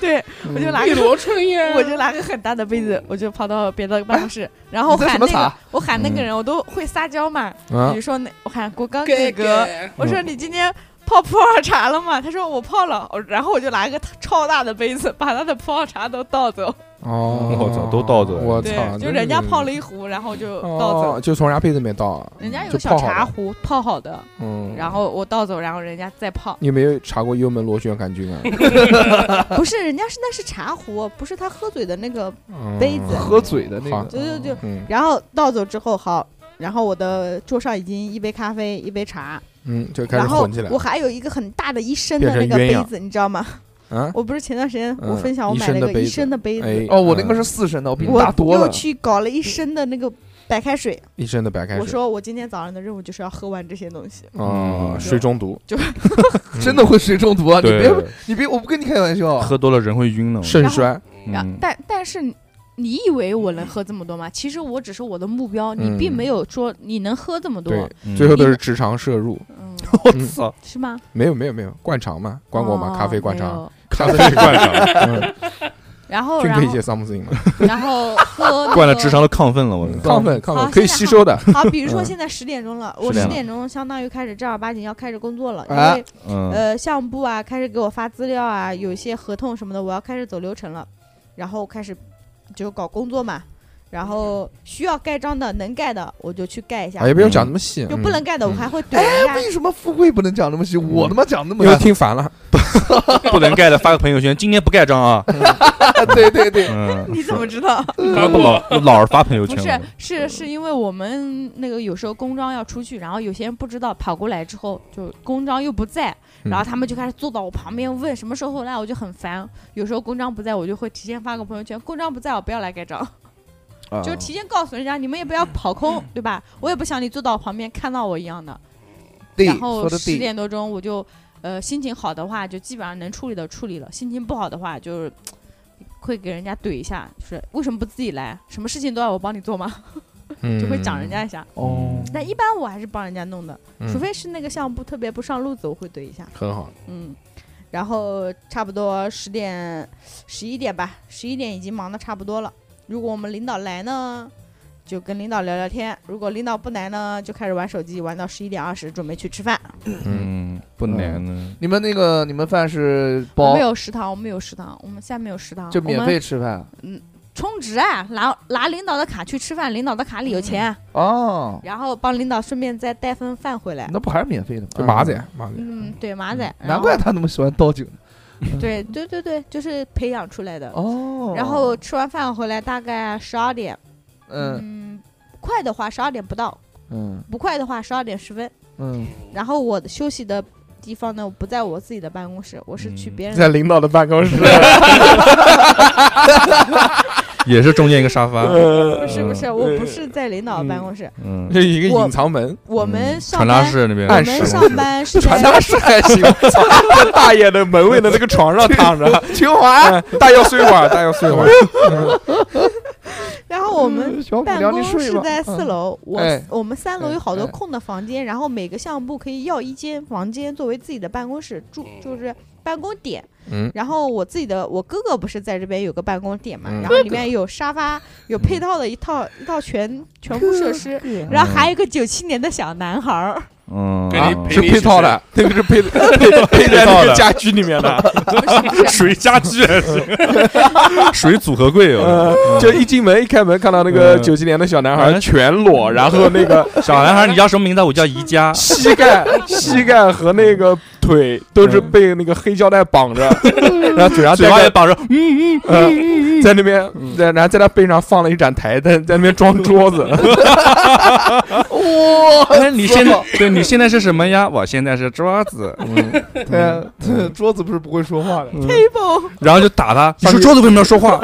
Speaker 7: 对，
Speaker 3: 嗯
Speaker 7: 我就
Speaker 3: 哎
Speaker 7: 拿
Speaker 6: 嗯
Speaker 4: 碧
Speaker 7: 个
Speaker 4: 螺春烟，
Speaker 7: 我就拿个很大的杯子，我就跑到别的办公
Speaker 6: [LAUGHS]
Speaker 7: 室，然后
Speaker 2: 你这
Speaker 7: 喊
Speaker 2: 什么
Speaker 7: 那个
Speaker 2: 茶，
Speaker 7: 我喊那个
Speaker 6: 嗯
Speaker 7: 人，我都会撒娇嘛。
Speaker 1: 啊
Speaker 7: 比如，说那，我喊国刚
Speaker 4: 给
Speaker 7: 哥哥，
Speaker 4: 给
Speaker 7: 我
Speaker 1: 嗯
Speaker 7: 说你今天泡普洱茶了吗？他说我泡了，我然后我就拿个超大的杯子把他的普洱茶都倒走，
Speaker 2: 嗯
Speaker 1: 哦，
Speaker 6: 我操都倒走了
Speaker 1: 我
Speaker 7: 对
Speaker 1: 操，，
Speaker 7: 就人家泡
Speaker 1: 了
Speaker 7: 了一壶，然后就倒走。
Speaker 1: 哦，就从人家杯子里面倒，
Speaker 7: 人家有
Speaker 1: 就
Speaker 7: 个小
Speaker 1: 泡好
Speaker 7: 茶
Speaker 1: 了
Speaker 7: 壶泡好的，
Speaker 1: 嗯，。
Speaker 7: 然后我倒走，然后人家再泡
Speaker 1: [LAUGHS] 你有没有查过幽门螺旋杆
Speaker 7: [LAUGHS]
Speaker 1: 菌啊？
Speaker 3: 不是，人家是那是茶壶，不是他喝醉的
Speaker 1: [LAUGHS]
Speaker 3: 那个。
Speaker 1: 嗯
Speaker 3: 杯子
Speaker 2: 喝嘴的那
Speaker 1: 好
Speaker 2: 个，
Speaker 3: 就就就
Speaker 1: 嗯
Speaker 3: 然后倒走之后，好，然后我的桌上已经一杯咖啡，一杯茶，
Speaker 1: 嗯，就开始
Speaker 3: 然后
Speaker 1: 混起来
Speaker 3: 我，还有一个很大的一升
Speaker 1: 变
Speaker 3: 的
Speaker 1: 成
Speaker 3: 那个
Speaker 1: 鸳
Speaker 3: 杯
Speaker 1: 鸯
Speaker 3: 子，你知道吗？
Speaker 1: 啊，
Speaker 3: 我不是前段时间我
Speaker 1: 嗯
Speaker 3: 分享我
Speaker 1: 一
Speaker 3: 买
Speaker 1: 升
Speaker 3: 了
Speaker 1: 的
Speaker 3: 个
Speaker 1: 杯
Speaker 3: 一
Speaker 1: 子
Speaker 3: 升的杯
Speaker 1: 哎
Speaker 3: 子，，
Speaker 2: 哦，我那个
Speaker 1: 嗯
Speaker 2: 是四升的，我比你
Speaker 3: 我
Speaker 2: 大多
Speaker 3: 又
Speaker 2: 了。
Speaker 3: 去搞了一升的那个白开水。
Speaker 1: 嗯一身的白开水，
Speaker 3: 我说我今天早上的任务就是要喝完这些东西，
Speaker 1: 啊，
Speaker 6: 嗯
Speaker 1: 水中毒
Speaker 7: 就
Speaker 2: [LAUGHS] 真的会水中毒啊！你别
Speaker 6: 对，
Speaker 2: 你别，我不跟你开玩笑啊。
Speaker 6: 喝多了人会晕的。
Speaker 1: 肾衰，
Speaker 7: 然后
Speaker 6: 嗯，
Speaker 7: 啊但但是你你以为我能喝这么多
Speaker 3: 嗯
Speaker 7: 吗？其实我只是我的目标，你并
Speaker 1: 嗯
Speaker 7: 没有说你能喝这么多，
Speaker 1: 对，
Speaker 6: 嗯
Speaker 1: 最后都是直肠摄入， [LAUGHS]
Speaker 7: 嗯，
Speaker 6: 我 [LAUGHS] 操，
Speaker 7: 是吗？
Speaker 1: 没有没有没有，灌肠嘛，灌过吗？
Speaker 7: 哦
Speaker 1: 咖啡灌。
Speaker 7: 没
Speaker 1: 肠，
Speaker 7: 有
Speaker 1: 咖啡灌
Speaker 7: [LAUGHS]
Speaker 1: 肠，嗯
Speaker 7: 然
Speaker 1: [LAUGHS]
Speaker 7: 后，
Speaker 1: 菌
Speaker 7: 然
Speaker 1: 可以
Speaker 7: 后
Speaker 1: 解，丧
Speaker 7: [LAUGHS]
Speaker 1: 母子饮嘛，
Speaker 7: 然后喝
Speaker 1: [LAUGHS]
Speaker 6: 灌
Speaker 7: 那个
Speaker 6: 了智商都亢奋了，我操。
Speaker 1: 亢奋亢
Speaker 3: 好
Speaker 1: 奋可以
Speaker 3: 现
Speaker 1: 吸
Speaker 3: 在好
Speaker 1: 收的，
Speaker 3: 好，比如说
Speaker 1: 嗯
Speaker 3: 现在十点钟了，我
Speaker 6: 10
Speaker 3: 十
Speaker 6: 点
Speaker 3: 点钟相当于开始正儿八经要开始工作了，因
Speaker 2: 啊
Speaker 3: 为
Speaker 6: 嗯，
Speaker 3: 呃项目部啊开始给我发资料啊，有一些合同什么的，我要开始走流程了，然后开始就搞工作嘛，然后需要盖章的能盖的我就去盖一下
Speaker 1: 啊，，也不用讲那么细，
Speaker 3: 就
Speaker 1: 嗯
Speaker 3: 不能盖的我还会怼
Speaker 2: 哎
Speaker 3: 人家。
Speaker 2: 为什么富贵不能讲那么细？我他妈讲那么
Speaker 1: 因为
Speaker 2: 大，
Speaker 1: 听烦了，
Speaker 3: 呃
Speaker 6: 不能盖的发个朋友圈，今天不盖章啊。
Speaker 2: 对对
Speaker 6: [LAUGHS]
Speaker 2: 对，
Speaker 6: 嗯，
Speaker 3: [LAUGHS]
Speaker 7: 你怎么知道？
Speaker 6: 他不老老是发朋友圈
Speaker 7: 不
Speaker 6: 吗，
Speaker 7: 是，是是因为我们那个有时候公章要出去，然后有些人不知道，跑过来之后就公章又不在，
Speaker 1: 嗯
Speaker 7: 然后他们就开始坐到我旁边问什么时候来，我就很烦。有时候公章不在，我就会提前发个朋友圈，公章不在，我不要来盖章，
Speaker 1: 啊
Speaker 2: 啊
Speaker 7: 就提前告诉人家，你们也不要跑空，对吧？我也不想你坐到我旁边看到我一样的。
Speaker 2: 对，
Speaker 7: 然
Speaker 2: 说
Speaker 7: 后
Speaker 2: 的
Speaker 7: 十
Speaker 2: 对，
Speaker 7: 点多钟我就，呃，心情好的话就基本上能处理的处理了，心情不好的话就是会给人家怼一下，就是为什么不自己来？什么事情都要我帮你做吗？ [LAUGHS] 就会讲人家一下。
Speaker 2: 哦，
Speaker 3: 但一般我还是帮人家弄的，
Speaker 1: 嗯，
Speaker 3: 除非是那个项目部特别不上路子，我会怼一下。
Speaker 1: 很好，
Speaker 3: 嗯，然后差不多十点、十一点吧，十一点已经忙的差不多了。如果我们领导来呢，就跟领导聊聊天；如果领导不来呢，就开始玩手机，玩到十一点二十，准备去吃饭。
Speaker 1: 嗯，
Speaker 6: 嗯，不难呢。
Speaker 2: 你们那个你们饭是
Speaker 7: 我
Speaker 2: 包
Speaker 7: 们有食堂，我们有食堂，我们下面有食
Speaker 3: 啊
Speaker 7: 堂，
Speaker 2: 就免
Speaker 7: 我
Speaker 2: 费
Speaker 7: 们
Speaker 2: 吃饭
Speaker 7: 充值啊，拿拿领导的卡去吃饭，领导的卡里有钱，
Speaker 2: 哦，
Speaker 3: 然后帮领导顺便再带份饭回来。
Speaker 2: 那不还是免费的吗？啊
Speaker 1: 就麻子呀，麻子呀，
Speaker 3: 嗯，对，马仔，然
Speaker 2: 难
Speaker 3: 后
Speaker 2: 怪他那么喜欢倒酒呢
Speaker 3: 对对对对，就是培养出来的。
Speaker 2: 哦。
Speaker 3: 然后吃完饭回来大概十二点，
Speaker 2: 嗯
Speaker 3: 嗯，快的话十二点不到，
Speaker 2: 嗯
Speaker 3: 不快的话十二点十分。
Speaker 2: 嗯，
Speaker 3: 然后我的休息的地方呢，不在我自己的办公室，我是去
Speaker 6: 嗯
Speaker 3: 别人
Speaker 1: 在
Speaker 3: 的。
Speaker 1: 领导的办 [LAUGHS] 公室，
Speaker 6: [LAUGHS] 也是中间一个沙发，
Speaker 3: 不是不是，我不是在领导的办公室，
Speaker 6: 呃嗯，
Speaker 1: 这一个
Speaker 3: 我
Speaker 1: 隐藏门，
Speaker 3: 我
Speaker 6: 嗯
Speaker 3: 们
Speaker 6: 传
Speaker 3: 上
Speaker 6: 达
Speaker 3: 班，
Speaker 6: 室那边，
Speaker 3: 我
Speaker 1: 暗示
Speaker 3: 们上班是
Speaker 1: 传
Speaker 3: 在
Speaker 1: 达室还
Speaker 2: [LAUGHS]
Speaker 1: 行，在大爷的门卫的那个床上躺着，
Speaker 6: [LAUGHS]
Speaker 1: [LAUGHS]
Speaker 2: 清华，
Speaker 1: 哎大药睡一会儿，大药睡 [LAUGHS] 一会儿，
Speaker 3: 然后我们
Speaker 2: 嗯小姑
Speaker 3: 办
Speaker 2: 娘
Speaker 3: 公
Speaker 2: 你睡
Speaker 3: 室
Speaker 2: 吧。
Speaker 3: 在四
Speaker 2: 嗯
Speaker 3: 楼，我
Speaker 2: 哎
Speaker 3: 我们三楼有好多
Speaker 2: 哎哎
Speaker 3: 空的房间，然后每个项目部可以要一间房间作为自己的办公室住，就是办公点。
Speaker 1: 嗯，
Speaker 3: 然后我自己的，我哥哥不是在这边有个办公点嘛，
Speaker 1: 嗯
Speaker 3: 然后里面有沙发，有配套的一套一套全全屋设施，然后还有一个九七年的小男孩儿。
Speaker 6: 嗯，
Speaker 4: 给
Speaker 1: 啊
Speaker 4: 你陪
Speaker 1: 是
Speaker 4: 你
Speaker 1: 配
Speaker 4: 一起
Speaker 1: 套
Speaker 4: 睡
Speaker 1: 的，那个是配配配 [LAUGHS] 在那个家居里面的，
Speaker 6: 属于家具， [LAUGHS] 属于组合柜哦。
Speaker 1: [LAUGHS] 嗯就一进门一开门看到那个
Speaker 6: 嗯
Speaker 1: 九七年的小男孩全裸，然后那个
Speaker 6: [LAUGHS]
Speaker 1: [LAUGHS]。
Speaker 6: 小男孩，你叫什么名字？我叫宜家
Speaker 1: 膝盖膝盖和那个腿都是被那个黑胶带绑 [LAUGHS] 着，然嗯后嘴上
Speaker 6: 嘴巴
Speaker 1: 戴
Speaker 6: 也
Speaker 1: 个
Speaker 6: 绑着，嗯嗯嗯嗯，
Speaker 1: 在那边，在然后在他背上放了一盏台灯，在那边装桌子。
Speaker 2: 哇，
Speaker 6: 嗯
Speaker 5: 哎，你现在对你现在是什么呀？我现在是桌子，
Speaker 1: 嗯
Speaker 2: 对，啊这桌子不是不会说话的，
Speaker 6: 嗯
Speaker 5: 然后就打他。
Speaker 1: 你说
Speaker 5: 桌子为什么要说
Speaker 1: [LAUGHS]
Speaker 5: 话？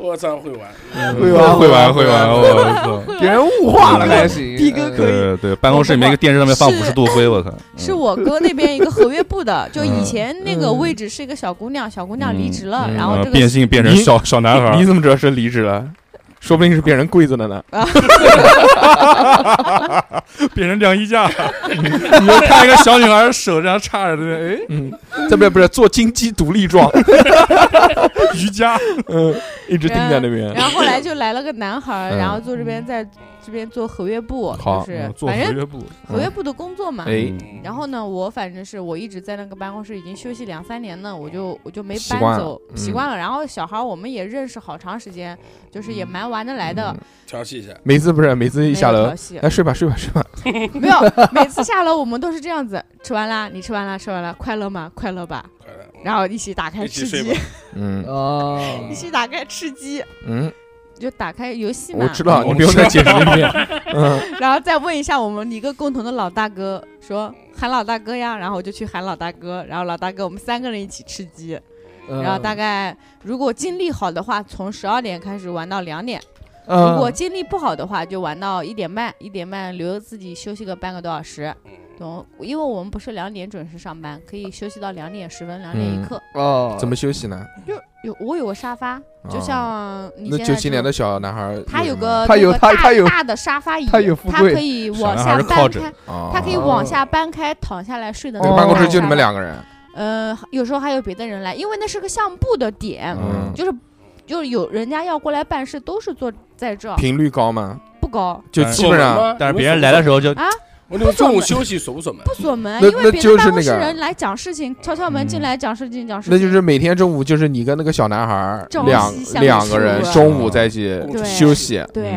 Speaker 4: 我操，会玩，
Speaker 2: 会
Speaker 1: 啊
Speaker 6: [LAUGHS]
Speaker 2: 玩
Speaker 6: 会玩会玩，
Speaker 2: 会
Speaker 6: 我操！
Speaker 3: 啊
Speaker 2: 给人物化了还 [LAUGHS] 行。嗯
Speaker 8: 的哥可以
Speaker 6: 啊对对，办公室里面一个电视上面放五十度灰，我操！
Speaker 3: 是我哥那边一个合约部的，就以前那个位置是一个小姑娘，小姑娘离职了，
Speaker 1: 嗯
Speaker 3: 然后
Speaker 6: 嗯
Speaker 3: 这个
Speaker 6: 变性变成
Speaker 1: 你
Speaker 6: 小小男孩
Speaker 1: 你
Speaker 6: 儿，
Speaker 1: 怎么知道是离职了？说不定是变成柜子了呢。
Speaker 5: 变成晾衣 [LAUGHS] 架，你就看一个小女孩手这样插着，哎对不对？
Speaker 1: 嗯，这不是不是做金鸡独立
Speaker 3: [LAUGHS]
Speaker 1: 装，
Speaker 5: 哎，瑜伽，
Speaker 1: 嗯，一直盯在那 [LAUGHS] 边。
Speaker 3: 然后后来就来了个男孩儿，
Speaker 1: 嗯
Speaker 3: 然后坐这边在这边做合约部，
Speaker 1: 好嗯
Speaker 3: 就是
Speaker 5: 嗯做
Speaker 3: 反
Speaker 5: 合
Speaker 3: 正
Speaker 5: 约部，
Speaker 3: 合约部的工作嘛。
Speaker 1: 哎，
Speaker 3: 然后嗯呢，我反正是我一直在那个办公室已经休息两三年了，我就我就没
Speaker 1: 习
Speaker 3: 搬
Speaker 1: 惯了
Speaker 3: 走，
Speaker 1: 嗯
Speaker 3: 习惯了。然后小孩儿我们也认识好长时间，就是也蛮玩得来的。
Speaker 4: 调戏一下。
Speaker 1: 每次不是每次嗯一
Speaker 3: 没
Speaker 1: 下
Speaker 3: 有
Speaker 1: 楼
Speaker 3: 调，戏 [LAUGHS]
Speaker 1: 哎，睡吧睡吧睡吧，
Speaker 3: 没有，每次下楼我们都是这样子，吃完啦，你吃完啦，吃完了，快乐吗？快乐吧。
Speaker 4: 快点
Speaker 3: 然后一起打开
Speaker 4: 一起
Speaker 3: 吃
Speaker 4: 睡
Speaker 3: 鸡
Speaker 4: 吧，
Speaker 1: 嗯
Speaker 2: 啊，
Speaker 3: [LAUGHS]
Speaker 2: [LAUGHS]
Speaker 3: 一起打开吃鸡，
Speaker 1: 嗯，
Speaker 3: 就打开游戏
Speaker 1: 我
Speaker 3: 嘛。
Speaker 1: 知道，
Speaker 6: 我
Speaker 1: 你不用再解释
Speaker 3: [LAUGHS]
Speaker 1: 一遍。嗯，
Speaker 3: 然后再问一下我们一个共同的老大哥，说喊老大哥呀，然后我就去喊老大哥，然后老大哥我们三个人一起吃鸡，
Speaker 2: 嗯
Speaker 3: 然后大概如果精力好的话，从十二点开始玩到两点；
Speaker 2: 嗯
Speaker 3: 如果精力不好的话，就玩到一点半，一点半留自己休息个半个多小时。
Speaker 2: 嗯
Speaker 3: 懂？因为我们不是两点准时上班，可以休息到两点十分、两点一刻。
Speaker 2: 哦，
Speaker 1: 怎么休息呢？
Speaker 3: 就有我有个沙发，就像你
Speaker 1: 那
Speaker 3: 现
Speaker 1: 九
Speaker 3: 在
Speaker 1: 七
Speaker 3: 这
Speaker 1: 年
Speaker 3: 种
Speaker 1: 的小男孩有什么，
Speaker 3: 他有个
Speaker 2: 嗯他
Speaker 3: 那
Speaker 2: 有
Speaker 3: 个
Speaker 2: 他
Speaker 3: 大
Speaker 2: 他有
Speaker 3: 大的沙发椅，
Speaker 2: 他有富
Speaker 3: 他
Speaker 2: 贵
Speaker 3: 可以往
Speaker 6: 男
Speaker 3: 下
Speaker 6: 孩是靠
Speaker 3: 搬
Speaker 6: 着
Speaker 3: 开，
Speaker 1: 哦，
Speaker 3: 他可以往下搬开躺下来睡的
Speaker 1: 那个
Speaker 2: 哦
Speaker 1: 办公室就你们。两个人，
Speaker 3: 呃，有时候还有别的人来，因为那是个相簿的点，
Speaker 1: 嗯，
Speaker 3: 就是就是有人家要过来办事，都是坐在这儿，
Speaker 1: 频率高吗？
Speaker 3: 不高，
Speaker 1: 就基本上，
Speaker 6: 但是别人来的时候就
Speaker 3: 啊
Speaker 4: 候，你们中午休息锁不锁门
Speaker 3: 不？锁门，
Speaker 1: 那
Speaker 3: 因为别
Speaker 1: 那就
Speaker 3: 的
Speaker 1: 是
Speaker 3: 办公室
Speaker 1: 那个嗯
Speaker 3: 人来讲事情，敲敲门进来讲事情，讲事情，
Speaker 1: 那就是每天中午就是你跟那个小男孩儿
Speaker 3: 朝夕
Speaker 1: 两
Speaker 3: 相
Speaker 1: 两个人
Speaker 3: 处
Speaker 1: 中午在一起
Speaker 3: 对
Speaker 1: 休息，
Speaker 3: 对，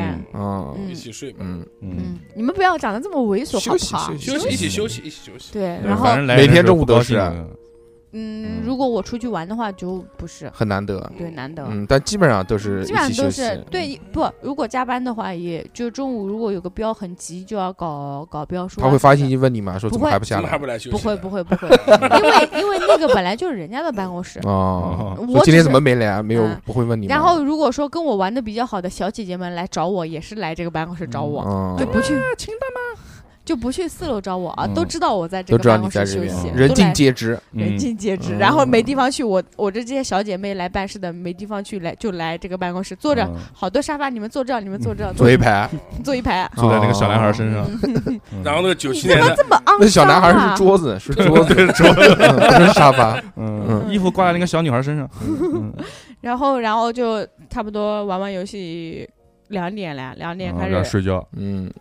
Speaker 1: 嗯
Speaker 6: 嗯
Speaker 4: 一
Speaker 3: 嗯
Speaker 4: 起睡吧，
Speaker 1: 嗯，
Speaker 6: 嗯
Speaker 3: 嗯，你们不要长得这么猥琐好
Speaker 1: 休
Speaker 3: 不
Speaker 1: 息
Speaker 3: 好？
Speaker 1: 息
Speaker 4: 休息一起休
Speaker 1: 息，
Speaker 4: 息一起休息。
Speaker 3: 对，
Speaker 6: 对
Speaker 3: 然后
Speaker 6: 反正来人的时候不高兴
Speaker 1: 反
Speaker 5: 啊
Speaker 1: 正来人的时候
Speaker 3: 嗯
Speaker 1: 嗯，
Speaker 3: 如果我出去玩的话，就不是
Speaker 1: 很难得，
Speaker 3: 对难得，
Speaker 1: 嗯，但基本上都是
Speaker 3: 基
Speaker 1: 一
Speaker 3: 本
Speaker 1: 起休
Speaker 3: 上都
Speaker 1: 息
Speaker 6: 嗯
Speaker 1: 嗯
Speaker 3: 是，对不？如果加班的话，也就中午如果有个标很急，就要搞搞标书啊什么的。
Speaker 1: 他会发信息问你吗？说
Speaker 3: 不
Speaker 1: 怎么
Speaker 3: 会
Speaker 1: 还不
Speaker 4: 怎
Speaker 1: 下
Speaker 4: 么还
Speaker 1: 来？
Speaker 4: 不来休息？
Speaker 3: 不会不
Speaker 1: [LAUGHS]
Speaker 3: 会不会，因为因为那个本来就是人家的办公室。
Speaker 6: 嗯
Speaker 1: 哦，
Speaker 3: 我
Speaker 1: 说今
Speaker 3: 只
Speaker 1: 天
Speaker 3: 是
Speaker 1: 怎么没来？没有
Speaker 3: 嗯
Speaker 1: 不会问你吗。
Speaker 3: 然后如果说跟我玩的比较好的小姐姐们来找我，也是来这个办公室找我，
Speaker 1: 嗯，
Speaker 3: 就不去就不去四楼找我啊，都
Speaker 1: 嗯
Speaker 3: 知道我在这
Speaker 1: 都
Speaker 3: 个
Speaker 1: 知道
Speaker 3: 办
Speaker 1: 你
Speaker 3: 公
Speaker 1: 在
Speaker 3: 室
Speaker 1: 这
Speaker 3: 休
Speaker 1: 边
Speaker 3: 息，，
Speaker 1: 人
Speaker 3: 都
Speaker 1: 尽
Speaker 3: 来
Speaker 1: 皆知。
Speaker 3: 人
Speaker 6: 嗯
Speaker 3: 尽皆知。
Speaker 1: 嗯
Speaker 3: 然后没地方去，我我这这些小姐妹来办事的没地方去，来就来这个办公室坐
Speaker 1: 嗯
Speaker 3: 着，
Speaker 6: 嗯
Speaker 3: 好多沙发，你们坐这，你们坐这，
Speaker 1: 坐一排，
Speaker 3: 坐一排。
Speaker 6: 坐在那个小男孩身上，
Speaker 3: 哦
Speaker 6: 嗯
Speaker 4: 然后那个九
Speaker 3: 你
Speaker 4: 七
Speaker 3: 怎
Speaker 4: 年
Speaker 3: 么
Speaker 4: 的，
Speaker 3: 这么肮脏啊？
Speaker 1: 那小男孩是桌子，是桌
Speaker 5: [LAUGHS]
Speaker 6: [LAUGHS]
Speaker 1: 子，
Speaker 6: 对桌子，
Speaker 1: 嗯不是沙发。
Speaker 6: 嗯，衣服挂在那个小女孩身上，嗯
Speaker 3: 然后然后就差不多玩玩游戏，两点了，两点
Speaker 6: 嗯
Speaker 3: 开
Speaker 6: 然后
Speaker 3: 始
Speaker 6: 睡觉，
Speaker 1: 嗯，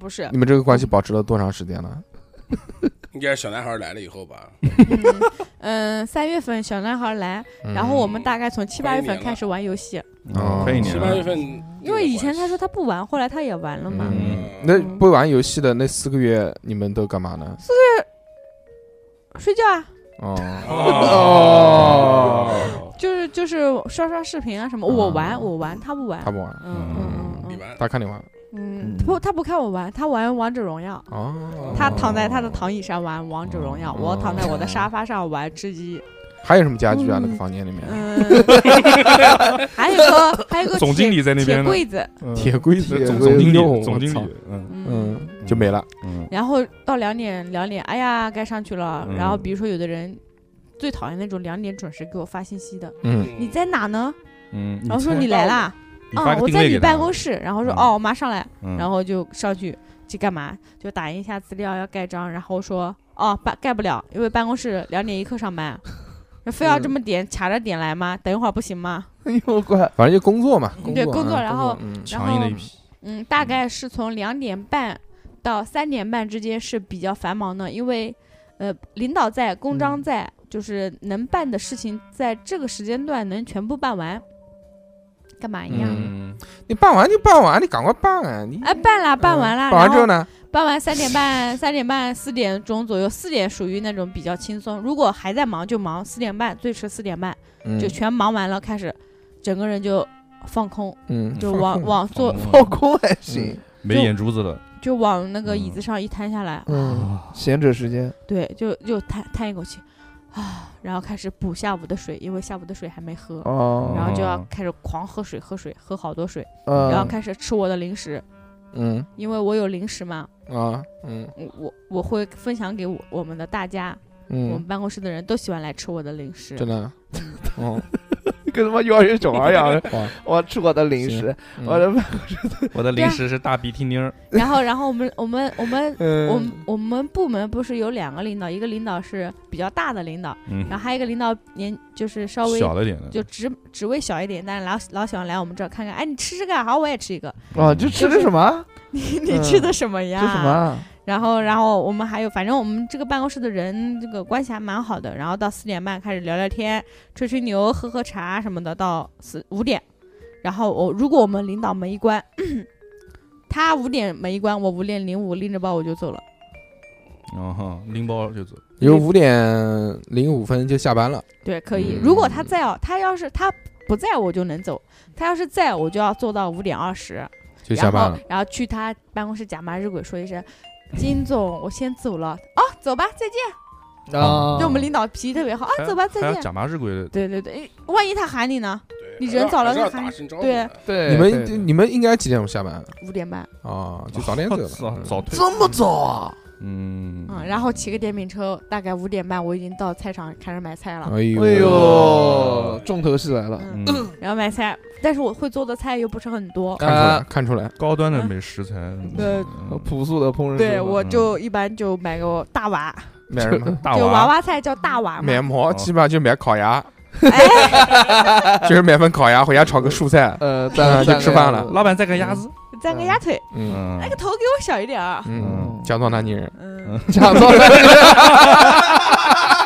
Speaker 3: 不
Speaker 1: [LAUGHS]
Speaker 3: 是
Speaker 1: 你们这个关系保持了多长时间了？
Speaker 4: 应该是小男孩来了以后吧？
Speaker 3: 嗯，嗯，三月份小男孩来，
Speaker 1: 嗯
Speaker 3: 然后我们大概从七
Speaker 4: 快
Speaker 3: 八
Speaker 4: 一
Speaker 3: 月
Speaker 4: 年
Speaker 3: 份开始玩游戏，
Speaker 1: 哦
Speaker 6: 嗯快一年
Speaker 4: 七八月
Speaker 6: 了，
Speaker 4: 份，
Speaker 3: 因为以前他说他不玩，后来他也玩了嘛。
Speaker 1: 嗯，那不玩游戏的那四个月，你们都干嘛呢？
Speaker 3: 睡觉啊，
Speaker 1: 哦，
Speaker 2: 啊 [LAUGHS]
Speaker 6: 哦，
Speaker 3: 就是就是刷刷视频啊什么，我玩我玩，他不玩
Speaker 1: 他。不玩，
Speaker 3: 嗯嗯
Speaker 4: 你
Speaker 3: 嗯
Speaker 4: 玩
Speaker 1: 他看你玩。
Speaker 3: 嗯，嗯，不他不看我玩，他玩王者荣耀。
Speaker 1: 哦，
Speaker 3: 他躺在他的躺椅上玩王者荣耀，我躺在我的沙发上玩吃鸡。
Speaker 1: 还有什么家具啊？那个房间里面
Speaker 3: 嗯，啊
Speaker 6: [LAUGHS]
Speaker 3: 还有个还有个
Speaker 5: 总经理在那边
Speaker 3: 铁
Speaker 5: 呢，
Speaker 3: 柜子，
Speaker 5: 嗯
Speaker 1: 铁柜子，
Speaker 5: 总
Speaker 1: 哎
Speaker 5: 总经
Speaker 1: 呦
Speaker 5: 理，总经，
Speaker 1: 我
Speaker 5: 理
Speaker 1: 操，
Speaker 6: 嗯
Speaker 3: 嗯，
Speaker 1: 嗯，就没了。
Speaker 6: 嗯，
Speaker 3: 然后到两点两点，哎呀该上去了。然后比如说有的人最讨厌那种两点准时给我发信息的，
Speaker 1: 嗯，
Speaker 3: 你在哪呢？
Speaker 6: 嗯，
Speaker 3: 然后说你来啦，
Speaker 6: 你发
Speaker 3: 啊
Speaker 6: 个
Speaker 3: 我
Speaker 6: 定
Speaker 3: 在
Speaker 6: 位
Speaker 3: 你
Speaker 6: 给
Speaker 3: 办
Speaker 6: 他，
Speaker 3: 公室，然后说
Speaker 6: 嗯
Speaker 3: 哦我马上来，
Speaker 6: 嗯
Speaker 3: 然后就上去去干嘛？就打印一下资料要盖章，然后说哦办盖不了，因为办公室两点一刻上
Speaker 6: [LAUGHS]
Speaker 3: 班，那非
Speaker 6: 嗯
Speaker 3: 要这么点卡着点来吗？等一会儿不行吗？
Speaker 2: 哎呦乖，
Speaker 1: 反正就工作嘛，工
Speaker 3: 对
Speaker 1: 作啊，
Speaker 3: 工作然后
Speaker 1: 嗯
Speaker 6: 强硬的一批，
Speaker 3: 嗯，大概是从两点半到三点半之间是比较繁忙的，因为呃，领导在，公章在，就是能办的事情在这个时间段能全部办完，干嘛一样？
Speaker 1: 嗯
Speaker 6: 嗯，
Speaker 1: 你办完就办完，你赶快办啊！你
Speaker 3: 哎，办啦，办完啦，
Speaker 1: 嗯办完之后
Speaker 3: 呢？
Speaker 1: 呢？
Speaker 3: 傍晚三点半、三点半、四点钟左右，四点属于那种比较轻松。如果还在忙就忙，四点半最迟四点半
Speaker 1: 嗯
Speaker 3: 就全忙完了，开始整个人就放空，
Speaker 1: 嗯，
Speaker 3: 就往往坐
Speaker 2: 放空还行，
Speaker 6: 没眼珠子了，
Speaker 3: 就往那个椅子上一瘫下来，
Speaker 2: 嗯，闲者时间，
Speaker 3: 对，就就叹叹一口气啊，然后开始补下午的水，因为下午的水还没喝，
Speaker 2: 哦，
Speaker 3: 然后就要
Speaker 6: 哦
Speaker 3: 开始狂喝水，喝水，喝好多水，然后
Speaker 2: 嗯，
Speaker 3: 开始吃我的零食，
Speaker 1: 嗯
Speaker 3: 因为我有零食嘛，
Speaker 1: 啊嗯
Speaker 3: 我我我会分享给我我们的大家，我们
Speaker 1: 嗯，
Speaker 3: 办公室的人都喜欢来吃我的零食，
Speaker 1: 真的，嗯，
Speaker 2: 跟他妈幼儿园小孩一
Speaker 3: [LAUGHS]
Speaker 2: 样，
Speaker 1: 哇，
Speaker 2: 我吃我的零食，
Speaker 1: 嗯
Speaker 2: 我 [LAUGHS] 的
Speaker 3: 啊
Speaker 6: 我的零食是大鼻涕泥儿，
Speaker 3: 然后然后我们我们我们。我们
Speaker 2: 嗯，
Speaker 3: 我们部门不是有两个领导，一个领导是比较大的领导，
Speaker 6: 嗯
Speaker 3: 然后还有一个领导年就是稍微
Speaker 6: 小了点的，
Speaker 3: 就职职位小一点，但是老老喜欢来我们这儿看看，哎，你吃这个啊好，我也吃一个，
Speaker 2: 啊，
Speaker 6: 嗯
Speaker 2: 就吃的什么？
Speaker 3: 你
Speaker 1: 嗯
Speaker 3: 你吃的什么呀？
Speaker 2: 吃什么？啊？
Speaker 3: 然后然后我们还有，反正我们这个办公室的人这个关系还蛮好的，然后到四点半开始聊聊天，吹吹牛，喝喝茶什么的，到四五点，然后我如果我们领导门一关。 [CLEARS THROAT] 他五点门一关，我五点零五拎着包我就走了。
Speaker 6: 然后嗯拎包就走，
Speaker 1: 有五点零五分就下班了，
Speaker 3: 对，可以。
Speaker 1: 嗯
Speaker 3: 如果他在哦，他要是他不在，我就能走；他要是在，我就要做到五点二十。
Speaker 1: 就
Speaker 3: 然
Speaker 1: 下班
Speaker 3: 后
Speaker 1: 了，
Speaker 3: 然后去他办公室假扮日鬼说一声：“金总，我先走了。”哦，走吧，再见。
Speaker 2: 啊
Speaker 3: 就我们领导脾气特别好啊
Speaker 6: 哦还，要
Speaker 3: 走吧，再
Speaker 6: 哎还要
Speaker 3: 见。
Speaker 6: 假麻日鬼的，
Speaker 3: 对对对，万一他喊你呢？
Speaker 4: 对
Speaker 3: 你人早了
Speaker 4: 还是要
Speaker 3: 就喊
Speaker 4: 打声招呼
Speaker 3: 对
Speaker 4: 的。
Speaker 2: 对，
Speaker 1: 你
Speaker 2: 对对
Speaker 1: 们你们应该几点钟下班
Speaker 3: 五点半，
Speaker 1: 啊？就早点走
Speaker 6: [LAUGHS] 早
Speaker 1: 了，
Speaker 6: 早退，
Speaker 2: 这么早啊？
Speaker 6: 嗯
Speaker 3: 嗯，然后骑个电瓶车，大概五点半我已经到菜场开始买菜了。
Speaker 1: 哎呦
Speaker 2: 哎呦，重头戏来了，
Speaker 3: 嗯，
Speaker 6: 嗯，
Speaker 3: 然后买菜，但是我会做的菜又不是很多。
Speaker 1: 看出
Speaker 2: 啊
Speaker 1: 来看出
Speaker 6: [LAUGHS]
Speaker 1: 来，
Speaker 6: 高端的美食材，嗯
Speaker 2: 朴素的烹饪手法，
Speaker 3: 对，我
Speaker 6: 嗯
Speaker 3: 就一般就买个大娃，
Speaker 1: 买什么？
Speaker 6: 大
Speaker 3: 就娃
Speaker 6: 娃
Speaker 3: 娃菜叫大娃嘛嗯
Speaker 1: 买。馍，基本上就买烤鸭，
Speaker 3: 哎，
Speaker 1: [LAUGHS] 就是买份烤鸭回家炒个蔬菜，
Speaker 2: 呃，咱
Speaker 1: 就吃饭了
Speaker 6: [LAUGHS] 老板再个鸭子，
Speaker 3: 蘸个鸭腿，
Speaker 1: 嗯
Speaker 6: 嗯
Speaker 3: 那，个头给我小一点儿。
Speaker 1: 嗯，江东南京人，
Speaker 3: 嗯，
Speaker 2: 讲到了，
Speaker 1: [LAUGHS]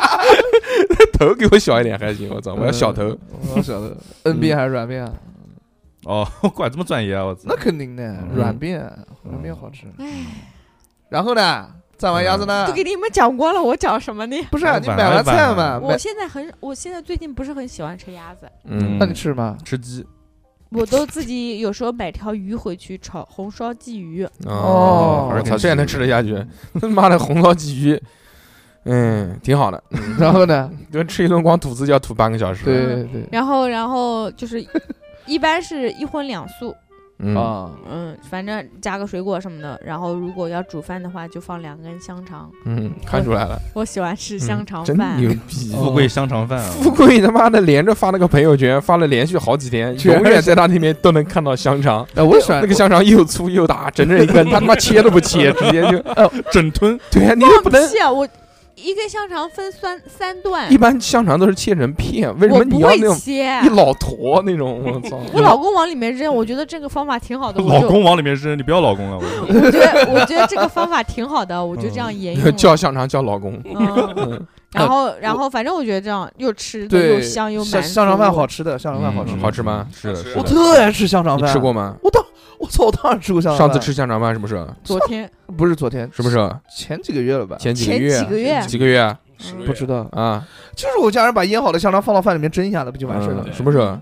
Speaker 1: 头给我小一点还行，我操，我要小头，
Speaker 2: 我要小头，N 边还是软面啊？
Speaker 6: 哦， [LAUGHS] 我管这么专业啊，我操
Speaker 2: 那，肯定的，
Speaker 6: 嗯
Speaker 2: 软面，软面好吃。
Speaker 3: 哎，
Speaker 2: 然后呢，蘸完鸭子呢
Speaker 3: 都？给你们讲过了，我讲什么呢？
Speaker 2: 不是啊，
Speaker 6: 晚
Speaker 2: 你
Speaker 6: 饭
Speaker 2: 买完菜嘛？
Speaker 3: 我
Speaker 2: 买，
Speaker 3: 现在很，我现在最近不是很喜欢吃鸭子，
Speaker 1: 嗯
Speaker 2: 那你吃吗？
Speaker 6: 吃鸡，
Speaker 3: 我都自己有时候买条鱼回去炒红烧鲫鱼。
Speaker 1: 嗯
Speaker 2: 哦
Speaker 1: 我操，这嗯也能吃得下去？他妈的红烧鲫鱼，嗯，挺好的，
Speaker 2: 然后呢？
Speaker 1: 就吃一顿光吐字就要吐半个小时，
Speaker 2: 对对
Speaker 3: 然后，然后就是，一般是一荤两素，
Speaker 1: 嗯，
Speaker 2: 啊，
Speaker 3: 嗯，反正加个水果什么的。然后，如果要煮饭的话，就放两根香肠。
Speaker 1: 嗯，看出来了，
Speaker 3: 我喜欢吃
Speaker 1: 嗯哦
Speaker 3: 香肠
Speaker 1: 真
Speaker 3: 饭，
Speaker 1: 牛逼。
Speaker 6: 富贵香肠饭啊，
Speaker 1: 富贵他妈的连着发了个朋友圈，发了连续好几天，
Speaker 2: 全
Speaker 1: 永远在他那边都能看到香肠。
Speaker 2: 哎，我喜欢
Speaker 1: 那个香肠又粗又大，整整一根，他他妈切都不切，直接就
Speaker 3: [LAUGHS]
Speaker 6: 整吞，
Speaker 1: 对啊，你又不能
Speaker 3: 放屁啊！我一根香肠分三三段
Speaker 1: 一，般香肠都是切成片，为什
Speaker 3: 我
Speaker 1: 么你
Speaker 3: 不
Speaker 1: 要
Speaker 3: 会
Speaker 1: 那种
Speaker 3: 切。啊
Speaker 1: 一老坨那种？我操！
Speaker 3: 我老公往里面扔，我觉得这个方法挺好的。我
Speaker 6: 老
Speaker 3: 就
Speaker 6: 公往里面扔，你不要老公了，我
Speaker 3: 我觉得我觉得这个方法挺好的，我就这样沿用了。
Speaker 1: 嗯 [LAUGHS] 叫香肠叫老公，
Speaker 3: 嗯，
Speaker 1: 嗯，
Speaker 3: [LAUGHS] 然后然后反正我觉得这样又吃的又
Speaker 2: 对
Speaker 3: 香又
Speaker 2: 香
Speaker 3: 满足。
Speaker 2: 香肠饭好吃的，香肠饭好吃
Speaker 1: 嗯。好吃吗
Speaker 6: 是的，是
Speaker 2: 我
Speaker 6: 的，
Speaker 2: 特爱吃香肠
Speaker 1: 你
Speaker 2: 饭，
Speaker 1: 吃过？吗？
Speaker 2: 我当，我操，我当然吃过香肠
Speaker 1: 上
Speaker 2: 饭。
Speaker 1: 次吃香肠饭什么时候？
Speaker 3: 昨天
Speaker 2: 不是昨天，
Speaker 1: 什么时候？
Speaker 2: 前几个月了吧？
Speaker 1: 前几个
Speaker 3: 前
Speaker 1: 月？
Speaker 3: 几个月
Speaker 1: 几个月
Speaker 4: 十
Speaker 3: 嗯
Speaker 4: 个
Speaker 2: 不
Speaker 4: 月
Speaker 2: 知道，
Speaker 1: 啊？
Speaker 2: 就是我家人把腌好的香肠放到饭里面蒸一下子，不就完事了
Speaker 1: 嗯
Speaker 2: 吗？
Speaker 1: 什么时候？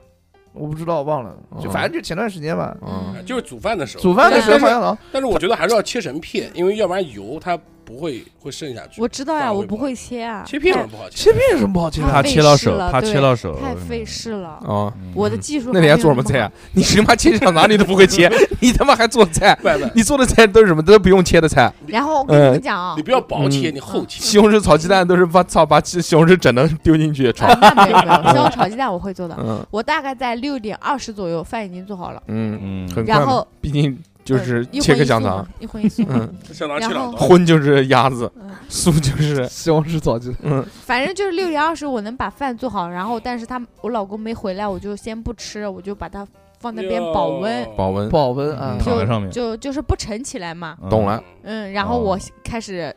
Speaker 2: 我不知道，忘了，就
Speaker 1: 哦
Speaker 2: 反正就前段时间吧。
Speaker 1: 嗯，
Speaker 4: 哎就是煮饭的时候，
Speaker 2: 煮饭的时候
Speaker 4: 对
Speaker 2: 好像
Speaker 4: 但是我觉得还是要切成片，因为要不然油它不会会渗下去。
Speaker 3: 我知道呀，
Speaker 4: 饭
Speaker 3: 我
Speaker 4: 会
Speaker 3: 不
Speaker 4: 不好
Speaker 3: 会切啊，
Speaker 4: 切片不好切，
Speaker 2: 切片有什么不好切
Speaker 3: 啊
Speaker 6: 怕
Speaker 2: 的？
Speaker 6: 切到
Speaker 3: 太费
Speaker 6: 手
Speaker 3: 事，了
Speaker 6: 怕切到手，
Speaker 3: 太费事了。
Speaker 1: 哦，
Speaker 6: 嗯。
Speaker 3: 我的技术
Speaker 1: 嗯那你还做什么菜啊？你他妈切香肠你都不会切， [LAUGHS] 你他妈还做菜？
Speaker 4: 外卖。
Speaker 1: 你做的菜都是什么？都不用切的菜，
Speaker 3: 然后我跟你们讲啊
Speaker 4: 你，
Speaker 3: [LAUGHS]
Speaker 4: 不要薄切，
Speaker 1: 嗯
Speaker 4: 你厚
Speaker 1: [LAUGHS]
Speaker 4: 切。
Speaker 1: 西红柿炒鸡蛋都是把操把西西红柿整的丢进去炒
Speaker 3: 啊。那没有没有，像我炒鸡蛋我会做的。
Speaker 1: 嗯
Speaker 3: 我大概在六点二十左右，饭已经做好了，
Speaker 1: 嗯，
Speaker 6: 嗯，
Speaker 1: 很快
Speaker 3: 然
Speaker 1: 嘛
Speaker 3: 后，
Speaker 1: 毕竟就是
Speaker 3: 一
Speaker 1: 切
Speaker 3: 荤
Speaker 1: 个
Speaker 3: 一素
Speaker 1: 香肠
Speaker 3: 嘛，，一荤一素。
Speaker 1: 嗯，
Speaker 4: 香肠切
Speaker 3: 然后
Speaker 4: 两刀，
Speaker 1: 荤就是鸭子，
Speaker 3: 嗯，
Speaker 1: 素就是
Speaker 2: 西红柿炒鸡蛋，
Speaker 1: 嗯
Speaker 3: [LAUGHS] 反正就是六点二十我能把饭做好，然后但是他我老公没回来，我就先不吃，我就把它放那边保温，
Speaker 4: 哟
Speaker 1: 保温。
Speaker 2: 保温啊
Speaker 1: 嗯。
Speaker 6: 躺在上面，
Speaker 3: 就就是不盛起来嘛。
Speaker 6: 嗯
Speaker 1: 懂了，
Speaker 3: 嗯，然后我
Speaker 6: 哦
Speaker 3: 开始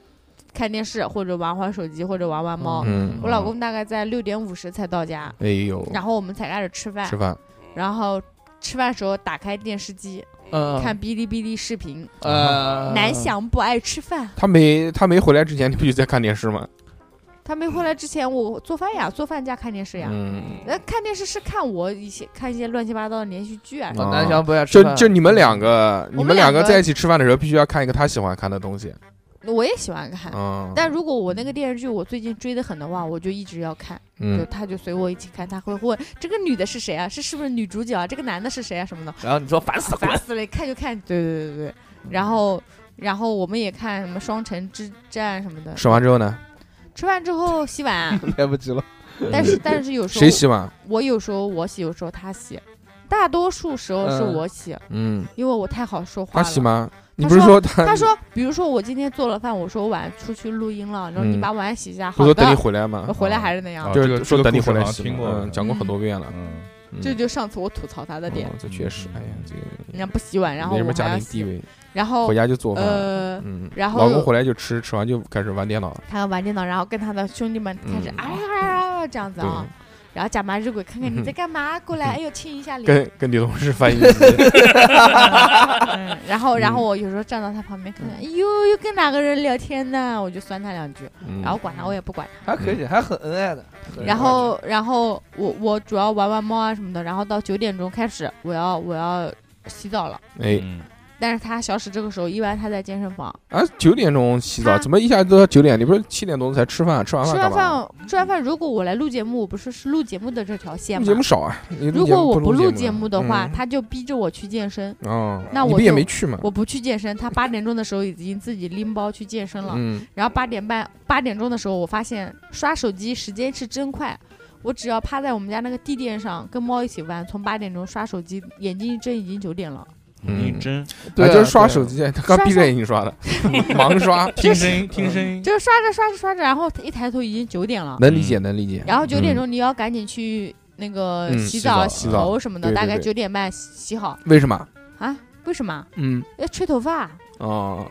Speaker 3: 看电视或者玩会儿手机或者玩玩猫。
Speaker 1: 嗯
Speaker 3: 我老公大概在六点五十才到家，
Speaker 1: 哎呦，
Speaker 3: 然后我们才开始吃饭
Speaker 1: 吃，饭，
Speaker 3: 然后吃饭时候打开电视机
Speaker 2: 嗯，
Speaker 3: 看哔哩哔哩视频，
Speaker 1: 嗯
Speaker 2: 呃，
Speaker 3: 南翔不爱吃饭。
Speaker 1: 他没他没回来之前，你不就在看电视吗？
Speaker 3: 他没回来之前，我做饭呀，做饭加看电视呀。
Speaker 1: 嗯，
Speaker 3: 那看电视是看我一些看一些乱七八糟的连续剧啊什么
Speaker 1: 啊
Speaker 2: 哦，南翔不爱吃
Speaker 1: 就
Speaker 2: 饭，
Speaker 1: 就你们两个，你们两
Speaker 3: 两
Speaker 1: 个
Speaker 3: 个
Speaker 1: 在一起吃饭的时候，必须要看一个他喜欢看的东西。
Speaker 3: 的，我也喜欢看。
Speaker 1: 嗯，
Speaker 3: 但如果我那个电视剧我最近追的很的话，我就一直要看，就
Speaker 1: 嗯，
Speaker 3: 他就随我一起看，他会问这个女的是谁啊？是是不是女主角啊？这个男的是谁啊？什
Speaker 1: [LAUGHS]
Speaker 3: 么的，
Speaker 2: 然后你说烦死了，
Speaker 3: 烦死了，看就看，对对
Speaker 1: 嗯
Speaker 3: 对对。然后然后我们也看什么《双城之战》什么的。
Speaker 1: 审完之后呢？
Speaker 3: 吃饭之后洗
Speaker 1: [LAUGHS]
Speaker 3: 碗，啊
Speaker 2: 来不及了，
Speaker 3: 但是但是有时
Speaker 1: 嗯
Speaker 3: 候
Speaker 1: 谁洗碗？
Speaker 3: 我有时候我洗，有时候他洗，大多数时候是
Speaker 2: 嗯
Speaker 3: 我洗，
Speaker 1: 嗯，
Speaker 3: 因为我太好说话
Speaker 1: 他
Speaker 3: 了。
Speaker 1: 洗吗？你
Speaker 3: 他
Speaker 1: 不是
Speaker 3: 说
Speaker 1: 他
Speaker 3: 他说，比如说我今天做了饭，我说我晚上出去录音了，然后你
Speaker 1: 嗯
Speaker 3: 把碗洗一下，好
Speaker 1: 不
Speaker 3: 的，
Speaker 1: 说等你回来哦
Speaker 3: 我
Speaker 1: 吗？
Speaker 3: 回来还是那样。
Speaker 6: 啊
Speaker 1: 就
Speaker 6: 这
Speaker 1: 是
Speaker 6: 个
Speaker 1: 说
Speaker 6: 这个
Speaker 1: 等你
Speaker 6: 故事
Speaker 1: 回来
Speaker 6: 好像
Speaker 1: 洗
Speaker 6: 听
Speaker 1: 嘛
Speaker 6: 过
Speaker 1: 嗯讲过很多遍了。
Speaker 6: 嗯，
Speaker 1: 嗯
Speaker 3: 这就上次我吐槽他的点
Speaker 1: 哦，这确实，哎呀，这个
Speaker 3: 人家不洗碗，然后
Speaker 1: 没什
Speaker 3: 我
Speaker 1: 么
Speaker 3: 还
Speaker 1: 家
Speaker 3: 要
Speaker 1: 庭地
Speaker 3: 洗，
Speaker 1: 位，
Speaker 3: 然后
Speaker 1: 回家就做饭。
Speaker 3: 呃，
Speaker 1: 嗯，
Speaker 3: 然后
Speaker 1: 老公回来就吃，吃完就开始玩电脑。
Speaker 3: 他玩电脑，然后跟他的兄弟们开始
Speaker 1: 嗯
Speaker 3: 啊啊啊啊这样子
Speaker 1: 对，嗯
Speaker 3: 啊，然后假扮日鬼，看看你在干嘛，过来，哎呦亲一下脸，
Speaker 1: 跟跟女同事翻译机
Speaker 3: [LAUGHS] 嗯 [LAUGHS] 然后然后我有时候站到他旁边
Speaker 1: 嗯
Speaker 3: 看看，哎呦又跟哪个人聊天呢，我就酸他两句，
Speaker 1: 嗯
Speaker 3: 然后管他我也不管他，
Speaker 2: 还可以，还很恩爱的。很
Speaker 3: 然后然后我我主要玩玩猫啊什么的，然后到九点钟开始我要我要洗澡了。
Speaker 1: 哎，
Speaker 6: 嗯
Speaker 3: 但是他小史这个时候，一般他在健身房，
Speaker 1: 啊，九点钟洗澡，
Speaker 3: 他
Speaker 1: 怎么一下子都到九点？你不是七点多才吃饭？吃完
Speaker 3: 吃
Speaker 1: 饭
Speaker 3: 完
Speaker 1: 干嘛？
Speaker 3: 饭吃完饭，如果我来录节目，我不是是录节目的这条线
Speaker 1: 录节
Speaker 3: 吗
Speaker 1: 目？少啊，你录
Speaker 3: 如
Speaker 1: 节目
Speaker 3: 果我
Speaker 1: 不
Speaker 3: 录节
Speaker 1: 节
Speaker 3: 目的话，他就逼着我去健身。
Speaker 1: 嗯哦，
Speaker 3: 那
Speaker 1: 你
Speaker 3: 我
Speaker 1: 不也
Speaker 3: 就
Speaker 1: 没去嘛？
Speaker 3: 我不去健身，他八点钟的时候已经自己拎包去健身了。
Speaker 1: 嗯，
Speaker 3: 然后八点半八点钟的时候，我发现刷手机时间是真快。我只要趴在我们家那个地垫上跟猫一起玩，从八点钟刷手机，眼睛一睁已经九点了。
Speaker 1: 嗯
Speaker 5: 你真
Speaker 1: 啊
Speaker 2: 对啊
Speaker 1: 就是刷
Speaker 2: 对啊
Speaker 1: 手机，他刚
Speaker 3: 刷
Speaker 1: 闭着
Speaker 3: 刷
Speaker 1: 眼睛刷
Speaker 3: [LAUGHS]
Speaker 1: 的，盲刷，
Speaker 5: 听声音，听声
Speaker 1: 嗯
Speaker 5: 音，
Speaker 3: 就是刷着刷着刷着，然后一抬头已经九点了。
Speaker 1: 能理解，能理解。
Speaker 3: 嗯然后九点钟你要赶紧去那个
Speaker 1: 嗯洗
Speaker 3: 洗
Speaker 1: 澡
Speaker 3: 澡、
Speaker 1: 洗澡
Speaker 3: 头什么的，
Speaker 1: 对对
Speaker 3: 大概
Speaker 1: 对
Speaker 3: 九点半洗洗好
Speaker 1: 为什么？
Speaker 3: 啊？为什么？
Speaker 1: 嗯，
Speaker 3: 要吹头发。啊
Speaker 1: 哦，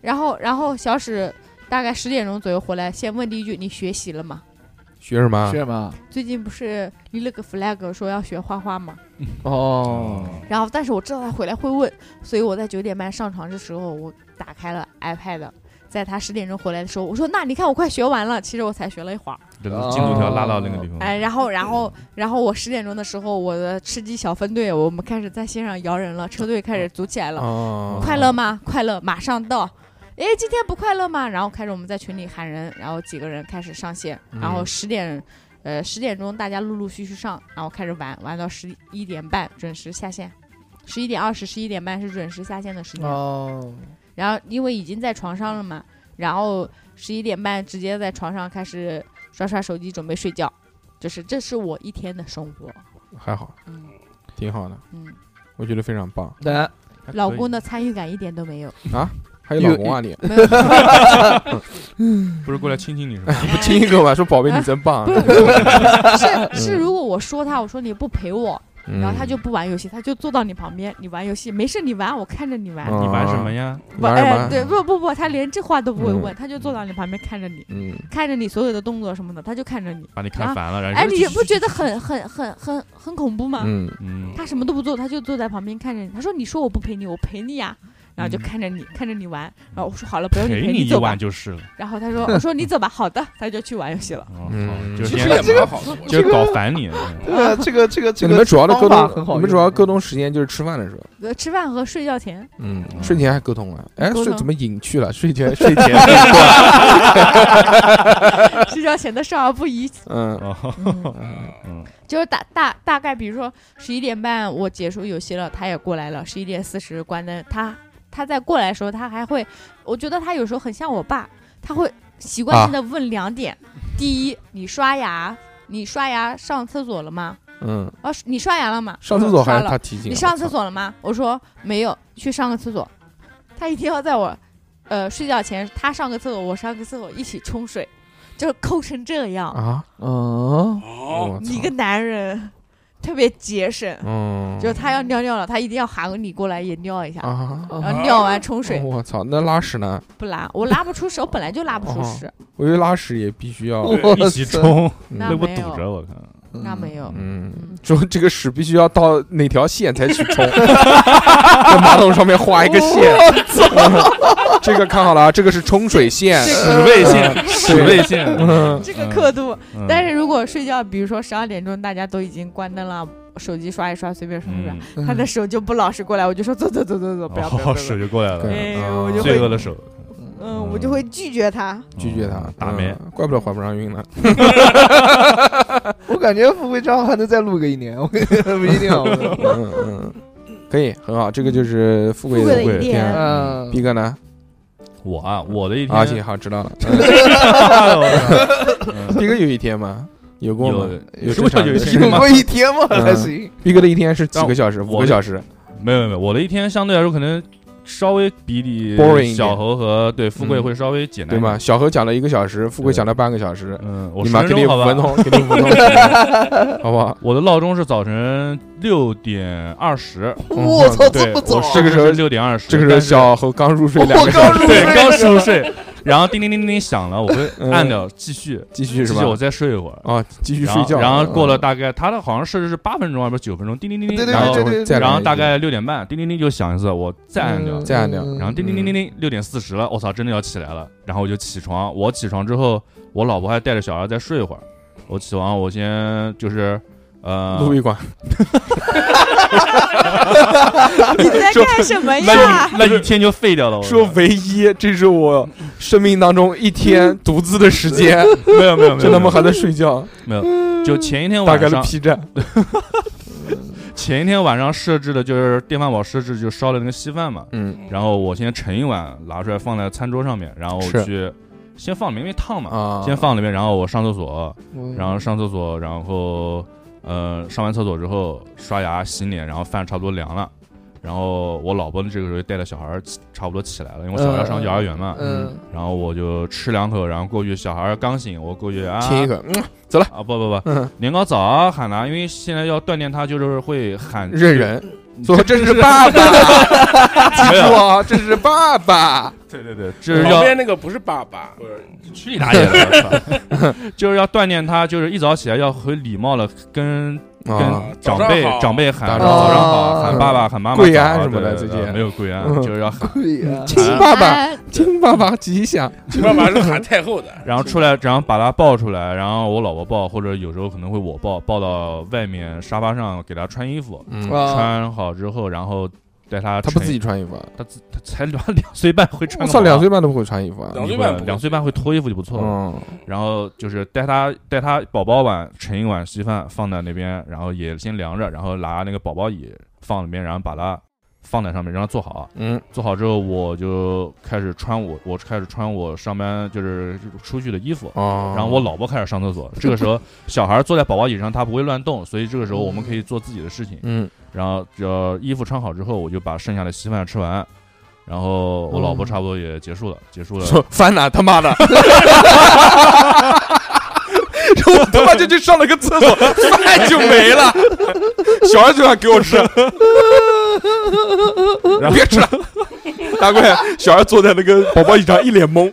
Speaker 3: 然后，然后小史大概十点钟左右回来，先问第一句：“你学习了吗
Speaker 1: 学什么
Speaker 2: 学？什么？？”
Speaker 3: 最近不是立了个 flag 说要学画画吗？
Speaker 2: 哦，
Speaker 3: 然后，但是我知道他回来会问，所以我在九点半上床的时候，我打开了 iPad。在他十点钟回来的时候，我说：“那你看我快学完了。”其实我才学了一会儿。
Speaker 6: 这个进度条拉到那个地方。
Speaker 3: 哎，然后，然后，然后我十点钟的时候，我的吃鸡小分队，我们开始在线上摇人了，车队开始组起来了。
Speaker 1: 哦，
Speaker 3: 快乐吗？快乐，马上到。哎，今天不快乐吗？然后开始我们在群里喊人，然后几个人开始上线，然后
Speaker 1: 嗯
Speaker 3: 十点，呃，十点钟大家陆陆续续上，然后开始玩，玩到十一点半准时下线，十一点二十、十一点半是准时下线的时间。
Speaker 2: 哦，
Speaker 3: 然后因为已经在床上了嘛，然后十一点半直接在床上开始刷刷手机，准备睡觉。就是这是我一天的生活，
Speaker 1: 还好，
Speaker 3: 嗯
Speaker 1: 挺好的，
Speaker 3: 嗯，
Speaker 1: 我觉得非常棒。
Speaker 2: 来，
Speaker 3: 老公的参与感一点都没有，
Speaker 1: 还有老公啊，你
Speaker 3: 没有， [LAUGHS]
Speaker 6: 不是过来亲亲你是吗？
Speaker 1: [LAUGHS] 不亲一个吧？说宝贝，你真棒
Speaker 3: [LAUGHS] 不。
Speaker 1: [LAUGHS]
Speaker 3: 是是是，如果我说他，我说你不陪我，
Speaker 1: 嗯
Speaker 3: 然后他就不玩游戏，他就坐到你旁边，你玩游戏没事，你玩，我看着你玩。
Speaker 1: 嗯
Speaker 6: 你玩什么呀？
Speaker 1: 你玩什
Speaker 3: 哎，
Speaker 1: 么？
Speaker 3: 对，不不不，他连这话都不会
Speaker 1: 嗯
Speaker 3: 问，他就坐到你旁边看着你，
Speaker 1: 嗯，
Speaker 3: 看着你所有的动作什么的，他就看着你。
Speaker 6: 把你看烦了，然后
Speaker 3: 哎，你
Speaker 6: 说
Speaker 3: 不觉得很很很很很恐怖吗？
Speaker 1: 嗯
Speaker 6: 嗯，
Speaker 3: 他什么都不做，他就坐在旁边看着你。他说：“你说我不陪你，我陪你呀。”然后就
Speaker 6: 嗯
Speaker 3: 看着你，看着你玩。然后我说：“好了，不用你
Speaker 6: 陪
Speaker 3: 陪，
Speaker 6: 你一
Speaker 3: 走吧
Speaker 6: 晚。就是了。”
Speaker 3: 然后他说：“我说你走吧，好的。”他就去玩游戏
Speaker 6: [LAUGHS]
Speaker 3: 了。
Speaker 6: 哦
Speaker 1: 嗯
Speaker 6: 好就是
Speaker 4: 其
Speaker 6: 今
Speaker 4: 实
Speaker 6: 天
Speaker 4: 也蛮好的，我
Speaker 6: 就
Speaker 4: 觉得
Speaker 6: 是搞烦你。嗯
Speaker 2: 呃，这个这个这
Speaker 1: 就
Speaker 2: 个
Speaker 1: 你们主要的沟
Speaker 2: 方法很
Speaker 1: 通，
Speaker 2: 好用，
Speaker 1: 你们主要沟通时间就是吃饭的时候。
Speaker 3: 呃，吃饭和睡觉前，
Speaker 1: 嗯，
Speaker 6: 嗯
Speaker 1: 睡前还沟通了，哎，
Speaker 3: 沟
Speaker 1: 睡
Speaker 3: 通
Speaker 1: 怎么隐去了？睡前 [LAUGHS] 睡前，
Speaker 3: 睡觉前的少儿不宜。
Speaker 1: 嗯， [LAUGHS]
Speaker 6: 哦，
Speaker 3: 嗯
Speaker 4: 啊
Speaker 6: 嗯，
Speaker 3: [LAUGHS] 就是大大大概，比如说十一点半我结束游戏了，他也过来了，十一点四十关灯，他他在过来的时候，他还会，我觉得他有时候很像我爸，他会习惯
Speaker 1: 啊
Speaker 3: 性的问两点，第一，你刷牙，你刷牙上厕所了吗？
Speaker 1: 嗯，
Speaker 3: 啊，你刷牙了吗？
Speaker 1: 上
Speaker 3: 我
Speaker 1: 厕
Speaker 3: 说
Speaker 1: 所
Speaker 3: 刷
Speaker 1: 还是
Speaker 3: 了
Speaker 1: 他啊提醒？
Speaker 3: 你上厕所了吗？我说没有，去上个厕所。他一定要在我，呃，睡觉前他上个厕所，我上个厕所一起冲水，就是抠成这样。
Speaker 1: 啊？
Speaker 2: 嗯，
Speaker 4: 哦，
Speaker 1: 我
Speaker 3: 你
Speaker 1: 操
Speaker 3: 一个男人特别节省，
Speaker 1: 嗯，
Speaker 3: 就是他要尿尿了，他一定要喊你过来也尿一下，
Speaker 1: 啊，
Speaker 3: 然后尿完冲
Speaker 1: 哦
Speaker 3: 水
Speaker 1: 我操，那拉屎呢？
Speaker 3: 不拉，我拉不出屎，我
Speaker 1: 哦
Speaker 3: 本来就拉不出屎，
Speaker 1: 我觉得拉屎也必须要，
Speaker 6: 一起冲，
Speaker 1: 嗯
Speaker 3: 哦那
Speaker 6: 那不
Speaker 3: 没
Speaker 6: 堵
Speaker 3: 有
Speaker 1: [LAUGHS]
Speaker 6: 着我看。
Speaker 3: 那没有，
Speaker 1: 嗯，
Speaker 3: 嗯，
Speaker 1: 说这个屎必须要到哪条线才去冲，在马桶上面画一个线。这个看好了啊，这个是冲水线。嗯
Speaker 5: 屎位
Speaker 1: [LAUGHS]
Speaker 5: 线，屎位线，
Speaker 3: 这个刻度。
Speaker 5: 嗯
Speaker 3: 但是如果睡觉，比如说十二点钟大家都已经关灯了，手机刷一刷，随便刷一刷，
Speaker 5: 嗯
Speaker 3: 他的手就不老实过来，我就说走走走走走，不要不要
Speaker 6: 哦，
Speaker 3: 不要
Speaker 6: 手就过来
Speaker 1: 对
Speaker 6: 了，
Speaker 3: 哎，
Speaker 1: 嗯
Speaker 3: 我就
Speaker 6: 罪恶
Speaker 3: 会，
Speaker 6: 的手，
Speaker 8: 嗯，我就会拒绝
Speaker 1: [LAUGHS]
Speaker 8: 他。
Speaker 1: 拒绝他
Speaker 6: 嗯，打没
Speaker 1: 嗯，怪不得怀不上孕
Speaker 6: [LAUGHS]
Speaker 1: 呢。
Speaker 2: 我感觉付费账号还能再录个一年，我感觉不一定啊。
Speaker 1: [LAUGHS] 嗯嗯，可以，很好，这个就是富贵
Speaker 8: 富
Speaker 1: 的
Speaker 8: 贵的一天，
Speaker 2: 嗯，
Speaker 1: 逼哥呢？
Speaker 6: 我啊，我的一天
Speaker 1: 啊，
Speaker 6: [LAUGHS]
Speaker 1: 行，好，知道了。逼哥有一天吗？有过吗？
Speaker 6: 有
Speaker 1: 有
Speaker 6: 什么叫有一
Speaker 1: 正
Speaker 6: 天
Speaker 1: 常的事
Speaker 2: 有
Speaker 1: 吗
Speaker 2: 过一天吗？还行。
Speaker 1: 逼哥的一天是几个小时？
Speaker 6: 但
Speaker 1: 五个小时。
Speaker 6: 没有没有没有，我的一天相对来说可能稍微比你
Speaker 1: Boring 一点
Speaker 6: 小猴和对富贵
Speaker 1: 嗯
Speaker 6: 会稍微简单
Speaker 1: 对
Speaker 6: 一
Speaker 1: 吗？
Speaker 6: 点？
Speaker 1: 小何讲了一个小时，富贵讲了半个小时，
Speaker 6: 嗯，我
Speaker 1: 你
Speaker 6: 十
Speaker 1: 妈
Speaker 6: 分
Speaker 1: 给你
Speaker 6: 钟
Speaker 1: 五
Speaker 6: 好
Speaker 1: 分
Speaker 6: 吧。
Speaker 1: 钟，给你五分钟， [LAUGHS] 好不好？
Speaker 6: 我的闹钟是早晨六点二十，
Speaker 2: 我操，这
Speaker 6: 对，
Speaker 2: 么早啊
Speaker 6: 我！这个时候六点二十，
Speaker 1: 这个时候
Speaker 6: 但是
Speaker 1: 小何刚入睡
Speaker 2: 我
Speaker 1: 两个小
Speaker 2: 刚
Speaker 1: 时，
Speaker 2: 入
Speaker 6: [LAUGHS] 对
Speaker 2: [LAUGHS] 睡，
Speaker 6: 刚熟睡，然后叮叮叮叮叮响了，我会
Speaker 1: 嗯
Speaker 6: 按掉继续，
Speaker 1: 继续
Speaker 6: 继
Speaker 1: 是
Speaker 6: 续
Speaker 1: 吧？
Speaker 6: 我再睡一会儿。
Speaker 1: 啊，继续
Speaker 6: 然
Speaker 1: 睡
Speaker 6: 后
Speaker 1: 觉。
Speaker 6: 然后过了
Speaker 1: 嗯，
Speaker 6: 大概他的好像设置是八分钟还是九分钟，叮叮叮
Speaker 2: 对
Speaker 6: 叮，
Speaker 2: 对
Speaker 6: 然
Speaker 1: 然
Speaker 6: 后
Speaker 1: 后
Speaker 2: 对对
Speaker 1: 会再
Speaker 6: 然后
Speaker 1: 来一
Speaker 6: 大
Speaker 1: 个
Speaker 6: 概六点半叮叮叮就响一次，我再按
Speaker 1: 嗯
Speaker 6: 掉，
Speaker 2: 嗯
Speaker 1: 再按掉
Speaker 6: 然后叮叮叮叮叮六点四十了，我操，真的要起来了，然后我就起床，我起床之后，我老婆还带着小孩再睡一会儿，我起床我先就是呃
Speaker 1: 录一管，
Speaker 3: 你在干什么哎呀？
Speaker 6: 那一天就废掉了，我
Speaker 1: 说唯一，这是我生命当中一 [LAUGHS] 天独自的时间，
Speaker 6: 没有没有没有，
Speaker 1: 这他妈还在睡觉，
Speaker 6: 就前一天
Speaker 1: 大
Speaker 6: 晚
Speaker 1: 概
Speaker 6: 上
Speaker 1: 的 P 站。
Speaker 6: 前一天晚上设置的就是电饭煲设置就烧了那个稀饭嘛，
Speaker 1: 嗯
Speaker 6: 然后我先盛一碗拿出来放在餐桌上面，然后
Speaker 1: 是
Speaker 6: 我去先放里面，因为烫嘛，
Speaker 1: 啊，
Speaker 6: 先放里面，然后我上厕所，
Speaker 2: 嗯
Speaker 6: 然后上厕所，然后呃上完厕所之后刷牙洗脸，然后饭差不多凉了，然后我老婆这个时候带着小孩儿起差不多起来了，因为我小孩儿上幼儿园嘛，
Speaker 1: 啊
Speaker 2: 嗯，
Speaker 6: 然后我就吃两口，然后过去小孩儿刚醒，我过去啊
Speaker 1: 亲一口，嗯，
Speaker 6: 啊不不不
Speaker 1: 嗯，
Speaker 6: 年糕早啊喊他，因为现在要锻炼他，就是会喊
Speaker 1: 认人。说嗯这是爸爸， [LAUGHS] 记住啊，这是爸爸。
Speaker 6: 对对对，就是
Speaker 4: 旁
Speaker 6: 要
Speaker 4: 边那个不是爸爸，不是
Speaker 6: 去你大爷 [LAUGHS] 的，就是要锻炼他，就是一早起来要很礼貌的跟
Speaker 1: 啊，
Speaker 6: 跟长辈
Speaker 4: 早上好
Speaker 6: 长辈喊
Speaker 1: 打
Speaker 6: 早
Speaker 1: 招
Speaker 2: 呼
Speaker 6: 上好，
Speaker 2: 啊
Speaker 6: 喊爸爸喊妈妈，
Speaker 1: 跪安
Speaker 6: 早啊
Speaker 1: 什么的
Speaker 6: 对
Speaker 1: 最
Speaker 6: 对对
Speaker 1: 近
Speaker 6: 没有跪安
Speaker 1: 嗯，
Speaker 6: 就是要喊。
Speaker 2: 对呀，
Speaker 1: 亲爸爸，
Speaker 3: 哎
Speaker 1: 亲爸爸吉祥。
Speaker 4: 你爸爸是喊太后的，
Speaker 6: 然后出来，然后把他抱出来，然后我老婆抱，或者有时候可能会我抱，抱到外面沙发上给他穿衣服，
Speaker 1: 嗯
Speaker 2: 啊，
Speaker 6: 穿好之后，然后带他
Speaker 1: 他
Speaker 6: 他
Speaker 1: 不自己，穿衣服啊，
Speaker 6: 他自他才两两岁半会
Speaker 1: 我
Speaker 6: 穿个毛，
Speaker 1: 操，两岁半都不会穿衣服啊。
Speaker 4: 两岁半不会
Speaker 6: 两岁半会脱衣服就不错了。
Speaker 1: 嗯，
Speaker 6: 然后就是带他带他宝宝碗盛一碗稀饭放在那边，然后也先凉着，然后拿那个宝宝椅放里面，然后把它放在上面，让它坐好。
Speaker 1: 嗯，
Speaker 6: 坐好之后，我就开始穿我我开始穿我上班就是出去的衣服。
Speaker 1: 哦，
Speaker 6: 然后我老婆开始上厕所，这个时候小孩坐在宝宝椅上，他不会乱动，所以这个时候我们可以做自己的事情。
Speaker 1: 嗯，
Speaker 6: 然后呃，衣服穿好之后，我就把剩下的稀饭吃完，然后我老
Speaker 4: 嗯
Speaker 6: 婆差不多也结束了，结
Speaker 4: [LAUGHS]
Speaker 6: 束了。
Speaker 1: 说翻哪他
Speaker 6: [LAUGHS]
Speaker 1: 妈的，我他妈就去上了个厕
Speaker 6: [LAUGHS]
Speaker 1: 所，饭就没了。小孩就想给我吃，
Speaker 6: 然后
Speaker 1: 别吃了。大贵，小孩坐在那个宝宝椅上一脸懵，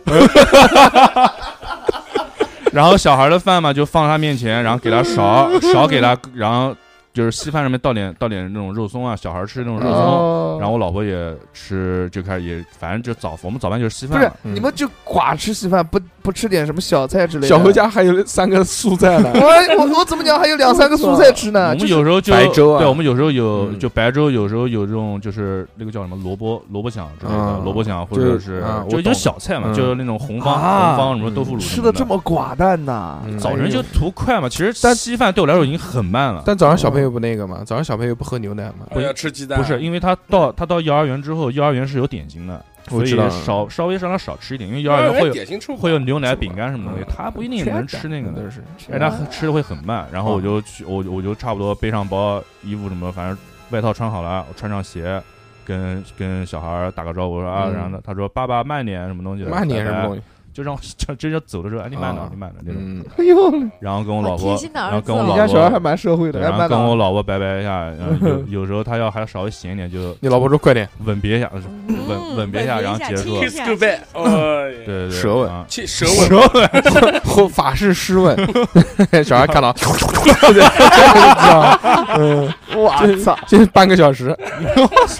Speaker 6: 然后小孩的饭嘛，就放他面前，然后给
Speaker 2: [LAUGHS]
Speaker 6: 他勺，勺给他，然后就是稀饭上面倒点倒点那种肉松啊，小孩吃那种肉松。
Speaker 2: 哦
Speaker 6: 然后我老婆也吃，就开始也反正就早，我们早饭就是稀
Speaker 2: 不
Speaker 6: 饭
Speaker 2: 是
Speaker 6: 嘛。
Speaker 1: 嗯
Speaker 2: 你们就寡吃稀饭，不不吃点什么小菜之类的？哎
Speaker 1: 小何家还有三个素菜呢。
Speaker 2: 我我我怎么讲还有两三个蔬菜吃
Speaker 6: 我
Speaker 2: 呢？
Speaker 6: 们
Speaker 2: 就
Speaker 6: 有时候就
Speaker 1: 白粥啊
Speaker 6: 对，我们有时候有
Speaker 1: 嗯
Speaker 6: 就白粥，有时候有这种就是那个叫什么萝卜萝卜响之类的
Speaker 1: 啊，
Speaker 6: 萝卜响或
Speaker 1: 就是
Speaker 6: 者是
Speaker 1: 啊我
Speaker 6: 就就
Speaker 1: 懂
Speaker 6: 小菜嘛，
Speaker 1: 嗯
Speaker 6: 就是那种红方
Speaker 2: 啊
Speaker 6: 红方什么
Speaker 1: 嗯
Speaker 6: 豆腐乳
Speaker 2: 吃
Speaker 6: 什
Speaker 2: 的
Speaker 6: 么
Speaker 2: 这么哎寡淡呐
Speaker 1: 嗯，
Speaker 6: 早晨就图快嘛，其实
Speaker 1: 但
Speaker 6: 稀饭对我来说已经很慢了。
Speaker 1: 但早上小朋友不那个嘛，早上小朋友不喝牛奶嘛，
Speaker 4: 我要哎吃鸡蛋，
Speaker 6: 不是，因为他到他到幼儿园之后，幼儿园是有点心的，
Speaker 1: 我
Speaker 6: 所以
Speaker 1: 知道
Speaker 6: 少稍微让他少吃一点，因为幼
Speaker 4: 幼
Speaker 6: 儿园
Speaker 4: 儿
Speaker 6: 会
Speaker 4: 园
Speaker 6: 有
Speaker 4: 点心出
Speaker 6: 会有牛奶、饼干什么东西
Speaker 1: 嗯，啊
Speaker 6: 他不一定能吃那个的，
Speaker 1: 是
Speaker 6: 而且他很吃的会很慢。然后
Speaker 1: 嗯
Speaker 6: 我就去，我我就差不多背上包、衣服什么，反正外套穿好了，我穿上鞋，跟跟小孩儿打个招呼，我说啊，
Speaker 1: 嗯
Speaker 6: 然后他他说爸爸慢点什么东西的，
Speaker 1: 慢点什么东
Speaker 6: 西，
Speaker 1: 西？
Speaker 6: 就让我就就要走的时候，哎你慢
Speaker 1: 啊
Speaker 6: 点，你慢点那种。
Speaker 1: 嗯，
Speaker 2: 哎呦，
Speaker 6: 然后跟我
Speaker 3: 好
Speaker 6: 老
Speaker 3: 贴
Speaker 6: 婆，
Speaker 3: 心的儿
Speaker 6: 然后跟我
Speaker 3: 子哦
Speaker 6: 老
Speaker 2: 你
Speaker 6: 婆
Speaker 2: 家小孩还哎蛮社会
Speaker 6: 对
Speaker 2: 的，还
Speaker 6: 然后
Speaker 2: 蛮
Speaker 6: 跟我
Speaker 2: 的。
Speaker 6: 老婆拜拜一下，然后有有时候他要还稍微闲一点就
Speaker 1: 你老婆说快点，
Speaker 6: 嗯吻别一下，吻吻别一下，然后结束
Speaker 3: 亲。一下
Speaker 6: 哎
Speaker 4: ，kiss goodbye，哦
Speaker 6: 对对对，
Speaker 1: 舌吻
Speaker 6: 啊
Speaker 4: 其舌吻，
Speaker 1: 后法式湿吻，小孩看到，嗯，
Speaker 2: 我操！
Speaker 1: 这半个小时，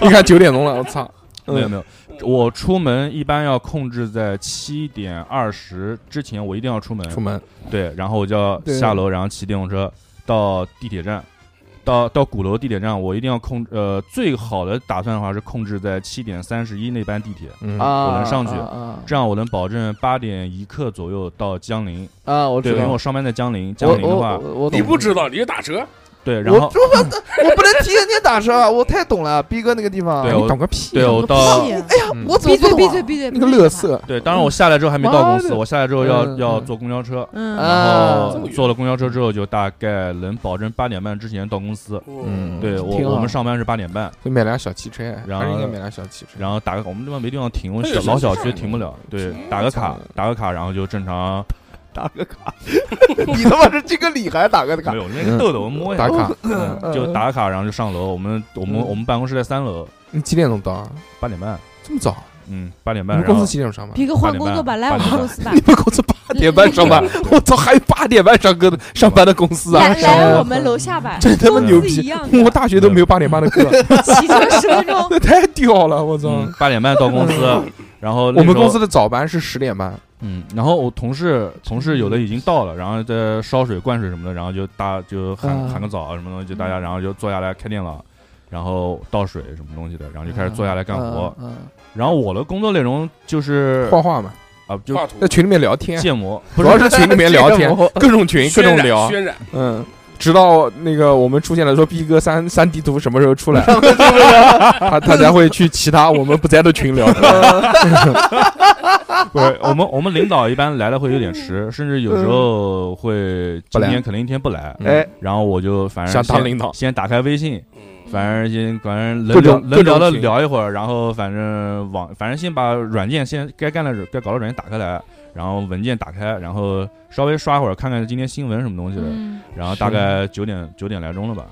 Speaker 1: 一看九点钟了，我操，
Speaker 2: 嗯
Speaker 6: 没有没有，我出门一般要控制在七点二十之前，我一定要出门。
Speaker 1: 出门
Speaker 6: 对，然后我就要
Speaker 1: 对
Speaker 6: 下楼，然后骑电动车到地铁站，到到鼓楼地铁站，我一定要控呃最好的打算的话是控制在七点三十一那班地铁，
Speaker 1: 嗯
Speaker 2: 啊，
Speaker 6: 我能上去
Speaker 2: 啊
Speaker 6: 这样我能保证八点一刻左右到江陵。
Speaker 2: 啊啊！我
Speaker 6: 对，
Speaker 2: 知
Speaker 6: 因为
Speaker 2: 道，
Speaker 6: 我
Speaker 2: 我
Speaker 6: 上班在江陵，江陵的话，
Speaker 2: 我我
Speaker 4: 你不知
Speaker 2: 道，
Speaker 4: 道，你是打折，
Speaker 6: 对，然
Speaker 2: 我
Speaker 6: 后
Speaker 2: 我我不能提人家打车啊！我太懂了，逼哥那个地方，啊
Speaker 6: 对
Speaker 1: 哎
Speaker 6: 我
Speaker 1: 你懂个屁，
Speaker 6: 对我到
Speaker 8: 屁啊
Speaker 2: 哎呀，我怎么
Speaker 3: 闭
Speaker 2: 不
Speaker 3: 嘴
Speaker 2: 懂
Speaker 3: 闭
Speaker 2: 啊
Speaker 3: 嘴闭嘴！
Speaker 1: 那个乐色，
Speaker 6: 对，当然我下来之后还没到公
Speaker 2: 妈
Speaker 6: 司，
Speaker 2: 的
Speaker 6: 我下来之后要
Speaker 2: 嗯
Speaker 6: 要
Speaker 2: 嗯
Speaker 6: 坐公交车。
Speaker 8: 嗯，
Speaker 6: 然
Speaker 2: 啊
Speaker 4: 这么
Speaker 6: 后
Speaker 4: 远
Speaker 6: 坐了公交车之后，就大概能保证八点半之前到公司。
Speaker 1: 嗯
Speaker 6: 对我，
Speaker 2: 挺好
Speaker 6: 我们上班是八点半，
Speaker 1: 就买辆小汽车，
Speaker 6: 然
Speaker 1: 还
Speaker 6: 后
Speaker 1: 是应该买辆小汽车，
Speaker 6: 然后打个我们这边没地方停，我
Speaker 4: 那
Speaker 6: 小
Speaker 4: 有
Speaker 6: 老小
Speaker 4: 什么
Speaker 6: 区
Speaker 4: 事儿
Speaker 6: 停不了，对
Speaker 4: 嗯，
Speaker 6: 打个卡
Speaker 1: 我操，
Speaker 6: 打个卡，然后就正常。
Speaker 2: 打个卡，你他妈是这个理还是打个卡
Speaker 6: 没？有，那个豆豆我摸一下
Speaker 1: 打，卡，
Speaker 6: 嗯就打个卡，然后就上楼。我们我们
Speaker 1: 嗯
Speaker 6: 我们办公室在三楼，
Speaker 1: 你几点钟到啊？
Speaker 6: 八点半，
Speaker 1: 这么早？
Speaker 6: 嗯，八点
Speaker 1: 你
Speaker 6: 半，
Speaker 1: 们
Speaker 6: 然
Speaker 1: 公
Speaker 6: 后
Speaker 1: 司几点钟上班？
Speaker 8: 皮哥
Speaker 6: 八
Speaker 8: 换
Speaker 6: 点
Speaker 8: 工作
Speaker 6: 半
Speaker 8: 吧，来我们
Speaker 6: 八点
Speaker 8: 公
Speaker 6: 半
Speaker 8: 司吧
Speaker 1: 你，们公司八点半上班，我操，还有八点半上课的上班的公司啊
Speaker 8: 来！
Speaker 1: 上班
Speaker 8: 来我们楼下
Speaker 6: [LAUGHS]
Speaker 8: 吧，
Speaker 1: 真他妈
Speaker 8: 公
Speaker 1: 牛
Speaker 8: 司一
Speaker 1: 逼
Speaker 8: 样的
Speaker 1: 我大学都没有八点半的课，
Speaker 8: [LAUGHS] 骑
Speaker 6: [LAUGHS]
Speaker 8: 车十分钟，
Speaker 1: 那太屌了！我操！
Speaker 6: 嗯，八点半到公司，
Speaker 1: [LAUGHS]
Speaker 6: 然后那
Speaker 1: 我们
Speaker 6: 时候
Speaker 1: 公司的早班是十点半，
Speaker 6: 嗯，然后我同事同事有的已经到了，然后在烧水灌水什么的，然后就大就喊、
Speaker 1: 啊
Speaker 6: 喊个早啊什么东西，就大家然后就坐下来开电脑，然后倒水什么东西的，然后就开始坐下来干
Speaker 1: 啊
Speaker 6: 活。
Speaker 2: 嗯，嗯
Speaker 6: 然后我的工作内容就是
Speaker 1: 画画嘛，
Speaker 6: 啊就
Speaker 4: 画图
Speaker 1: 在群里面聊天，
Speaker 6: 建模，不
Speaker 1: 主
Speaker 6: 是
Speaker 1: 要是群里面聊天
Speaker 2: [LAUGHS] 建模，
Speaker 1: [LAUGHS] 各种
Speaker 6: [LAUGHS]
Speaker 1: 群各
Speaker 4: 渲
Speaker 1: 种
Speaker 4: 染
Speaker 1: 聊，
Speaker 4: 渲染，
Speaker 1: 嗯，直到那个我们出现了说逼哥三三地图什么时候出来， [LAUGHS] 他他才会去其他我们不在的群聊。
Speaker 6: 不是我们我们领导一般来的会有点迟，甚至有时候会今天可能一天不来，
Speaker 1: 哎，
Speaker 6: 然后我就反正
Speaker 1: 想当
Speaker 6: 先
Speaker 1: 领导
Speaker 6: 先打开微信，
Speaker 4: 嗯，
Speaker 6: 反正先反正
Speaker 1: 各
Speaker 6: 能聊
Speaker 1: 种各
Speaker 6: 能聊
Speaker 1: 种
Speaker 6: 的
Speaker 1: 群
Speaker 6: 聊一会儿，然后反正网反正先把软件先该干的该搞的软件打开来，然后文件打开，然后稍微刷会儿看看今天新闻什么东西的，
Speaker 8: 嗯，
Speaker 6: 然后大概九点九点来钟了吧，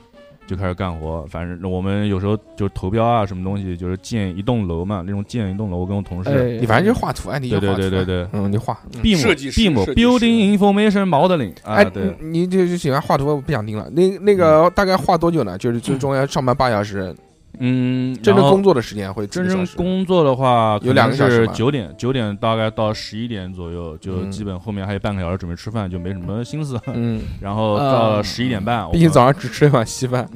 Speaker 6: 就开始干活。反正我们有时候就是投标啊什么东西，就是建一栋楼嘛，那种建一栋楼，我跟我同事，
Speaker 1: 你反正就画图，哎，你就
Speaker 6: 对对
Speaker 1: 画图
Speaker 6: 对对，对
Speaker 1: 嗯，你画。嗯
Speaker 6: ，BIM
Speaker 4: 设计师
Speaker 6: BIM
Speaker 4: 设计师
Speaker 6: Building Information Modeling 啊，
Speaker 1: 哎
Speaker 6: 对，，
Speaker 1: 你就就喜欢画图，我不想听了。那那个大概画多久呢？就是最终要上班八小时，
Speaker 6: 嗯，
Speaker 1: 真正
Speaker 6: 然后
Speaker 1: 工作的时间会几
Speaker 6: 真
Speaker 1: 个
Speaker 6: 正
Speaker 1: 小时
Speaker 6: 工作的话，
Speaker 1: 有两个小时
Speaker 6: 是
Speaker 1: 吧
Speaker 6: 九点，九点大概到十一点左右，就
Speaker 1: 嗯
Speaker 6: 基本后面还有半个小时准备吃饭，就没什么心思。 [LAUGHS]
Speaker 1: 嗯，
Speaker 6: 然后到十一点半，我
Speaker 1: 毕竟早上只吃了一碗稀饭，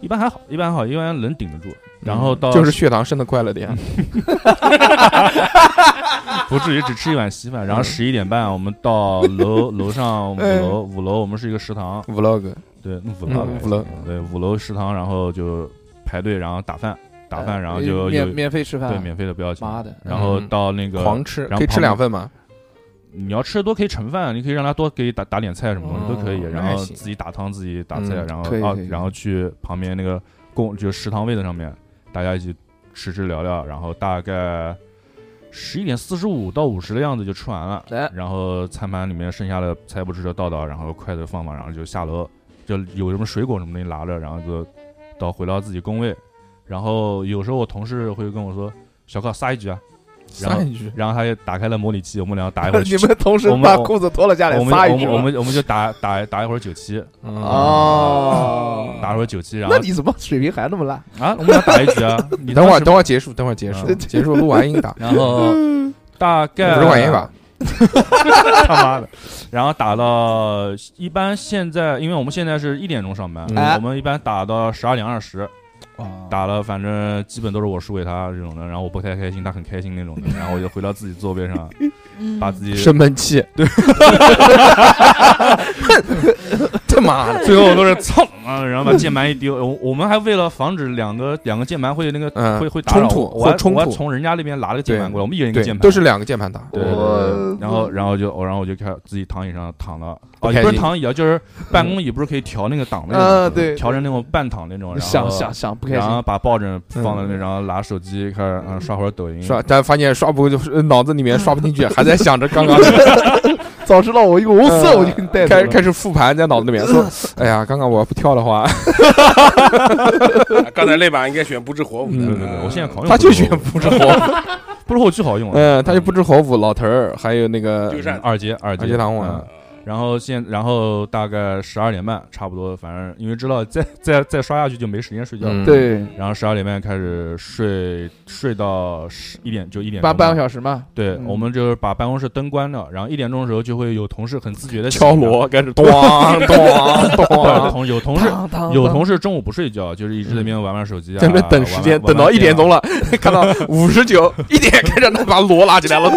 Speaker 6: 一般还好，一般还好，一般能顶得住。 [LAUGHS] 然后到
Speaker 1: 嗯
Speaker 6: 嗯
Speaker 1: 就是血糖升的快了点。
Speaker 6: [LAUGHS] 不至于只吃一碗稀
Speaker 1: 嗯
Speaker 6: 饭。然后十一点半，我们到
Speaker 1: [LAUGHS]
Speaker 6: 楼楼上五楼，五楼我们是一个食堂，
Speaker 1: 嗯 vlog
Speaker 6: 对，那五楼
Speaker 1: 哎嗯五楼
Speaker 6: 对五楼食堂，然后就排队，然后打饭，打
Speaker 1: 哎
Speaker 6: 饭，然后
Speaker 2: 呃
Speaker 6: 就有
Speaker 2: 免免费吃饭，
Speaker 6: 对免费的不要钱。
Speaker 2: 妈的，
Speaker 6: 然后到那个
Speaker 1: 啊狂吃，
Speaker 6: 然后
Speaker 1: 可以吃
Speaker 6: 旁边
Speaker 1: 两份吗？
Speaker 6: 你要吃的多可以盛饭，你可以让他多给打打点菜什么东西
Speaker 1: 哦
Speaker 6: 都可以，
Speaker 1: 那
Speaker 6: 然
Speaker 1: 还
Speaker 6: 后
Speaker 1: 行
Speaker 6: 自己打汤自己打菜，
Speaker 1: 嗯
Speaker 6: 然后
Speaker 2: 可以
Speaker 6: 啊
Speaker 2: 可以
Speaker 6: 然后去旁边那个供就食堂位子上面，大家一起吃吃聊聊，然后大概十一点四十五到五十的样子就吃完了，
Speaker 1: 哎
Speaker 2: 来
Speaker 6: 然后餐盘里面剩下的菜不吃的倒倒，然后筷子放放，然后就下楼，就有什么水果什么东西拿着，然后就到回到自己工位，然后有时候我同事会跟我说：“小高撒一局啊。”然后
Speaker 1: 上一句，
Speaker 6: 然后他也打开了模拟器，我们俩打一会
Speaker 1: [LAUGHS]
Speaker 6: 儿
Speaker 2: [LAUGHS] 你们同时
Speaker 6: 我们
Speaker 2: 把
Speaker 6: 我
Speaker 2: 裤子脱了下来，
Speaker 6: 我们
Speaker 2: 撒
Speaker 6: 我
Speaker 2: 一句吧
Speaker 6: 们我们我们就打打打一会儿九七，啊
Speaker 2: 哦，
Speaker 6: 打一会儿九七，然后
Speaker 2: 那你怎么水平还那么烂？
Speaker 6: 啊，我们俩打一
Speaker 2: [LAUGHS]
Speaker 6: 局啊，你
Speaker 1: 等会儿
Speaker 6: 当时，
Speaker 1: 等会儿结束，等会儿结束，
Speaker 2: 嗯
Speaker 1: 结束录完音打
Speaker 6: [LAUGHS] 然后大概
Speaker 1: 不是玩音吧？
Speaker 6: [LAUGHS] 他妈的，然后打到一般现在，因为我们现在是一点钟上班，
Speaker 2: 哎
Speaker 6: 我们一般打到十二点二十，打了反正基本都是我输给他这种的，然后我不太开心，他很开心那种的，然后我就回到自己座位上，
Speaker 8: 嗯
Speaker 6: 把自己
Speaker 1: 生闷气，对， [LAUGHS] 他妈的，
Speaker 6: 最后都是蹭啊，然后把键盘一丢。我我们还为了防止两个两个键盘会那个、
Speaker 1: 嗯
Speaker 6: 会会打
Speaker 1: 冲
Speaker 6: 扰
Speaker 1: 突
Speaker 6: 我还
Speaker 1: 会冲突
Speaker 6: 我还从人家那边拿了个键盘过来，我们一人一个键
Speaker 1: 对，
Speaker 6: 盘，
Speaker 1: 都是两个键盘打，嗯
Speaker 6: 对。对对然后然后就我然后我就开始自己躺椅上躺了，
Speaker 1: 不
Speaker 6: 哦
Speaker 1: 开
Speaker 6: 也
Speaker 1: 心
Speaker 6: 不是躺椅啊，就是办公椅不是可以调那个档的那种，
Speaker 1: 呃
Speaker 2: 嗯，对，
Speaker 6: 调成那种半躺那种，然后
Speaker 2: 想想想不开
Speaker 6: 然
Speaker 2: 心
Speaker 6: 后，把抱枕放在那，
Speaker 1: 嗯
Speaker 6: 然后拿手机开始嗯刷会儿抖音，
Speaker 1: 刷，但发现刷不就是脑子里面刷不进去，还在想着
Speaker 6: [LAUGHS]
Speaker 1: 刚刚的
Speaker 2: [LAUGHS] 早知道我一个无色
Speaker 1: 嗯
Speaker 2: 我就给你带走
Speaker 1: 开
Speaker 2: 了
Speaker 1: 始。开始复盘在脑子里面
Speaker 6: [LAUGHS]
Speaker 1: 说，哎呀，刚刚我要不跳的话，
Speaker 4: 刚才那把应该选不知火舞的，
Speaker 1: 嗯
Speaker 6: 对对对，我现在狂用， [LAUGHS]
Speaker 1: 他就选不知火，
Speaker 6: 不是后区好用啊。
Speaker 5: 嗯，他就不知侯府、老头儿，还有那个
Speaker 4: 对
Speaker 6: 嗯
Speaker 4: 战
Speaker 6: 二阶二
Speaker 5: 二阶堂皇
Speaker 1: 啊
Speaker 6: 嗯然后现，然后大概十二点半差不多，反正因为知道再再再刷下去就没时间睡觉了。
Speaker 5: 嗯
Speaker 2: 对，
Speaker 6: 然后十二点半开始睡，睡到十一点就一点
Speaker 2: 半半个
Speaker 6: 时。
Speaker 2: 小时嘛，
Speaker 6: 对、
Speaker 2: 嗯
Speaker 6: 我们就是把办公室灯关掉，然后一点钟的时候就会有同事很自觉的
Speaker 5: 敲 [LAUGHS] 锣，开始咚咚 [LAUGHS]
Speaker 6: 有
Speaker 5: 咚，
Speaker 6: [LAUGHS] 同有同事
Speaker 2: 当当
Speaker 6: 有
Speaker 2: 当
Speaker 6: 同事中午不睡觉，就是一直在那边玩玩手机啊，
Speaker 5: 嗯在那等时间，等到一点钟
Speaker 6: 了。
Speaker 5: 了，看到五十九一点开始，他把锣拉起来了，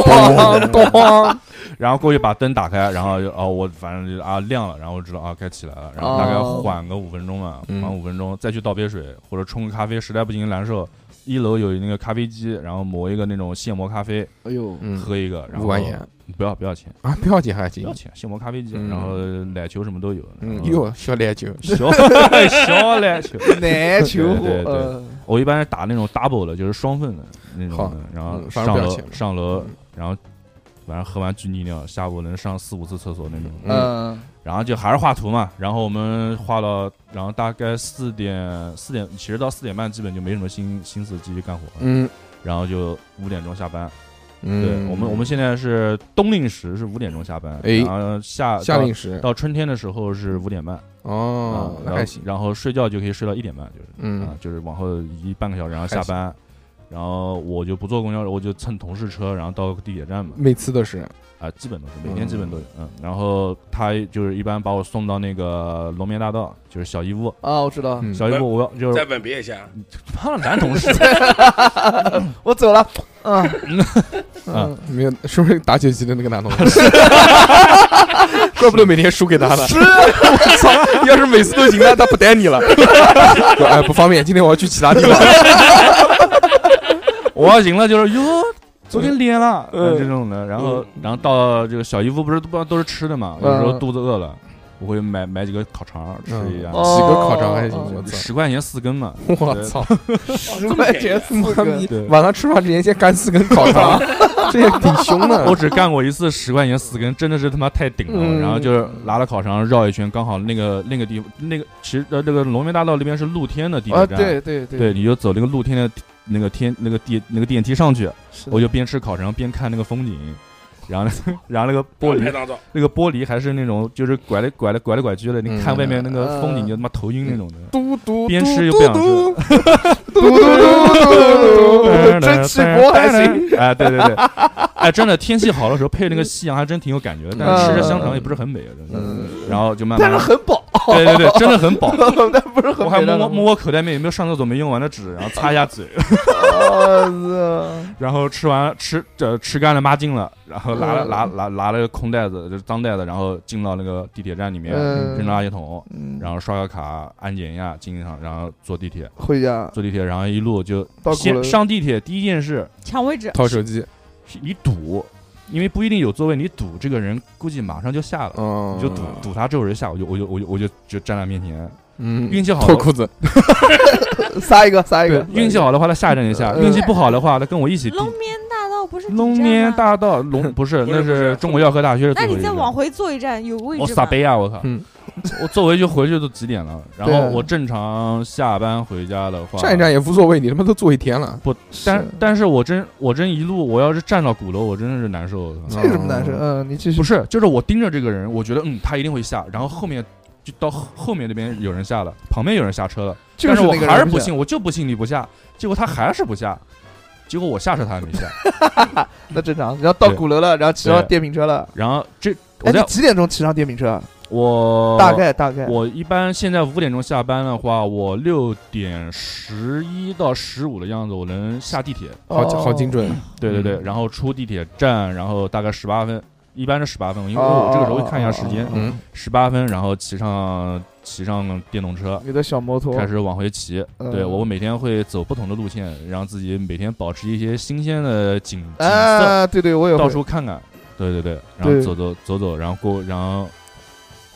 Speaker 5: 咚咚，
Speaker 6: 然后过去把灯打开，然后就哦，我反正就啊亮了，然后我知道啊该起来了，然后大概
Speaker 2: 哦
Speaker 6: 缓个五分钟吧，
Speaker 5: 嗯
Speaker 6: 缓五分钟再去倒杯水或者冲个咖啡，实在不行难受，一楼有那个咖啡机，然后磨一个那种现磨咖啡
Speaker 2: 哎呦，
Speaker 5: 嗯，
Speaker 6: 喝一个，然后
Speaker 5: 五块钱
Speaker 6: 不要不要钱
Speaker 5: 啊，不要紧还
Speaker 6: 不
Speaker 5: 行
Speaker 6: 要，钱，现磨咖啡机，
Speaker 5: 嗯
Speaker 6: 然后奶球什么都有，
Speaker 5: 嗯，
Speaker 6: 有
Speaker 5: 哟，小奶酒， [LAUGHS]
Speaker 6: 小小奶球，
Speaker 2: 奶球火
Speaker 6: 对对对
Speaker 2: 呃，
Speaker 6: 我一般是打那种 double 的，就是双份的那种
Speaker 5: 好
Speaker 6: 的，然后
Speaker 5: 嗯反正
Speaker 6: 上
Speaker 5: 不要
Speaker 6: 楼
Speaker 5: 钱
Speaker 6: 上楼
Speaker 5: 嗯，
Speaker 6: 然后晚上喝完巨利尿，下午能上四五次厕所那种。
Speaker 5: 嗯，
Speaker 2: 嗯，
Speaker 6: 然后就还是画图嘛，然后我们画到，然后大概四点四点，其实到四点半基本就没什么心心思继续干活了，
Speaker 5: 嗯
Speaker 6: 然后就五点钟下班。
Speaker 5: 嗯，
Speaker 6: 对我们我们现在是冬令时是五点钟下班，
Speaker 5: 哎
Speaker 6: 然后夏
Speaker 5: 夏
Speaker 6: 到
Speaker 5: 令时
Speaker 6: 到春天的时候是五点半，
Speaker 5: 哦，
Speaker 6: 嗯
Speaker 5: 那
Speaker 6: 然
Speaker 5: 还
Speaker 6: 后
Speaker 5: 行，
Speaker 6: 然后睡觉就可以睡到一点半，就是。啊
Speaker 5: 嗯，，
Speaker 6: 就是往后移半个小时，然后
Speaker 5: 还
Speaker 6: 下班，然后我就不坐公交，我就蹭同事车，然后到地铁站嘛，
Speaker 1: 嗯
Speaker 5: 每次都是，
Speaker 6: 啊，基本都是每天基本都有，嗯，然后他就是一般把我送到那个龙眠大道，就是小义乌，
Speaker 2: 啊，我知道，
Speaker 5: 嗯
Speaker 6: 小义乌我要就
Speaker 4: 再
Speaker 6: 是
Speaker 4: 吻别一下，
Speaker 6: 他妈的男同事，
Speaker 2: 我走了，嗯，嗯
Speaker 6: 嗯，
Speaker 5: 没有，是不是打九级的那个男同 [LAUGHS] 事？怪不得每天输给他了。是，啊 [LAUGHS] 我操！要是每次都赢了，他不带你 [LAUGHS] 了。说哎，不方便，今天我要去其他地 [LAUGHS] 方。
Speaker 6: 我要赢了就是哟。昨天连了，
Speaker 5: 嗯
Speaker 6: 嗯，这种的，然后，然后到这个小义乌不是不都是吃的嘛？有时候
Speaker 2: 嗯
Speaker 6: 肚子饿了，我会买买几个烤肠吃
Speaker 1: 嗯
Speaker 6: 一下，
Speaker 2: 哦
Speaker 5: 嗯几个烤肠还行，
Speaker 2: 哦
Speaker 5: 我操！
Speaker 6: 十块钱四根嘛。
Speaker 5: 我操！
Speaker 2: 十块
Speaker 4: [LAUGHS]
Speaker 2: 钱四
Speaker 5: 妈逼
Speaker 2: 个，
Speaker 6: 对
Speaker 5: 晚上吃饭之前先干四根烤 [LAUGHS] 肠，这也挺凶
Speaker 2: [LAUGHS]
Speaker 5: 的。
Speaker 6: 我只干过一次十块钱四根，真的是他妈太顶了。
Speaker 5: 嗯
Speaker 6: 然后就是拿了烤肠绕一圈，刚好那个那个地方，那个其实呃那个龙门大道那边是露天的地
Speaker 2: 啊，
Speaker 6: 铁站，
Speaker 2: 对对对，
Speaker 6: 对，你就走那个露天的那个天那个电那个电梯上去，
Speaker 2: 是的
Speaker 6: 我就边吃烤肠边看那个风景。然后那， [LAUGHS] 然后那个玻
Speaker 4: 拍
Speaker 6: 璃，
Speaker 4: 张照，
Speaker 6: 那个玻璃还是那种，就是拐来拐来拐来拐去的，你看
Speaker 5: 嗯
Speaker 6: 外面那个风景，
Speaker 2: 呃
Speaker 6: 你就他妈头晕那种的。
Speaker 5: 嘟嘟
Speaker 6: 边吃又不想吃，
Speaker 2: 嘟嘟嘟嘟嘟， [LAUGHS] 蒸汽锅还行，。
Speaker 6: [LAUGHS] 哎，对对
Speaker 2: [LAUGHS]
Speaker 6: 对，哎，真的天气好的时候配那个夕阳还真挺有感觉的，但是吃着香肠也不是很美，啊真的。
Speaker 5: 嗯，
Speaker 6: 然后就慢
Speaker 2: 嗯但是
Speaker 6: 慢，
Speaker 2: 很饱， [LAUGHS]
Speaker 6: 对对对，真的很饱。
Speaker 2: 但不是很
Speaker 6: 我还
Speaker 2: 美
Speaker 6: 摸
Speaker 2: 的
Speaker 6: 摸摸我口袋里面有没有上厕所没用完的纸，然后擦一
Speaker 2: [LAUGHS]
Speaker 6: 下嘴，
Speaker 2: 我操，
Speaker 6: 然后吃完吃这吃干了妈净了，然后拿了
Speaker 2: 嗯
Speaker 6: 拿拿拿了个空袋子，就是脏袋子，然后进到那个地铁站里面
Speaker 2: 嗯
Speaker 6: 扔垃圾桶，
Speaker 2: 嗯，
Speaker 6: 然后刷个卡安检一下进一趟，然后坐地铁
Speaker 2: 回家
Speaker 6: 坐地铁，然后一路就
Speaker 2: 到鼓
Speaker 6: 先
Speaker 2: 楼
Speaker 6: 上地铁第一件事
Speaker 8: 抢位置，
Speaker 5: 掏手机，
Speaker 6: 你赌，因为不一定有座位，你赌这个人估计马上就下了，
Speaker 5: 嗯，
Speaker 6: 你就赌赌他这会儿就下，我就我就我就我就就站在面前，
Speaker 5: 嗯，
Speaker 6: 运气好
Speaker 5: 脱裤
Speaker 6: 的。
Speaker 5: 子，
Speaker 2: 撒一个撒一
Speaker 6: 对
Speaker 2: 个，，
Speaker 6: 运气好的话，他下一站就下；
Speaker 2: 嗯
Speaker 6: 运气不好的话，他跟我一起递。
Speaker 8: 龙眠大道不是几
Speaker 6: 龙
Speaker 8: 站
Speaker 6: 年
Speaker 8: 吗？
Speaker 6: 大道龙不是，
Speaker 4: 不是
Speaker 6: 那
Speaker 4: 不是
Speaker 6: 是中国药科大学的
Speaker 8: 那
Speaker 6: 最后
Speaker 8: 你
Speaker 6: 一
Speaker 8: 再
Speaker 6: 站。
Speaker 8: 往回坐一站，有位
Speaker 6: 我
Speaker 8: 置
Speaker 6: 撒
Speaker 8: 吗？ [LAUGHS]
Speaker 6: 杯啊！我靠
Speaker 5: 嗯，
Speaker 6: 我坐回去回去都几点了？然
Speaker 2: 对
Speaker 6: 后
Speaker 2: 啊
Speaker 6: 我正常下班回家的话，
Speaker 5: 站一站也无所谓，你他妈都坐一天了。
Speaker 6: 但但是我真我真一路，我要是站到鼓楼，我真的是难受。
Speaker 5: 嗯
Speaker 2: 这有什么难受？嗯，你继续
Speaker 6: 不，是，就是我盯着这个人，我觉得嗯，他一定会下，然后后面就到后后面那边有人下了，旁边有人下车了，
Speaker 2: 就是啊
Speaker 6: 但
Speaker 2: 那
Speaker 6: 是
Speaker 2: 个
Speaker 6: 我还是不信，我就不信你不下，结果他还是不下，结果我下车他还没下，
Speaker 2: 那正常。然后到鼓楼了，然后骑上电瓶车了。
Speaker 6: 然后这我
Speaker 2: 哎，你
Speaker 6: 在
Speaker 2: 几点钟骑上电瓶车？啊
Speaker 6: 我
Speaker 2: 大概大概。
Speaker 6: 我一般现在五点钟下班的话，我六点十一到十五的样子我能下地铁，
Speaker 5: 好
Speaker 2: 哦
Speaker 5: 好精。准，
Speaker 6: 对对对，
Speaker 5: 嗯
Speaker 6: 然后出地铁站，然后大概十八分，一般是十八分，因为我这个时候会看一下时间
Speaker 2: 哦哦，
Speaker 5: 嗯，
Speaker 6: 十八分，然后骑上骑上电动车。
Speaker 2: 你的小摩托
Speaker 6: 开始往回骑。
Speaker 2: 嗯
Speaker 6: 对我每天会走不同的路线，让自己每天保持一些新鲜的景景色，
Speaker 2: 啊，对对，我有
Speaker 6: 到处看看。对对对，然后
Speaker 2: 对
Speaker 6: 走走走走，然后过，然后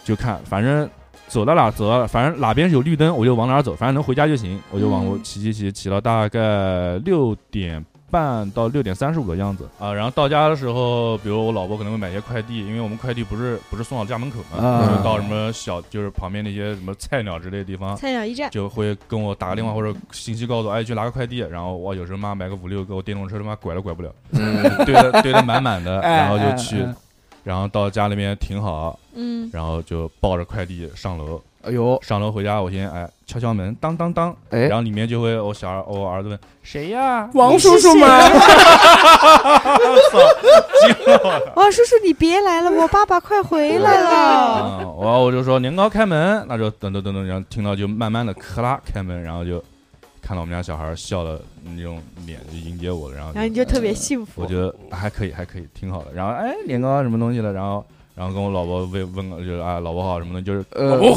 Speaker 6: 就看，反正走到哪走到哪，反正哪边有绿灯我就往哪儿走，反正能回家就行，我就往
Speaker 8: 嗯
Speaker 6: 我骑骑骑骑到大概六点半到六点三十五的样子
Speaker 2: 嗯
Speaker 6: 啊。然后到家的时候，比如我老婆可能会买一些快递，因为我们快递不是不是送到家门口嘛，
Speaker 2: 啊
Speaker 6: 就是到什么小就是旁边那些什么菜鸟之类的地方，
Speaker 8: 菜鸟驿站，
Speaker 6: 就会跟我打个电话或者信息告诉我，哎，去拿个快递。然后哇，有时候妈买个五六个，我电动车他妈拐都拐不了， [LAUGHS] 堆的堆的满满的，
Speaker 2: 嗯哎
Speaker 6: 然后就
Speaker 2: 哎
Speaker 6: 去
Speaker 2: 哎，
Speaker 6: 然后到家里面停好，
Speaker 8: 嗯，
Speaker 6: 然后就抱着快递上楼，
Speaker 2: 哎呦，
Speaker 6: 上楼回家我先哎敲敲门，当当当，
Speaker 2: 哎
Speaker 6: 然，后里面就会我小儿我儿子问谁呀？
Speaker 2: [LAUGHS]
Speaker 4: 王叔叔吗？
Speaker 8: 哇，啊叔叔你别来了，我爸爸快回来了。
Speaker 6: 嗯，然后我就说年糕开门，那就等等等等，然后听到就慢慢的咔啦开门，然后就看到我们家小孩笑的那种脸就迎接我了，然后就
Speaker 8: 然后你就特别幸福，
Speaker 6: 我觉得还可以，还可以，挺好的。然后哎，年糕什么东西的，然后然后跟我老婆问问个，就是啊，老婆好什么的，就是
Speaker 2: 呃，
Speaker 6: 不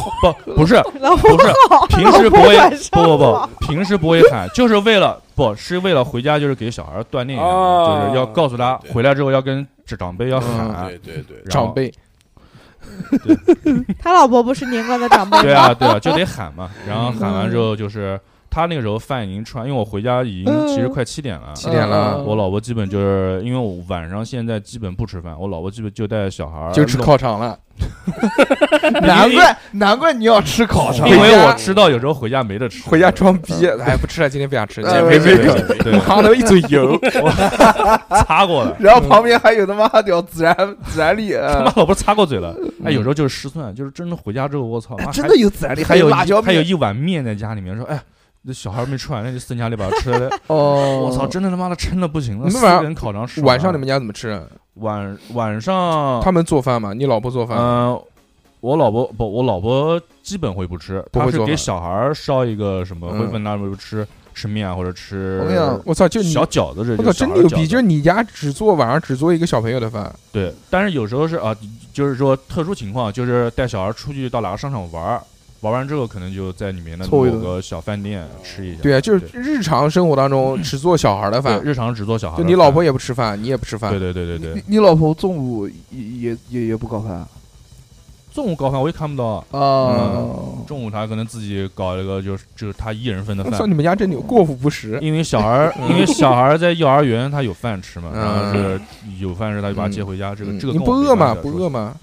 Speaker 6: 不是
Speaker 8: 老婆
Speaker 1: [LAUGHS]
Speaker 6: 不是，
Speaker 8: 好，
Speaker 6: [LAUGHS] 平时不会 [LAUGHS] 不不不，平时不会喊，就是为了不是为了回家就是给小孩锻炼一下嘛，
Speaker 4: 哦
Speaker 6: 就是要告诉他
Speaker 4: 对嗯
Speaker 6: 回来之后要跟长辈要喊
Speaker 4: 对对对，
Speaker 6: 然后
Speaker 1: 长辈，
Speaker 8: 他老婆不是年糕的长辈吗？
Speaker 6: 对啊，对啊，就得喊嘛。然后喊完之后，就是他那个时候饭已经吃完，因为我回家已经其实快七点了。
Speaker 1: 嗯七点了
Speaker 2: 嗯
Speaker 6: 我老婆基本就是因为我晚上现在基本不吃饭，我老婆基本就带小孩儿
Speaker 1: 就吃
Speaker 6: 弄
Speaker 1: 烤肠
Speaker 6: [LAUGHS]
Speaker 1: 了。
Speaker 2: 难怪难怪你要吃烤肠，
Speaker 6: 因为我嗯知道有时候回家没得吃，
Speaker 1: 回家哎装逼，哎，不吃了，今天不想吃，
Speaker 2: 呃
Speaker 1: 减
Speaker 6: 对
Speaker 1: 肥
Speaker 6: 对
Speaker 1: 胃口，
Speaker 6: 对对，
Speaker 1: 妈的一嘴油，
Speaker 6: 擦过
Speaker 1: [LAUGHS]
Speaker 6: 了。
Speaker 2: 然后旁边还有他妈屌孜然孜然粒，
Speaker 1: 嗯
Speaker 6: 他
Speaker 2: 呃
Speaker 6: 妈老婆擦过嘴了，哎，有时候就是失算，就是真的回家之后，我操，妈
Speaker 2: 哎真的有孜然粒，
Speaker 6: 还
Speaker 2: 有
Speaker 6: 有
Speaker 2: 辣椒
Speaker 6: 一还有
Speaker 2: 面，
Speaker 6: 一碗面在家里面，说哎，那小孩没吃完，那就剩家里把它吃了。
Speaker 2: 哦
Speaker 6: 我操，，真的他妈的撑的不行了，
Speaker 1: 嗯你们
Speaker 6: 四
Speaker 1: 晚上
Speaker 6: 个人烤肠吃完了。
Speaker 1: 晚上你们家怎么吃？啊
Speaker 6: 晚晚上
Speaker 1: 他们做饭吗？你老婆做饭？
Speaker 6: 嗯，我老婆不，我老婆基本会不吃，
Speaker 1: 不会
Speaker 6: 她是
Speaker 1: 做
Speaker 6: 给
Speaker 1: 饭
Speaker 6: 小孩儿烧一个什么，
Speaker 1: 嗯
Speaker 6: 会问他们吃吃面啊或者吃
Speaker 2: 我跟你讲
Speaker 1: 我操，就你
Speaker 6: 小，饺子这
Speaker 1: 我操，
Speaker 6: 种。
Speaker 1: 真牛逼！
Speaker 6: 就
Speaker 1: 就是你家只做晚上只做一个小朋友的饭，
Speaker 6: 对，但是有时候是啊，就是说特殊情况，就是带小孩出去到哪个商场玩儿，玩完之后可能就在里面的
Speaker 2: 凑
Speaker 6: 某
Speaker 2: 一顿
Speaker 6: 个小饭店吃一下。
Speaker 1: 对啊，就是
Speaker 6: 对
Speaker 1: 日常生活当
Speaker 6: [LAUGHS]
Speaker 1: 中只做小孩的饭
Speaker 6: 对，日常只做小孩儿
Speaker 1: 就
Speaker 6: 的饭。
Speaker 1: 你老婆也不吃饭，你也不吃饭
Speaker 6: 对。对对对
Speaker 2: 你
Speaker 6: 对，
Speaker 2: 你你老婆中午也也也也不搞饭啊
Speaker 6: 中午搞饭我也看不到，
Speaker 1: 嗯
Speaker 6: 嗯
Speaker 2: 哦，
Speaker 6: 中午她可能自己搞一个就是就是她一人份的
Speaker 1: 我
Speaker 6: 饭嗯
Speaker 1: 操，。你们家真牛，过午不 [LAUGHS] 食。
Speaker 6: 因为小孩儿，因为小孩儿在幼儿园他有饭吃嘛，
Speaker 1: 嗯
Speaker 6: 然后是有饭吃，他就把他接回家。这个
Speaker 1: 嗯
Speaker 6: 这个
Speaker 1: 你
Speaker 6: 跟
Speaker 1: 不
Speaker 6: 我没
Speaker 1: 饿吗？
Speaker 6: 关系啊
Speaker 1: 不
Speaker 6: [LAUGHS]
Speaker 1: 饿吗？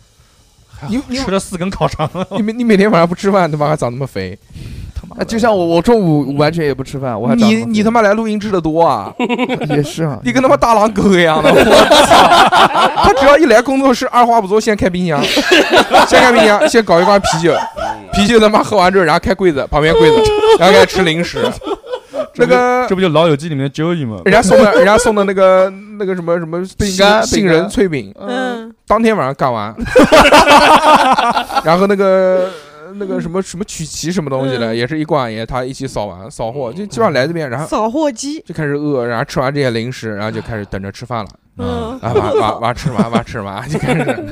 Speaker 1: 你你
Speaker 6: 吃了四根烤肠， [LAUGHS]
Speaker 1: 你每你每天晚上不吃饭，他妈还长那么肥？
Speaker 6: 他妈
Speaker 2: 哎
Speaker 6: 的
Speaker 2: 就像我我中午完全也不吃饭，我还长
Speaker 1: 你你他
Speaker 2: 得
Speaker 1: 妈来录音吃的多啊！
Speaker 2: [LAUGHS] 也是啊，
Speaker 1: 你跟他妈大狼狗一样的，我操！他只要一来工作室，二话不说先开冰箱，先开冰箱，先搞一罐啤酒，啤酒他妈喝完之后，然后开柜子，旁边柜子，然后开始吃零食。那个
Speaker 6: 这不就《老友记》里面的 Joey 吗？
Speaker 1: 人家送的，人家送的那个那个什么什么
Speaker 2: 饼
Speaker 1: 杏
Speaker 2: 干
Speaker 1: 杏
Speaker 2: 饼干
Speaker 1: 仁脆饼，
Speaker 2: 嗯，
Speaker 8: 嗯，
Speaker 1: 当天晚上干
Speaker 2: [LAUGHS]
Speaker 1: 完，然后那个那个什么什么曲奇什么东西的，
Speaker 2: 嗯
Speaker 1: 也是一罐，也他一起扫完扫货，就基本上来这边，然后
Speaker 8: 扫货机，
Speaker 1: 就开始饿，然后吃完这些零食，然后就开始等着吃饭了。
Speaker 6: 嗯，
Speaker 8: 嗯，
Speaker 1: 啊，哇哇哇吃嘛哇吃嘛，就开始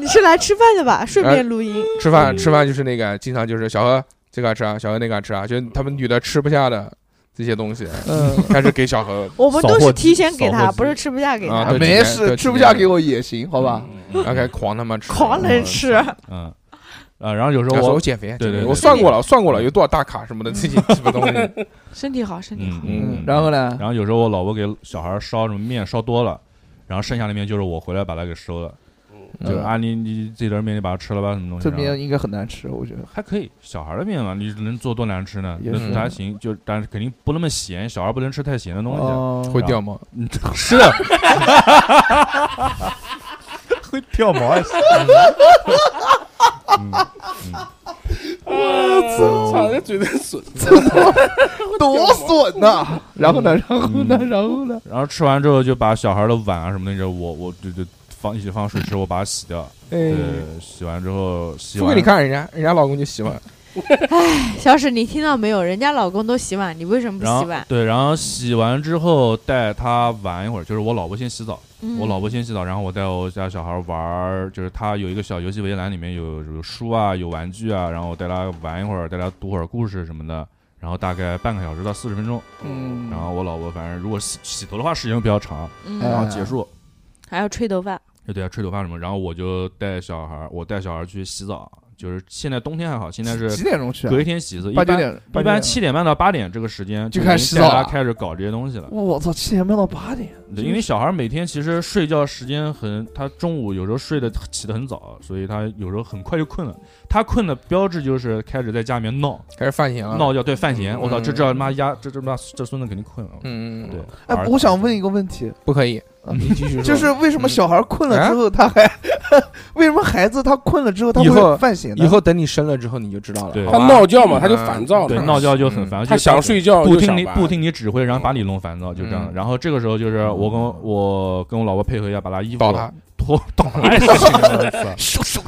Speaker 8: 你是来吃饭的吧？顺便录音，
Speaker 1: 吃饭吃饭就是那个，经常就是小何这个吃啊，小何那个吃啊，就他们女的吃不下的这些东西，
Speaker 2: 嗯，
Speaker 1: 开始给小何，
Speaker 8: 我们都
Speaker 6: 扫货
Speaker 8: 是
Speaker 6: 机
Speaker 8: 提前给
Speaker 6: 扫
Speaker 8: 他，
Speaker 6: 货机
Speaker 8: 不是吃不下给
Speaker 1: 啊
Speaker 8: 他，
Speaker 1: 对
Speaker 2: 没
Speaker 1: 几
Speaker 2: 事，
Speaker 1: 年
Speaker 2: 吃不下给我也行，好吧？
Speaker 6: 嗯
Speaker 1: 然后开始狂他妈吃，
Speaker 8: 狂能吃，
Speaker 6: 嗯啊，然后有时
Speaker 1: 然后
Speaker 6: 候
Speaker 1: 说
Speaker 6: 我
Speaker 1: 我减肥，减肥
Speaker 6: 对对对
Speaker 1: 我算过了，我算过了，有多少大卡什么的，这些鸡巴东西，
Speaker 3: 身体好，身体好
Speaker 6: 嗯，嗯，
Speaker 2: 然后呢？
Speaker 6: 然后有时候我老婆给小孩儿烧什么面烧多了，然后剩下的面就是我回来把它给收了，就是啊你你这点面你把它吃了吧，什么东西
Speaker 2: 这
Speaker 6: 然后
Speaker 2: 边应该很难吃，我觉得。
Speaker 6: 还可以，小孩儿的面嘛，你能做多难吃呢？
Speaker 2: 也
Speaker 6: 那
Speaker 1: 是
Speaker 6: 还行，就但是肯定不那么咸，小孩儿不能吃太咸的东西。啊
Speaker 2: 哦，
Speaker 1: 会掉毛。
Speaker 6: 嗯， [LAUGHS] 是的，会掉毛啊！嗯嗯
Speaker 4: 啊操，这嘴真损。
Speaker 2: 多损呐！然后呢？然后呢？
Speaker 6: 嗯
Speaker 2: 然后呢？
Speaker 6: 然后吃完之后就把小孩儿的碗啊什么的，就我我就就放一起放水池，我把它洗掉。
Speaker 2: 哎
Speaker 6: 对，，洗完之后洗
Speaker 1: 嗯不
Speaker 6: 完
Speaker 1: 给你看人家，人家老公就洗碗，
Speaker 8: 小史，你听到没有？人家老公都洗碗，你为什么不
Speaker 6: 然
Speaker 8: 洗
Speaker 6: 后
Speaker 8: 碗？
Speaker 6: 对，然后洗完之后带他玩一会儿，就是我老婆先洗澡，
Speaker 8: 嗯
Speaker 6: 我老婆先洗澡，然后我带我家小孩玩儿，就是他有一个小游戏围栏，里面有有书啊，有玩具啊，然后我带他玩一会儿，带他读会儿故事什么的，然后大概半个小时到四十分钟，
Speaker 2: 嗯，
Speaker 6: 然后我老婆反正如果洗洗头的话时间比较长，
Speaker 8: 嗯，
Speaker 2: 哎
Speaker 6: 然后结束
Speaker 8: 还要吹头发，
Speaker 6: 啊就对他吹头发什么，然后我就带小孩，我带小孩去洗澡，就是现在冬天还好，现在
Speaker 2: 几
Speaker 6: 是
Speaker 2: 点钟去啊
Speaker 6: 隔？一天洗一次，一
Speaker 2: 八九
Speaker 6: 般
Speaker 2: 点，八
Speaker 6: 一
Speaker 2: 九
Speaker 6: 般
Speaker 2: 点
Speaker 6: 七点半到八点这个时间
Speaker 2: 就
Speaker 6: 已经
Speaker 2: 开始洗
Speaker 6: 大
Speaker 2: 澡
Speaker 6: 家
Speaker 2: 了嗯
Speaker 6: 开始搞这些东西了。
Speaker 2: 我操，七点半到八点，
Speaker 6: 对因为小孩每天其实睡觉时间很，他中午有时候睡得起得很早，所以他有时候很快就困了。他困的标志就是开始在家里面闹
Speaker 1: 开始犯
Speaker 2: 啊
Speaker 1: 闲了。
Speaker 6: 闹觉，对犯闲。
Speaker 1: 嗯
Speaker 6: 我操，这这他妈丫这这妈这孙子肯定困了。
Speaker 1: 嗯，
Speaker 6: 对，，
Speaker 2: 哎
Speaker 6: 儿，子
Speaker 2: 我想问一个问题，啊
Speaker 1: 不可以，你继续说。
Speaker 2: [LAUGHS] 就是为什么
Speaker 1: 嗯
Speaker 2: 小孩困
Speaker 6: 啊
Speaker 2: 了之后他还， [LAUGHS] 为什么孩子他困了之后他
Speaker 1: 以后
Speaker 2: 会犯闲呢？
Speaker 1: 以后等你生了之后你就知道了。
Speaker 6: 对
Speaker 1: 好
Speaker 4: 他
Speaker 1: 吧
Speaker 4: 闹觉嘛，他就烦躁
Speaker 6: 对
Speaker 4: 嘛，
Speaker 6: 闹
Speaker 2: 嗯
Speaker 6: 觉就很烦，
Speaker 4: 他
Speaker 6: 就
Speaker 4: 想睡
Speaker 1: 哦
Speaker 4: 觉
Speaker 6: 不
Speaker 4: 就
Speaker 6: 听
Speaker 4: 想
Speaker 6: 你
Speaker 4: 玩
Speaker 6: 不，听你指挥，然后把你弄烦躁，就这样。
Speaker 1: 嗯
Speaker 6: 然后这个时候就是我跟我跟我老婆配合一下，把他衣服
Speaker 1: 倒他，
Speaker 6: 脱倒
Speaker 1: [LAUGHS]
Speaker 6: 他，
Speaker 2: 手手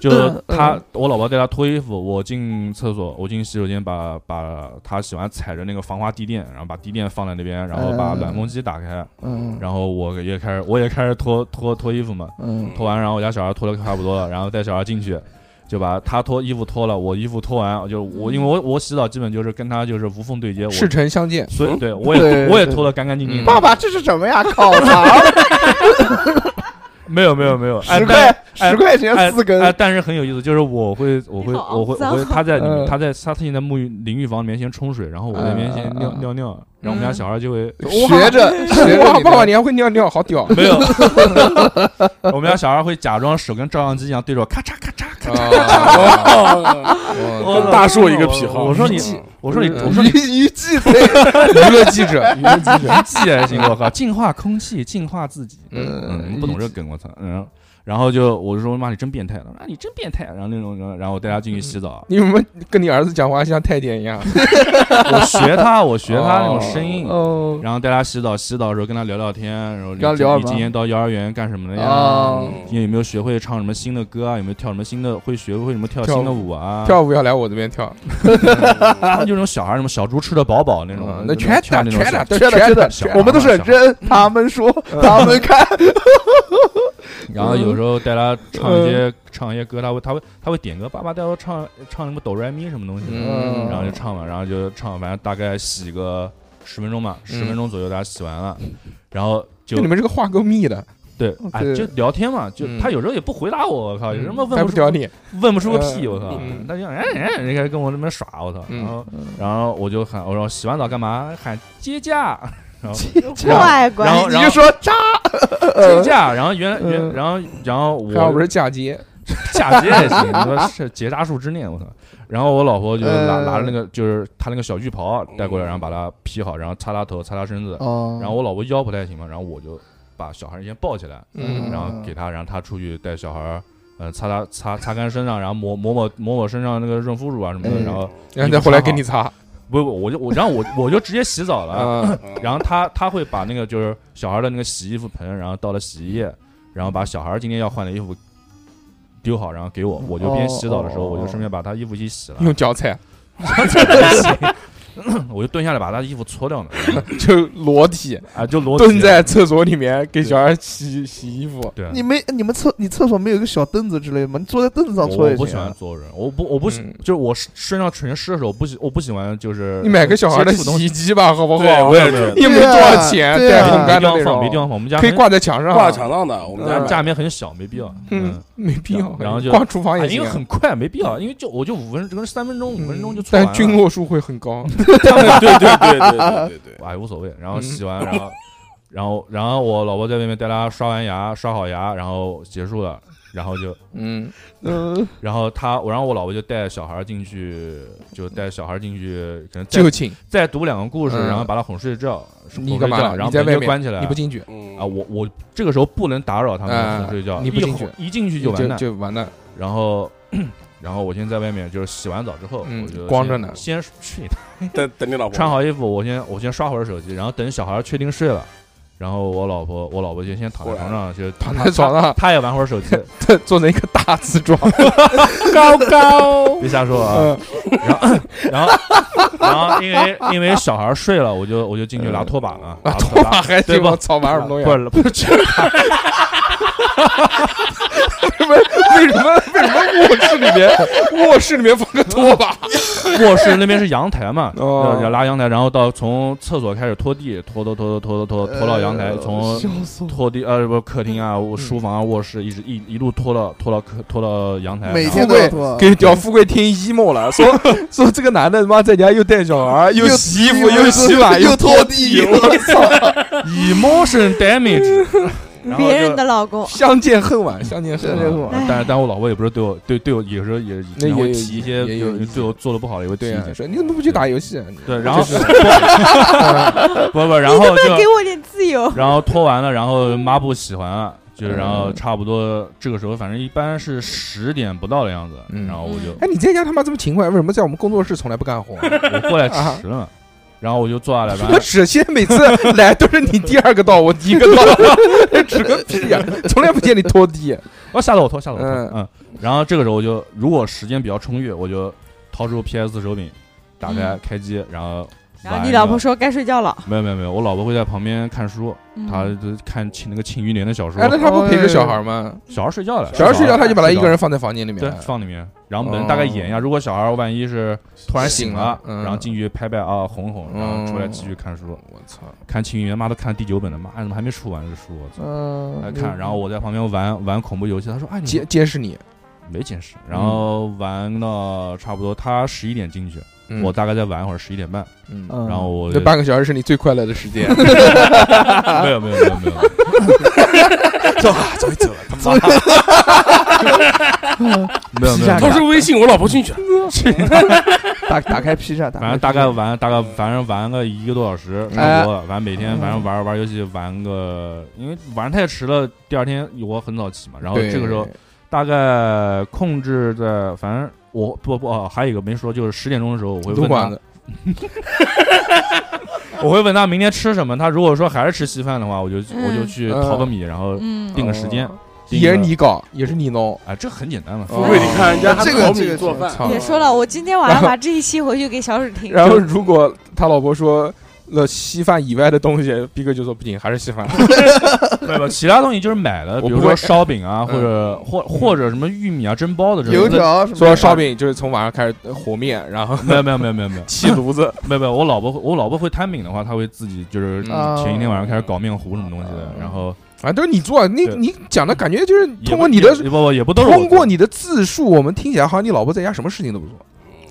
Speaker 6: 就是他我老婆带他脱衣服，我进厕所，我进洗手间把把他喜欢踩着那个防滑地垫，然后把地垫放在那边，然后把暖风机打开，
Speaker 2: 嗯
Speaker 6: 然后我也开始我也开始脱脱脱衣服嘛，
Speaker 2: 嗯
Speaker 6: 脱完，然后我家小孩脱的差不多了，然后带小孩进去，就把他脱衣服脱了，我衣服脱完，就我因为我我洗澡基本就是跟他就是无缝对接，我
Speaker 1: 赤诚相见，
Speaker 6: 所以
Speaker 4: 嗯
Speaker 6: 对我也
Speaker 2: 对
Speaker 6: 我也
Speaker 2: 对
Speaker 6: 脱的干干净
Speaker 1: 嗯
Speaker 6: 净的。
Speaker 2: 爸爸这是什么
Speaker 6: [LAUGHS]
Speaker 2: 呀？烤肠
Speaker 6: 没有没有没有，哎
Speaker 2: 十
Speaker 6: 但
Speaker 2: 块
Speaker 6: 哎
Speaker 2: 十块钱
Speaker 6: 哎
Speaker 2: 四
Speaker 6: 哎，
Speaker 2: 根，
Speaker 6: 但是很有意思，就是我会我会
Speaker 3: 你好
Speaker 6: 我会
Speaker 3: 肮
Speaker 6: 我会他在里面
Speaker 2: 嗯
Speaker 6: 他在他特意在沐浴淋浴房里面先冲水，然后我在那边先
Speaker 2: 嗯
Speaker 6: 尿
Speaker 2: 嗯嗯
Speaker 6: 尿尿，然后我们家小孩就会
Speaker 2: 学
Speaker 6: [LAUGHS]
Speaker 2: 着学着
Speaker 1: 哇，
Speaker 2: 你
Speaker 1: 爸爸
Speaker 2: 的
Speaker 1: 你还会尿尿，好 [LAUGHS] 屌啊！
Speaker 6: 没有，我们家小孩会假装手跟照相机一样对着我咔嚓咔嚓咔嚓。
Speaker 1: 啊
Speaker 4: [LAUGHS] 哦
Speaker 1: 我
Speaker 4: 跟大树一个癖好。
Speaker 6: 我说你我说你
Speaker 2: 嗯
Speaker 6: 我说你
Speaker 2: 娱娱记得
Speaker 1: 娱乐记
Speaker 6: [LAUGHS]
Speaker 1: 者，
Speaker 2: 嗯
Speaker 1: 娱乐记者，
Speaker 6: 记还行，我靠，净化空气，净化自己。嗯，你不懂这梗，我操，嗯。然后就我就说妈，你真变态了，啊，你真变态。然后那种，然后然后我带他进去洗澡，
Speaker 1: 你们跟你儿子讲话像太监一样，
Speaker 6: [LAUGHS] 我学他，我学他那种声音，
Speaker 2: 哦，
Speaker 6: 然后带他洗澡，洗澡的时候跟他聊聊天，然后
Speaker 2: 跟
Speaker 6: 你
Speaker 2: 他聊
Speaker 6: 你
Speaker 2: 什么
Speaker 6: 今年到幼儿园干什么了呀？
Speaker 2: 啊，
Speaker 4: 哦嗯
Speaker 6: 你有没有学会唱什么新的歌啊？有没有跳什么新的？会学会什么跳
Speaker 1: 跳
Speaker 6: 新的舞啊？
Speaker 1: 跳舞要来我这边跳，
Speaker 6: 他们就那种小孩儿，什么小猪吃的饱饱那种
Speaker 1: 嗯，那
Speaker 6: 那
Speaker 1: 全
Speaker 6: 跳
Speaker 1: 打
Speaker 6: 那种
Speaker 1: 全
Speaker 6: 小
Speaker 1: 打
Speaker 2: 缺
Speaker 1: 都
Speaker 2: 的缺
Speaker 1: 全
Speaker 2: 的
Speaker 1: 打，
Speaker 6: 小
Speaker 2: 我们都是
Speaker 6: 小
Speaker 2: 真，他们说，他们看，
Speaker 6: 然后有时候带他唱一些、唱一些歌，他会他会他会点歌，爸爸带我唱唱什么哆来咪什么东西的，
Speaker 1: 嗯
Speaker 6: 然后就唱嘛，然后就唱，反正大概洗个十分钟吧，十分钟左右大家洗完了，然后就
Speaker 1: 就你们这个话够密的，
Speaker 6: 对，哎，
Speaker 2: 对
Speaker 6: 就聊天嘛，就、
Speaker 1: 嗯
Speaker 6: 他有时候也不回答我，我靠，有什么
Speaker 1: 还
Speaker 6: 问
Speaker 1: 嗯不
Speaker 6: 不
Speaker 1: 屌
Speaker 6: 出
Speaker 1: 你，
Speaker 6: 问不出个屁，我靠
Speaker 1: 嗯，
Speaker 6: 他就哎哎，人家跟我那边耍，我操，
Speaker 1: 嗯
Speaker 6: 然后然后我就喊我说洗完澡干嘛？喊
Speaker 1: [LAUGHS]
Speaker 6: 接驾，
Speaker 8: 乖
Speaker 6: 然
Speaker 8: 乖，
Speaker 6: 后
Speaker 2: 你
Speaker 6: 然
Speaker 2: 就
Speaker 6: 后
Speaker 2: 说渣，
Speaker 6: 接驾，然后原原
Speaker 2: 嗯
Speaker 6: 然后然后我
Speaker 1: 还好不是嫁接，
Speaker 6: 嫁接也行，你说是结扎术之恋，我操！然后我老婆就拿
Speaker 1: 嗯
Speaker 2: 呃
Speaker 6: 拿着那个就是她那个小浴袍带过来，然后把它披好，然后擦擦头，擦擦身子。
Speaker 2: 哦
Speaker 6: 然后我老婆腰不太行嘛，然后我就把小孩先抱起来，
Speaker 1: 嗯
Speaker 6: 然后给她，然后她出去带小孩，嗯，擦擦擦擦干身上，然后抹抹抹抹抹身上那个润肤乳啊什么的，
Speaker 2: 嗯
Speaker 6: 然后
Speaker 1: 然后再回来给你擦，
Speaker 6: 不不，我就我然后我我就直接洗澡了，
Speaker 1: 啊，
Speaker 6: 然后她她会把那个就是小孩的那个洗衣服盆，然后倒了洗衣液，然后把小孩今天要换的衣服丢好，然后给我，我就边洗澡的时候，
Speaker 2: 哦
Speaker 6: 我就顺便把他衣服一起洗了，
Speaker 1: 用脚踩哦
Speaker 6: 我就蹲下来把他衣服搓掉呢，
Speaker 1: 就裸体
Speaker 6: 啊，就 [LAUGHS] 裸体
Speaker 1: 蹲在厕所里面给小孩洗洗衣服，
Speaker 6: 对，
Speaker 2: 你没你们厕你厕所没有一个小凳子之类的吗？你坐在凳子
Speaker 6: 我
Speaker 2: 上搓
Speaker 6: 我
Speaker 2: 也
Speaker 6: 不
Speaker 2: 行
Speaker 6: 喜欢
Speaker 2: 啊。
Speaker 6: 做人，我不我不喜
Speaker 1: 嗯
Speaker 6: 就是我身上全湿的时候，我不喜我不喜欢就是
Speaker 1: 你买个小孩的
Speaker 6: 接触东
Speaker 1: 洗
Speaker 6: 西
Speaker 1: 衣机吧，好不好
Speaker 4: 对，？我也
Speaker 6: 对
Speaker 4: 是
Speaker 1: 也没多少钱，
Speaker 2: 对
Speaker 1: 带
Speaker 2: 啊
Speaker 1: 烘
Speaker 6: 没
Speaker 1: 干的
Speaker 6: 地
Speaker 1: 那
Speaker 6: 方放，
Speaker 1: 种，
Speaker 6: 没地方放，我们家
Speaker 1: 可以
Speaker 6: 很
Speaker 1: 挂在墙上，啊
Speaker 4: 挂墙上的，我们
Speaker 6: 我
Speaker 4: 家
Speaker 6: 们家
Speaker 4: 买
Speaker 6: 里面很小，没必要，
Speaker 1: 嗯，，没必要，
Speaker 6: 然后就
Speaker 1: 挂厨房
Speaker 6: 哎
Speaker 1: 也
Speaker 6: 因
Speaker 1: 行
Speaker 6: 为
Speaker 1: 啊，嗯
Speaker 6: 很快，没必要，因为就我就五分钟，三分钟五分钟就搓
Speaker 1: 但
Speaker 6: 完了，
Speaker 1: 菌落数会很高，
Speaker 4: 对对对对对对对，
Speaker 6: 哎，无所谓。然
Speaker 1: 嗯
Speaker 6: 后洗完，然后，然后，然后我老婆在外面带她刷完牙，刷好牙，然后结束了，然后就，
Speaker 1: 嗯，
Speaker 2: 嗯，
Speaker 6: 然后她，我然后我老婆就带小孩进去，就带小孩进去，可能
Speaker 1: [LAUGHS]
Speaker 6: 再
Speaker 1: 就寝，
Speaker 6: 再读两个故事，
Speaker 1: 嗯
Speaker 6: 然后把她哄睡觉，哄
Speaker 1: 你
Speaker 6: 睡
Speaker 1: 干嘛
Speaker 6: 觉，
Speaker 1: 了
Speaker 6: 然后
Speaker 1: 你在
Speaker 6: 门
Speaker 1: 外
Speaker 6: 就
Speaker 1: 面
Speaker 6: 关起来
Speaker 1: 你不进去，
Speaker 4: 嗯
Speaker 6: 啊，我我这个时候不能打扰他们
Speaker 1: 哎
Speaker 6: 哄睡觉，
Speaker 1: 你不
Speaker 6: 一
Speaker 1: 进
Speaker 6: 哄一进去就完
Speaker 1: 就
Speaker 6: 蛋。
Speaker 1: 就完蛋，
Speaker 6: 然后， [CLEARS THROAT] 然后我先在外面就是洗完澡之后，
Speaker 1: 嗯
Speaker 6: 我就
Speaker 1: 光
Speaker 6: 先
Speaker 1: 着呢
Speaker 6: 先去你
Speaker 4: 等等你老婆
Speaker 6: 穿，好衣服，我先我先刷会儿手机，然后等小孩确定睡了，然后我老婆我老婆就先躺在床上，就
Speaker 1: 躺在床，上
Speaker 6: [LAUGHS]
Speaker 1: [LAUGHS]
Speaker 6: 她她也玩会儿手机，
Speaker 1: 做成一个大字 [LAUGHS] 状，
Speaker 6: 高高，别瞎说啊。
Speaker 1: 嗯
Speaker 6: 然后然后因为因为小孩睡了，我就嗯我就进去拿拖把了，拿
Speaker 1: 拖把还
Speaker 6: 对
Speaker 1: 行，
Speaker 6: 吧
Speaker 1: 我操，玩什么东西
Speaker 6: 不
Speaker 1: 啊？
Speaker 6: 是不是，
Speaker 1: 为什么为什么
Speaker 5: 卧室里面，
Speaker 1: [LAUGHS]
Speaker 5: 卧室里面放个拖把，
Speaker 6: 卧室那边是阳台嘛，
Speaker 1: 哦
Speaker 6: 要拉阳台，然后到从厕所开始拖地，拖拖拖拖拖拖拖到阳台，
Speaker 2: 呃
Speaker 6: 从
Speaker 2: 笑死我！
Speaker 6: 拖地呃不客厅
Speaker 8: 嗯
Speaker 6: 啊、我书房啊、卧室，一直一一路拖到拖到客拖到阳台，
Speaker 2: 每
Speaker 6: 然后
Speaker 2: 天都要拖，
Speaker 1: 给屌富贵听 emo 了？说 [LAUGHS] 说这个男的他妈在家又带小孩，又
Speaker 2: 又
Speaker 1: 洗衣服，又洗碗，
Speaker 2: 又拖
Speaker 1: 地 [LAUGHS]
Speaker 2: 地，，我操！
Speaker 8: [LAUGHS]
Speaker 6: emotion damage，然后
Speaker 8: 别人
Speaker 6: 就
Speaker 8: 的老公，
Speaker 1: 相见恨晚，相见恨
Speaker 2: 真的
Speaker 1: 晚。
Speaker 2: 是
Speaker 6: [LAUGHS] 但但我老婆也不是对我对对我有时候也以前
Speaker 1: 那
Speaker 6: 会
Speaker 1: 也
Speaker 6: 提一些
Speaker 1: 也有意
Speaker 6: 对我做的不好的也会提
Speaker 1: 对
Speaker 6: 一
Speaker 1: 啊，
Speaker 6: 些，
Speaker 1: 说你怎么不去打游戏啊？ [LAUGHS]
Speaker 6: 对，然后
Speaker 1: 就是
Speaker 6: [LAUGHS] 不不，然
Speaker 8: 你能
Speaker 6: 后
Speaker 8: 不 [LAUGHS] 能给
Speaker 6: 就
Speaker 8: 我点自由？
Speaker 6: 然后拖完了，然后抹布洗完了，就是
Speaker 1: 嗯
Speaker 6: 然后差不多这个时候，反正一般是十点不到的样子，
Speaker 1: 嗯
Speaker 6: 然后我就
Speaker 1: 哎，你在家他妈这么勤快，为什么在我们工作室从来不干活啊？
Speaker 6: 我过来迟了嘛，然后我就坐下来，
Speaker 8: [LAUGHS]
Speaker 6: 然后
Speaker 1: 我只现在每次来都是你第二个到，我第一个到，指个屁呀！从来不见你拖地。
Speaker 6: 哦，吓得我头，吓得我头，
Speaker 1: 嗯
Speaker 6: 嗯然后这个时候我就如果时间比较充裕，我就掏出 PS 手柄，打开
Speaker 3: 嗯
Speaker 6: 开机，然后
Speaker 8: 然后
Speaker 6: 玩
Speaker 8: 你
Speaker 6: 一
Speaker 8: 老
Speaker 6: 个
Speaker 8: 婆说该睡觉了，
Speaker 6: 没有没有没有，我老婆会在旁边看书，
Speaker 8: 嗯
Speaker 6: 她就看庆那个庆余年的小说
Speaker 1: 哎，，那他不陪着小孩吗？
Speaker 6: 小孩睡觉了，
Speaker 1: 小孩睡觉，
Speaker 6: 了
Speaker 1: 他就把他一个人放在房间里面哦
Speaker 6: 对。放里面，然后门大概演一下，如果小孩万一是突然
Speaker 1: 醒
Speaker 6: 醒
Speaker 1: 了
Speaker 6: 了，
Speaker 1: 嗯哦
Speaker 6: 然后进去拍拍啊哄哄，然后出来继续看书，
Speaker 1: 我操！
Speaker 6: 看庆余年，妈都看第九本了，妈怎么还没出完这书？我操！
Speaker 2: 嗯，
Speaker 6: 来看，然后我在旁边玩玩恐怖游戏，他说：“哎，你
Speaker 1: 监监视你，
Speaker 6: 没近视，然后玩到差不多他十一点进去，
Speaker 1: 嗯
Speaker 6: 我大概再玩一会儿十一点半，
Speaker 1: 嗯
Speaker 2: 嗯，
Speaker 6: 然后我
Speaker 1: 那半个小时是你最快乐的时间。
Speaker 6: 没有没有没有没有，
Speaker 1: 走啊，走一走啊，他妈
Speaker 6: 没有没有
Speaker 4: 当时微信我老婆进去了，
Speaker 2: 打打开 P 站，打
Speaker 6: 反
Speaker 2: 开 P
Speaker 6: 正大概
Speaker 2: 站
Speaker 6: 玩大概反正玩个一个多小时差不多，反正每天反正玩玩游戏玩个，因为晚上太迟了，第二天我很早起嘛，然后
Speaker 1: 对
Speaker 6: 这个时候大概控制在反正我不不哦，还有一个没说，就是十点钟的时候我会
Speaker 1: 撸
Speaker 6: 问
Speaker 1: 管
Speaker 6: 他
Speaker 1: 子，，
Speaker 6: 我会问他明天吃什么，他如果说还是吃稀饭的话，我就我就去
Speaker 1: 嗯
Speaker 6: 淘个米，然后
Speaker 8: 嗯，
Speaker 6: 定个时间，定
Speaker 1: 也是
Speaker 6: 个
Speaker 1: 你搞，也是你弄。
Speaker 6: 啊，这很简单嘛。
Speaker 1: 哦
Speaker 4: 富贵，你看人家还
Speaker 2: 这个
Speaker 4: 淘
Speaker 2: 这
Speaker 4: 米
Speaker 2: 个
Speaker 4: 做
Speaker 2: 这个
Speaker 4: 饭，
Speaker 1: 操
Speaker 8: 也说了，我今天晚上把这一期回去给小史听。
Speaker 1: 然后如果他老婆说了稀饭以外的东西，逼哥就说不行，还是稀饭。
Speaker 6: 对吧？其他东西就是买的，
Speaker 1: 我
Speaker 6: 比
Speaker 1: 不
Speaker 6: 如说
Speaker 1: 会嗯
Speaker 6: 烧饼
Speaker 1: [LAUGHS]
Speaker 6: 啊，或者或或者什么玉米啊、蒸包子这
Speaker 2: 油
Speaker 6: 种。
Speaker 2: 条什么
Speaker 1: 说烧饼就是从晚上开始和面，然后 [LAUGHS]
Speaker 6: 没有没有没有没有没有
Speaker 1: 气炉子，
Speaker 6: 没有没有，我老婆会我老婆会摊饼的话，她会自己就是
Speaker 1: 嗯
Speaker 6: 前一天晚上开始搞面糊什么东西的，然后
Speaker 1: 反正都是你做，你
Speaker 6: 对
Speaker 1: 你讲的感觉就是
Speaker 6: 也
Speaker 1: 通
Speaker 6: 不
Speaker 1: 过你的
Speaker 6: 也不不也不都是我
Speaker 1: 通过
Speaker 6: 做的
Speaker 1: 你的自述，我们听起来好像你老婆在家什么事情都不做，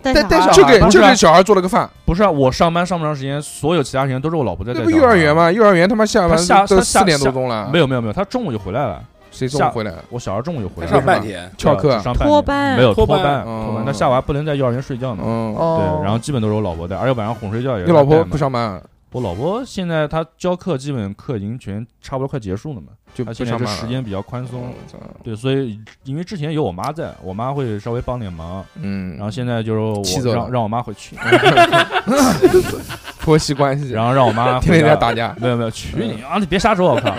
Speaker 8: 带
Speaker 2: 带带
Speaker 8: 小孩
Speaker 2: 小
Speaker 6: 啊
Speaker 8: 儿
Speaker 1: 就
Speaker 2: 孩
Speaker 1: 给
Speaker 2: 吧
Speaker 1: 就给小孩做了个饭，
Speaker 6: 不是啊，我上班上不长时间，所有其他时间都是我老婆在
Speaker 1: 那
Speaker 6: 带
Speaker 1: 不
Speaker 6: 小
Speaker 1: 幼儿
Speaker 6: 孩
Speaker 1: 园吗？幼儿园他妈下
Speaker 6: 他
Speaker 1: 班
Speaker 6: 下
Speaker 1: 都
Speaker 6: 他
Speaker 1: 四
Speaker 6: 下
Speaker 1: 点多钟了，
Speaker 6: 没有没有没有，她中午就回来了，
Speaker 1: 谁送
Speaker 6: 下
Speaker 1: 回来了？
Speaker 6: 我小孩中午就回
Speaker 4: 还
Speaker 6: 来
Speaker 4: 上
Speaker 6: 了，
Speaker 4: 半天，
Speaker 1: 翘课啊
Speaker 6: 对，啊上半
Speaker 8: 托
Speaker 6: 天
Speaker 8: 班
Speaker 6: 没有
Speaker 4: 托
Speaker 6: 托
Speaker 4: 班
Speaker 6: 班
Speaker 1: 嗯
Speaker 6: 托班，那下完不能在幼儿园睡觉呢。
Speaker 1: 嗯，
Speaker 6: 对，
Speaker 2: 哦，
Speaker 6: 然后基本都是我老婆带，而且晚上哄睡觉也
Speaker 1: 你
Speaker 6: 是她
Speaker 1: 老婆
Speaker 6: 带嘛
Speaker 1: 不上班，啊
Speaker 6: 我老婆现在她教课，基本课已经全差不多快结束了嘛，
Speaker 1: 就
Speaker 6: 她
Speaker 1: 不
Speaker 6: 现在
Speaker 1: 上
Speaker 6: 是
Speaker 1: 班了啊
Speaker 6: 时间比较宽松，
Speaker 1: 嗯
Speaker 6: 对，所以因为之前有我妈在，我妈会稍微帮点忙，
Speaker 1: 嗯，
Speaker 6: 然后现在就是
Speaker 1: 气走
Speaker 6: 我
Speaker 1: 了
Speaker 6: 让让我妈回去，
Speaker 1: [LAUGHS] 婆媳关系，
Speaker 6: 然后让我
Speaker 1: [LAUGHS]
Speaker 6: 妈
Speaker 1: 天天
Speaker 6: 回
Speaker 1: 在
Speaker 6: 家
Speaker 1: 打架，
Speaker 6: 没有没有，去你啊！你别瞎说，我
Speaker 1: [LAUGHS]
Speaker 6: 靠，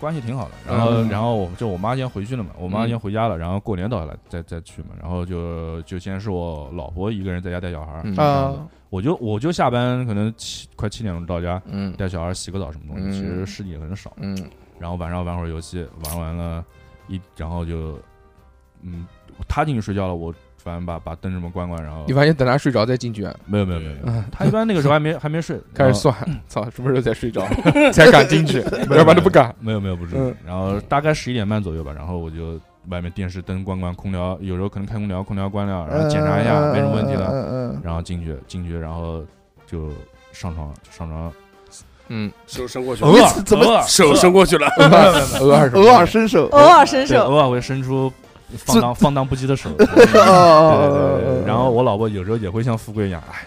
Speaker 6: 关系挺好的。然后
Speaker 1: 嗯
Speaker 6: 然后我就我妈先回去了嘛，我妈
Speaker 1: 嗯
Speaker 6: 先回家了，然后过年到了再再去嘛，然后就就先是我老婆一个人在家带小孩儿，
Speaker 1: 嗯
Speaker 2: 啊，
Speaker 6: 我就我就下班可能七快七点钟到家，
Speaker 1: 嗯
Speaker 6: 带小孩洗个澡什么东
Speaker 1: 嗯
Speaker 6: 西，其实事情也很少。
Speaker 1: 嗯，
Speaker 6: 然后晚上玩会儿游戏，玩完了一然后就嗯，她进去睡觉了，我反正把把灯什么关关，然后
Speaker 1: 你发现等他睡着再进去，
Speaker 6: 没有没有没有，没有
Speaker 1: 嗯
Speaker 6: 她一般那个时候还没还没睡，
Speaker 1: [LAUGHS] 开始
Speaker 6: 算。
Speaker 1: 算，操，什么时候才睡
Speaker 6: [LAUGHS]
Speaker 1: 着才敢进去，要不然都不敢。
Speaker 6: 嗯没有没有不至于。
Speaker 1: 嗯
Speaker 6: 然后大概十一点半左右吧，然后我就外面电视灯关关，空调有时候可能开空调，空调关掉，然后检查一下、没什么问题了，
Speaker 2: 嗯嗯嗯
Speaker 6: 然后进去进去，然后就上床上床，
Speaker 1: [LAUGHS] 嗯，
Speaker 4: 手伸过去
Speaker 6: 偶
Speaker 4: 了，
Speaker 6: 尔怎么
Speaker 4: 手伸过去了，
Speaker 1: 偶尔
Speaker 2: 嗯，偶尔伸手，
Speaker 8: 偶尔伸
Speaker 6: 对
Speaker 8: 手，
Speaker 6: 偶尔会伸出放荡放荡不羁的手。对
Speaker 2: 哦
Speaker 6: 对
Speaker 2: 哦
Speaker 6: 对
Speaker 2: 哦
Speaker 6: 对，然后我老婆有时候也会像富贵一样，哎，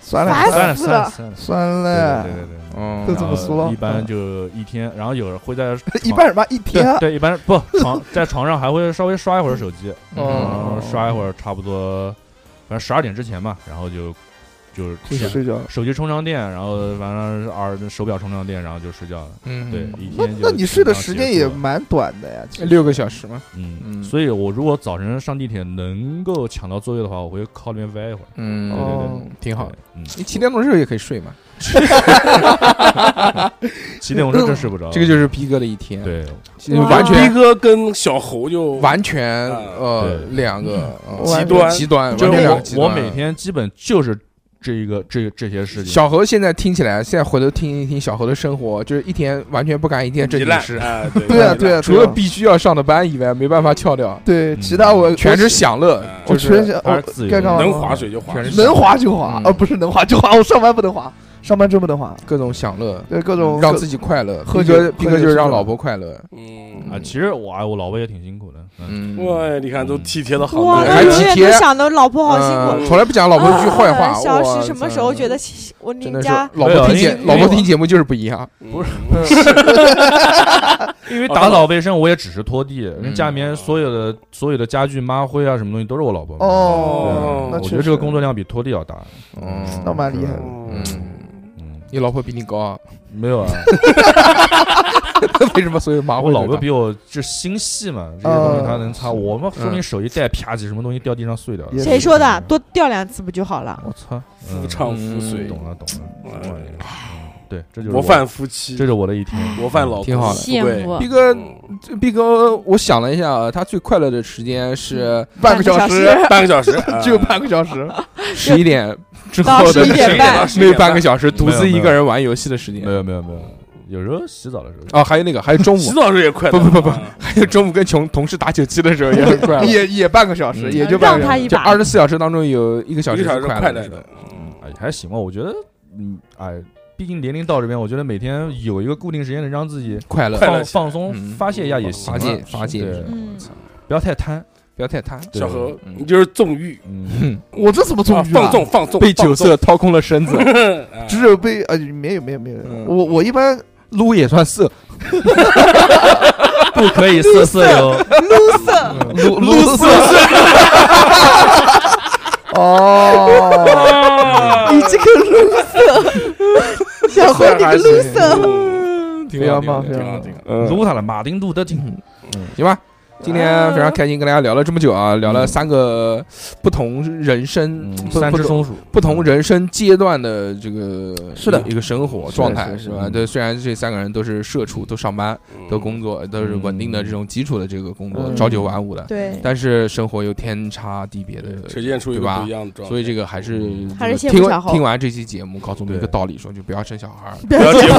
Speaker 2: 算了
Speaker 8: 烦
Speaker 6: 算了
Speaker 8: 死
Speaker 6: 算了
Speaker 8: 了
Speaker 6: 算了，
Speaker 2: 算
Speaker 1: 哎
Speaker 2: 了
Speaker 6: 对对，对对对。
Speaker 1: 嗯
Speaker 2: 都这么
Speaker 6: 然后
Speaker 2: 说
Speaker 6: 一般就一天，然后有人会
Speaker 2: [LAUGHS]
Speaker 6: 在
Speaker 2: 一
Speaker 6: 床
Speaker 2: 般什么一天
Speaker 6: 对对，一般不床在床上还会稍微刷一会儿手机，
Speaker 2: 嗯
Speaker 6: 然
Speaker 1: 哦
Speaker 6: 后刷一会儿，差不多，反正十二点之前吧，然后就就是
Speaker 2: 就睡觉。
Speaker 6: 手机充上电，然后完了耳手表充上电，然后就睡觉了。
Speaker 1: 嗯，
Speaker 6: 对，一
Speaker 2: 那
Speaker 6: 天
Speaker 2: 那
Speaker 6: 就
Speaker 2: 你睡的时间也
Speaker 6: 基本上结束了
Speaker 2: 蛮短的呀，其实
Speaker 1: 六个小时嘛，嗯
Speaker 6: 嗯，所以我如果早晨上地铁能够抢到座位的话，我会靠那边歪一会儿。
Speaker 1: 嗯
Speaker 6: 对对对，
Speaker 1: 挺好的。
Speaker 6: 嗯，
Speaker 1: 你骑电动车也可以睡嘛，
Speaker 6: 骑电动
Speaker 2: 呃
Speaker 6: 车真睡不着。
Speaker 1: 这个就是逼哥的一天，
Speaker 6: 对，
Speaker 1: 其实完全
Speaker 4: 逼哥跟小猴就
Speaker 1: 完全
Speaker 4: 啊
Speaker 1: 呃
Speaker 6: 对
Speaker 1: 两个呃
Speaker 2: 极
Speaker 4: 端
Speaker 1: 极端，完
Speaker 6: 就
Speaker 1: 全
Speaker 6: 是
Speaker 1: 两个极
Speaker 6: 我
Speaker 1: 端。
Speaker 6: 我
Speaker 4: 啊
Speaker 6: 每天基本就是这一个这这些事情。
Speaker 1: 小何现在听起来，现在回头听一听小何的生活，就是一天完全不干一件正
Speaker 4: 糜
Speaker 1: 经
Speaker 4: 烂
Speaker 1: 事，
Speaker 4: 啊，对
Speaker 2: 对啊，
Speaker 4: 糜烂
Speaker 2: 对啊，
Speaker 1: 除了必须要上的班以外，没办法翘掉，
Speaker 2: 对
Speaker 6: 嗯
Speaker 2: 其他我
Speaker 1: 全是享乐
Speaker 4: 嗯，
Speaker 2: 我
Speaker 1: 就
Speaker 2: 全
Speaker 1: 是
Speaker 2: 想
Speaker 6: 还
Speaker 2: 我
Speaker 6: 是自由
Speaker 2: 该干嘛
Speaker 4: 能
Speaker 2: 干嘛
Speaker 4: 划水就划
Speaker 1: 全
Speaker 4: 水
Speaker 1: 是，
Speaker 2: 能滑就滑
Speaker 1: 嗯，
Speaker 2: 呃，不是能滑就滑，我上班不能滑，上班真不能滑，
Speaker 1: 各种享乐，
Speaker 2: 对各种
Speaker 1: 让
Speaker 2: 各
Speaker 1: 自己快乐。
Speaker 2: 喝
Speaker 1: 逼
Speaker 2: 酒
Speaker 1: 哥，
Speaker 2: 喝
Speaker 1: 逼哥就
Speaker 2: 酒
Speaker 1: 是
Speaker 2: 吃
Speaker 1: 让
Speaker 2: 饭
Speaker 1: 老婆快乐，
Speaker 4: 嗯，
Speaker 6: 啊，其实我哎我老婆也挺辛苦的，嗯，
Speaker 1: 嗯，
Speaker 4: 哇，你看都
Speaker 6: 嗯
Speaker 4: 体贴的好
Speaker 8: 哇，
Speaker 1: 对
Speaker 8: 我
Speaker 1: 还
Speaker 8: 永
Speaker 1: 体
Speaker 8: 远
Speaker 1: 贴
Speaker 8: 都想到老婆好哦辛苦。
Speaker 1: 嗯从来不讲老婆一句坏话。
Speaker 8: 啊小
Speaker 1: 我
Speaker 8: 石什么时候
Speaker 1: 操
Speaker 8: 觉得其我你
Speaker 1: 真
Speaker 8: 们
Speaker 1: 的是
Speaker 8: 家
Speaker 1: 老
Speaker 6: 没有
Speaker 1: 婆听
Speaker 6: 因
Speaker 1: 节
Speaker 6: 为
Speaker 1: 老婆听节目就是不一样，
Speaker 4: 不嗯是
Speaker 6: 因为打扫卫生我也只是拖地，人家里面
Speaker 4: 哦嗯
Speaker 6: 所有的所有的家具、抹灰啊什么东西都是我老婆。
Speaker 2: 哦
Speaker 4: 嗯，
Speaker 2: 那
Speaker 6: 我
Speaker 2: 确
Speaker 6: 觉得
Speaker 2: 实
Speaker 6: 这个工作量比拖地要大。
Speaker 1: 嗯，
Speaker 2: 那蛮厉害的
Speaker 1: 嗯，
Speaker 4: [LAUGHS]
Speaker 6: 嗯，
Speaker 1: 你老婆比你高啊？ [LAUGHS]
Speaker 6: 没有啊，啊
Speaker 1: 为什么所有
Speaker 4: [LAUGHS]
Speaker 1: 麻
Speaker 6: 我
Speaker 1: 会
Speaker 6: 老
Speaker 1: 都
Speaker 6: 婆
Speaker 1: 大
Speaker 6: 比我这心细嘛，这些
Speaker 2: 哦
Speaker 6: 东西她能擦，
Speaker 1: 嗯
Speaker 6: 我们说明手一带啪叽，什么东西掉地上碎掉了。
Speaker 2: 也
Speaker 8: 谁说的？多掉两次不就好了？
Speaker 6: 我操，嗯
Speaker 4: 夫唱妇随，
Speaker 6: 懂了懂了，懂了
Speaker 4: 哎
Speaker 6: 嗯对，这就是
Speaker 4: 模
Speaker 6: 我，
Speaker 4: 范夫妻
Speaker 6: 这，是我的一天。
Speaker 4: 模范老公
Speaker 1: 挺好的
Speaker 4: 富贵
Speaker 3: 羡慕
Speaker 1: 逼哥
Speaker 4: 嗯
Speaker 1: 这毕哥，我想了一下啊，他最快乐的时间是
Speaker 2: 半个小
Speaker 8: 嗯半个小
Speaker 2: 时
Speaker 8: 时嗯
Speaker 4: 半个小
Speaker 1: [LAUGHS]
Speaker 4: 时啊
Speaker 2: 只有半个小时，
Speaker 1: 十一点之
Speaker 8: 到
Speaker 1: 后的
Speaker 8: 11点半
Speaker 1: [LAUGHS] 那半个小时，
Speaker 6: 没有
Speaker 1: 独自一
Speaker 6: 没
Speaker 1: 个
Speaker 6: 有
Speaker 1: 人玩游戏的时间
Speaker 6: 嗯没。有没有没有，有时候洗澡的时候，
Speaker 1: 哦，还有那个，还有中
Speaker 4: 洗
Speaker 1: 午，
Speaker 4: 澡时候也快乐，
Speaker 1: 不不不不
Speaker 4: 啊
Speaker 1: 还有中午跟穷同事打九七的时候也 [LAUGHS] 很快乐。
Speaker 2: 也也半个小时，
Speaker 1: 啊嗯
Speaker 2: 也就半
Speaker 8: 让
Speaker 2: 个
Speaker 8: 他
Speaker 2: 小时。
Speaker 8: 一
Speaker 1: 就
Speaker 8: 把
Speaker 1: 二。十四小时当中有一个小
Speaker 4: 一
Speaker 1: 时
Speaker 4: 个小
Speaker 1: 是
Speaker 4: 时快
Speaker 1: 乐
Speaker 4: 乐
Speaker 1: 的。
Speaker 4: 的，
Speaker 6: 嗯，哎，还行吧，我觉得，嗯，哎，毕竟年龄到这边，我觉得每天有一个固定时间能让自己
Speaker 1: 快乐
Speaker 4: 快乐
Speaker 6: 放
Speaker 4: 起来
Speaker 6: 放松
Speaker 1: 嗯
Speaker 6: 发泄一下也行
Speaker 1: 发
Speaker 6: 了，
Speaker 1: 泄发泄
Speaker 6: 对，
Speaker 8: 嗯，
Speaker 6: 不要太贪，
Speaker 1: 不要太贪。
Speaker 6: 对
Speaker 4: 小何，
Speaker 1: 嗯
Speaker 4: 你就是纵欲，
Speaker 6: 嗯，
Speaker 2: 我这怎么
Speaker 4: 啊
Speaker 2: 纵欲了
Speaker 4: 放？纵放纵，
Speaker 1: 被
Speaker 4: 放
Speaker 1: 酒
Speaker 4: 纵，
Speaker 1: 色掏空了身子，
Speaker 4: 啊
Speaker 2: 只有被呃没有没有没有
Speaker 1: 嗯，
Speaker 2: 我我一般
Speaker 1: [LAUGHS] 撸也算色，
Speaker 6: 不可以色色哟， [LAUGHS]
Speaker 2: 撸撸丝哦，
Speaker 8: 你这个 loser，小何，你个 loser，
Speaker 1: 挺
Speaker 2: 非
Speaker 1: 好挺好
Speaker 2: 常棒，
Speaker 1: 挺
Speaker 2: 非
Speaker 1: 好
Speaker 2: 常
Speaker 4: 啊
Speaker 2: 棒。
Speaker 4: 这个
Speaker 6: 撸他了，马丁路德金，
Speaker 1: 行吧。今天非常开心，跟大家聊了这么久啊，聊了三个不同人生、
Speaker 6: 嗯
Speaker 1: 不
Speaker 6: 三
Speaker 1: 不
Speaker 6: 只
Speaker 1: 同
Speaker 6: 松鼠，
Speaker 1: 不同人生阶段的这个
Speaker 4: 是的
Speaker 1: 一个生活状
Speaker 2: 是
Speaker 1: 态
Speaker 2: 的
Speaker 1: 是
Speaker 2: 是的
Speaker 1: 吧？
Speaker 6: 嗯
Speaker 1: 对，虽然这三个人都是社畜，都上班，
Speaker 4: 嗯
Speaker 1: 都工作，都是稳定的这种基础的这个工作，
Speaker 2: 嗯
Speaker 1: 朝九晚五的，
Speaker 8: 对，
Speaker 1: 但是生活又天差地别的，
Speaker 4: 呈现出一
Speaker 1: 对
Speaker 4: 个
Speaker 1: 吧
Speaker 4: 不一？样的状态，
Speaker 1: 所以这个还是
Speaker 8: 还是
Speaker 1: 这
Speaker 8: 羡慕
Speaker 1: 个听完
Speaker 8: 小猴
Speaker 1: 听完这期节目，告诉我们一个
Speaker 6: 对
Speaker 1: 道理，说就不要生小孩儿。呃
Speaker 8: 不
Speaker 4: 不要结婚，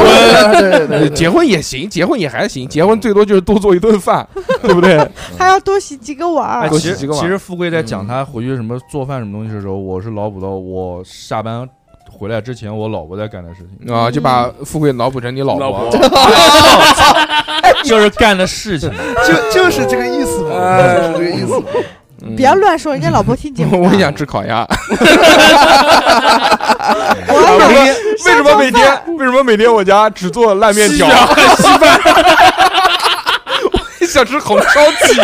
Speaker 2: 对对对，
Speaker 1: 结婚也行，结婚也还行，结婚最多就是多做一顿饭，对不对？
Speaker 8: 还要多洗几个碗
Speaker 6: 哎，
Speaker 8: 儿
Speaker 1: 多。
Speaker 6: 其
Speaker 1: 洗
Speaker 6: 实
Speaker 1: 几个碗
Speaker 6: 其实富贵在讲
Speaker 1: 嗯
Speaker 6: 他回去什么做饭什么东西的时候，我是脑补到我下班回来之前我老婆在干的事 [LAUGHS] 情，
Speaker 1: 啊，就把富贵脑补成你老
Speaker 4: 老
Speaker 1: 婆
Speaker 4: 婆，，
Speaker 6: 就是干的事情。
Speaker 2: 就就是这个意思嘛，
Speaker 4: 哎
Speaker 2: 就是这个意思嘛。
Speaker 1: 嗯
Speaker 8: 不要乱说，人家老婆听节目
Speaker 1: [LAUGHS] 我也
Speaker 8: 的。
Speaker 1: 想吃烤鸭。
Speaker 8: [LAUGHS] 我还
Speaker 1: 每
Speaker 8: 想
Speaker 1: 天为什么每天为什么每天我家只做烂面条稀饭？ [LAUGHS] 我想吃红烧鲫鱼，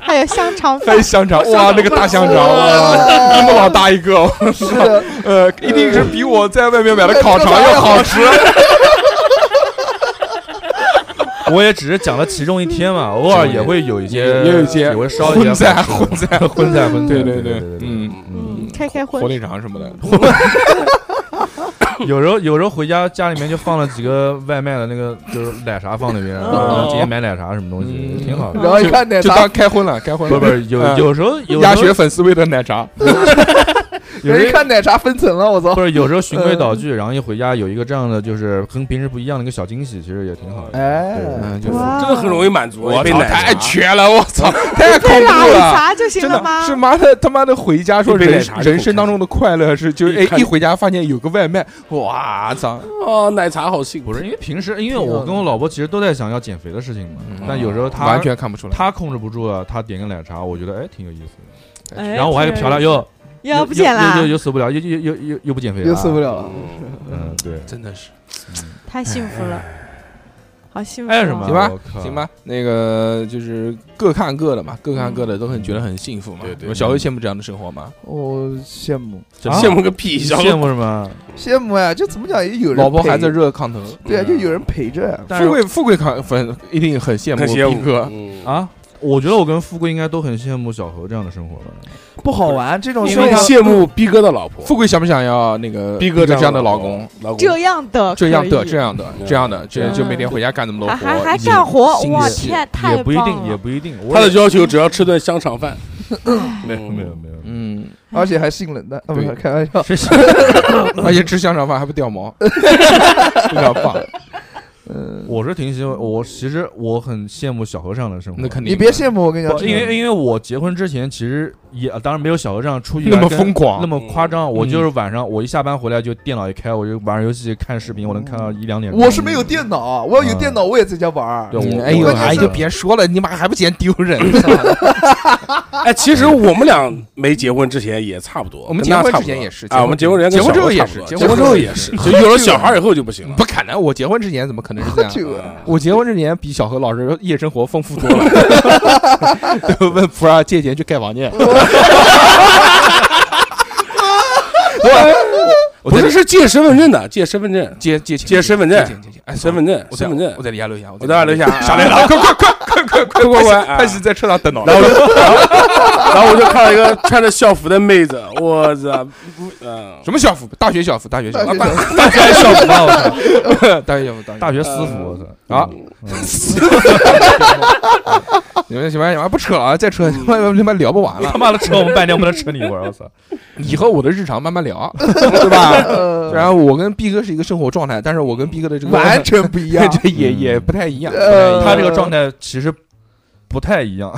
Speaker 8: 还有哎香肠
Speaker 1: 还
Speaker 8: 饭
Speaker 1: [LAUGHS] 有，香肠，哇，那个大香肠，哇，那么老大一个，我
Speaker 2: 是的，
Speaker 1: 呃，一定是比我在外面买的烤肠要好吃。
Speaker 6: 我也只是讲了其中一天嘛，偶尔也会有一些，
Speaker 1: 也有一些
Speaker 6: 嗯也会烧一些
Speaker 1: 荤菜，
Speaker 6: 好吃
Speaker 1: 荤菜，
Speaker 6: 荤菜，荤菜，
Speaker 1: 对
Speaker 6: 对
Speaker 1: 对
Speaker 6: 对，
Speaker 1: 嗯，
Speaker 8: 嗯，开开
Speaker 1: 火
Speaker 8: 荤，
Speaker 1: 腿肠什么的，
Speaker 6: 有时候有时候回家家里面就放了几个外卖的那个就是奶茶放那边，然后今天买奶茶什么东西
Speaker 1: 嗯
Speaker 6: 挺好的。
Speaker 2: 然后一看奶
Speaker 1: 就
Speaker 2: 茶
Speaker 1: 当，开荤了，开荤
Speaker 6: 不
Speaker 1: 了，
Speaker 6: 是不是，有
Speaker 1: 嗯
Speaker 6: 有时候有
Speaker 1: [LAUGHS] 鸭
Speaker 6: 时
Speaker 1: 血
Speaker 6: 候
Speaker 1: 粉丝味的奶茶，
Speaker 6: 有
Speaker 2: 人
Speaker 6: 时
Speaker 2: 一
Speaker 6: 候
Speaker 2: 看奶茶分层了，我操！
Speaker 6: 不是有时候循规蹈矩，然后一回家有一个这样的就是跟平时不一样的一个小惊喜，其实也挺好的。
Speaker 2: 哎，
Speaker 1: 嗯，就是
Speaker 8: 哇，
Speaker 4: 这个很容易满足，
Speaker 1: 我
Speaker 4: 一杯
Speaker 1: 操，
Speaker 4: 奶茶
Speaker 1: 太绝了，我操，太恐
Speaker 8: 再
Speaker 1: 怖
Speaker 8: 拉一
Speaker 1: 了。
Speaker 8: 茬就行
Speaker 1: 真
Speaker 8: 了
Speaker 1: 的
Speaker 8: 吗？
Speaker 1: 是妈的他妈的回家说
Speaker 4: 一杯
Speaker 1: 人
Speaker 4: 奶茶就
Speaker 1: 人生当中的快乐是就是
Speaker 4: 一
Speaker 1: 哎
Speaker 4: 看
Speaker 1: 一回家发现有个外卖，哇操！
Speaker 4: 哦，奶茶好幸福，
Speaker 6: 不是因为平时，因为我跟我老婆其实都在想要减肥的事情嘛，但有时候她
Speaker 1: 完全看不出来。
Speaker 6: 她控制不住了，她点个奶茶，我觉得哎挺有意思的。
Speaker 3: 哎
Speaker 6: 然后我还
Speaker 3: 这个
Speaker 6: 漂亮哟，
Speaker 8: 要不减
Speaker 3: 啊
Speaker 6: 又又
Speaker 8: 啦，
Speaker 6: 又受不了，又又又又又不减肥了，啊
Speaker 2: 又受不了了。
Speaker 6: 嗯，对，
Speaker 1: 真的是
Speaker 8: 太幸福了，好幸福啊。
Speaker 6: 哎爱什么？
Speaker 1: 行吧
Speaker 6: 我靠
Speaker 1: 行吧，，那个就是各看各的嘛，各看各的都很觉得很幸福嘛。
Speaker 4: 对对
Speaker 1: 我小薇羡慕这样的生活吗？
Speaker 2: 我羡慕，
Speaker 6: 真的
Speaker 4: 羡慕个屁，
Speaker 6: 你
Speaker 4: 小
Speaker 6: 羡慕什么？
Speaker 2: 羡慕呀！就怎么讲，也有人
Speaker 1: 老婆
Speaker 2: 陪
Speaker 1: 孩子，热炕头，
Speaker 2: 对啊，就有人陪着呀。
Speaker 6: 但
Speaker 1: 富
Speaker 6: 是
Speaker 1: 贵富贵看粉一定很羡慕
Speaker 4: 很羡慕
Speaker 1: 斌哥，
Speaker 4: 嗯
Speaker 6: 啊，我觉得我跟富贵应该都很羡慕小何这样的生活吧。
Speaker 2: 不好玩这种
Speaker 4: 因
Speaker 2: 生
Speaker 4: 为
Speaker 2: 活。
Speaker 4: 羡慕逼哥的
Speaker 1: [LAUGHS]
Speaker 4: 老婆，
Speaker 1: 富贵想不想要那个
Speaker 4: 逼哥
Speaker 1: 这样的
Speaker 4: 老
Speaker 1: 老公？，
Speaker 4: 老公
Speaker 8: 这样
Speaker 3: 哦
Speaker 8: 的
Speaker 1: 这样的，
Speaker 8: 可以
Speaker 1: 这样的，这样的，这就每天回家干那么多
Speaker 3: 还啊还
Speaker 1: 活，
Speaker 3: 还
Speaker 1: 已经
Speaker 3: 干活，
Speaker 1: 心
Speaker 3: 哇
Speaker 1: 细
Speaker 3: 天，太
Speaker 6: 也不一定，
Speaker 3: 棒
Speaker 6: 也
Speaker 3: 了！
Speaker 6: 不一定。我
Speaker 4: 他的
Speaker 6: 也
Speaker 4: 要求只要吃顿香
Speaker 1: [LAUGHS]
Speaker 4: 肠饭，没
Speaker 6: 没 [LAUGHS] 有没有，
Speaker 1: 嗯，
Speaker 2: 而且还性冷淡，啊，不是
Speaker 1: 对
Speaker 2: 开玩笑。
Speaker 6: 是
Speaker 1: 而且吃香肠饭还不掉毛，非常棒。
Speaker 2: 嗯，
Speaker 6: 我是挺喜欢，我其实我很羡慕小何这样的生活。
Speaker 1: 那肯定的，
Speaker 2: 你别羡慕我，跟你讲
Speaker 6: 不，因为因为我结婚之前其实也当然没有小何这样出去
Speaker 1: 那么
Speaker 6: 跟
Speaker 1: 疯狂
Speaker 6: 那么夸张。我
Speaker 1: 嗯
Speaker 6: 就是晚上我一下班回来就电脑一开，我就玩游戏看视嗯频，我能看到一两点钟。
Speaker 2: 我是没有电脑，啊我要有
Speaker 6: 嗯
Speaker 2: 电脑我也在家玩儿
Speaker 6: 对。我
Speaker 1: 嗯
Speaker 6: 我
Speaker 1: 哎呦，
Speaker 2: 关键是
Speaker 1: 哎就别说了，你妈还不嫌丢人？
Speaker 4: 哎，其实我们俩没结婚之前也差不多，
Speaker 1: 我们
Speaker 4: 跟他
Speaker 1: 结婚
Speaker 4: 差不
Speaker 1: 之前
Speaker 4: 多
Speaker 1: 也是
Speaker 4: 啊，我们结婚之前跟
Speaker 1: 结婚之
Speaker 4: 小
Speaker 1: 后
Speaker 4: 何
Speaker 1: 也是结
Speaker 4: 差不多结婚
Speaker 1: 婚
Speaker 4: 之
Speaker 1: 之
Speaker 4: 后
Speaker 1: 后
Speaker 4: 也
Speaker 1: 也
Speaker 4: 是，就有了小孩以后就不行了
Speaker 1: 不。可能，我结婚之前怎么可能是这样？
Speaker 2: 这个
Speaker 4: 啊
Speaker 1: 我结婚之前比小何老师夜生活丰富多了，都问普洱借钱去盖房间。我
Speaker 4: 不
Speaker 1: 在
Speaker 4: 是是借身份证的，借身份证，
Speaker 1: 借借钱
Speaker 4: 借身份证
Speaker 1: 借钱借钱，哎，
Speaker 4: 身份证，
Speaker 1: 我在
Speaker 4: 身份证
Speaker 1: 我，在底下留下，
Speaker 4: 我在底下
Speaker 1: 下来了，快快快快快快
Speaker 4: 快快啊
Speaker 1: 快是在车上等到
Speaker 4: 然后我就，然后我就看到一个穿着校服的妹子，我操，不嗯，
Speaker 1: 什么校服？大学校服，大
Speaker 6: 嗯
Speaker 1: 学校
Speaker 2: 大
Speaker 1: 服
Speaker 2: 学，生
Speaker 6: 大学校服啊，我操，
Speaker 1: 大学校服，大学
Speaker 6: 大学私服，
Speaker 4: 呃
Speaker 6: 我操
Speaker 1: 啊！你们行吧行吧，不扯了啊，再扯他妈他妈聊不完
Speaker 6: 他
Speaker 1: 了。
Speaker 6: 妈的扯我们半天，不能扯你一会儿，我操！
Speaker 1: 以后我的日常慢慢聊，对吧？虽
Speaker 2: 呃
Speaker 1: 然我跟逼哥是一个生活状态，但是我跟逼哥的这个
Speaker 2: [LAUGHS] 完全不一样。
Speaker 1: 这也
Speaker 6: 嗯
Speaker 1: 也不太一样，
Speaker 2: 呃
Speaker 6: 他这个状态其实不太一 [LAUGHS] 样，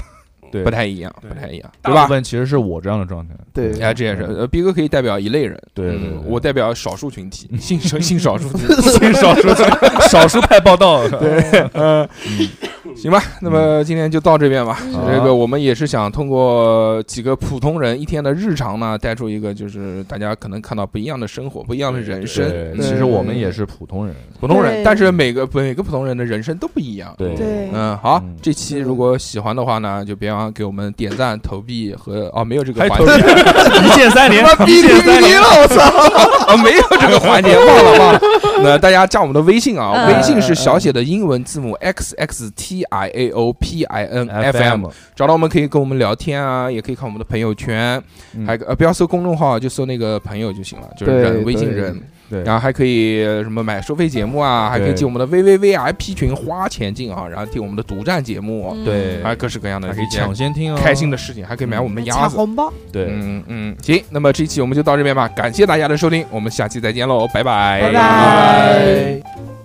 Speaker 6: 对，
Speaker 1: 不太一样，
Speaker 4: 对
Speaker 1: 不太一样，
Speaker 6: 大
Speaker 1: 对
Speaker 6: 部
Speaker 1: 吧？
Speaker 6: 分其实是我这样的状态，
Speaker 2: [LAUGHS]
Speaker 6: [LAUGHS]
Speaker 2: 对
Speaker 1: 哎，这也是，呃，逼哥可以代表一类人，
Speaker 6: 对对
Speaker 1: 嗯
Speaker 6: 对
Speaker 1: 我代表少数群体，性少性少数群
Speaker 6: [LAUGHS]
Speaker 1: 体，
Speaker 6: 听少数少数派报道， [LAUGHS] 对，
Speaker 1: 呃，行吧，那么今天就到这边吧。
Speaker 6: 嗯好啊
Speaker 1: 这个我们也是想通过几个普通人一天的日常呢，带出一个就是大家可能看到不一样的生活，不一样的人生。
Speaker 6: 对
Speaker 1: 嗯
Speaker 6: 其实我们也是普通人，
Speaker 1: 普通人，
Speaker 8: 对
Speaker 1: 但是每个每个普通人的人生都不一样。
Speaker 6: 对
Speaker 8: 对，
Speaker 1: 嗯，好
Speaker 6: 嗯，
Speaker 1: 这期如果喜欢的话呢，就别忘给我们点赞、投币和哦，没有这个
Speaker 6: 还
Speaker 1: 环
Speaker 6: 投
Speaker 1: 节
Speaker 6: 一键三连，
Speaker 3: [LAUGHS]
Speaker 6: 一键三连，
Speaker 1: [LAUGHS] 啊，没有这个环节，忘了
Speaker 3: [LAUGHS]
Speaker 1: 忘了。那大家加我们的微信啊，
Speaker 3: 嗯
Speaker 1: 微信是小写的英文字母 x x t i a o p i
Speaker 6: [LAUGHS]
Speaker 1: n f m，
Speaker 6: FM，
Speaker 1: 找到我们可以跟我们聊天啊，也可以看我们的朋友圈，
Speaker 6: 嗯
Speaker 1: 还有个呃不要搜公众号，就搜那个朋友就行了，就是
Speaker 2: 对
Speaker 1: 人微信
Speaker 2: 对
Speaker 1: 人。
Speaker 6: 对
Speaker 1: 然后还可以呃什么买收费节目啊，还可以进我们的 VVVIP 群花钱进啊，然后听我们的独占节目，
Speaker 8: 嗯
Speaker 3: 嗯
Speaker 6: 对
Speaker 1: 还有各式各样的
Speaker 6: 还可
Speaker 1: 一
Speaker 6: 以
Speaker 1: 些
Speaker 6: 抢先听哦，
Speaker 1: 开心的，事情，还可以买我们的鸭
Speaker 8: 抢
Speaker 1: 子。
Speaker 8: 红包。
Speaker 6: 对。
Speaker 1: 嗯嗯，行，那么这一期我们就到这边吧，感谢大家的收听，我们下期再见喽，拜拜，
Speaker 8: 拜拜。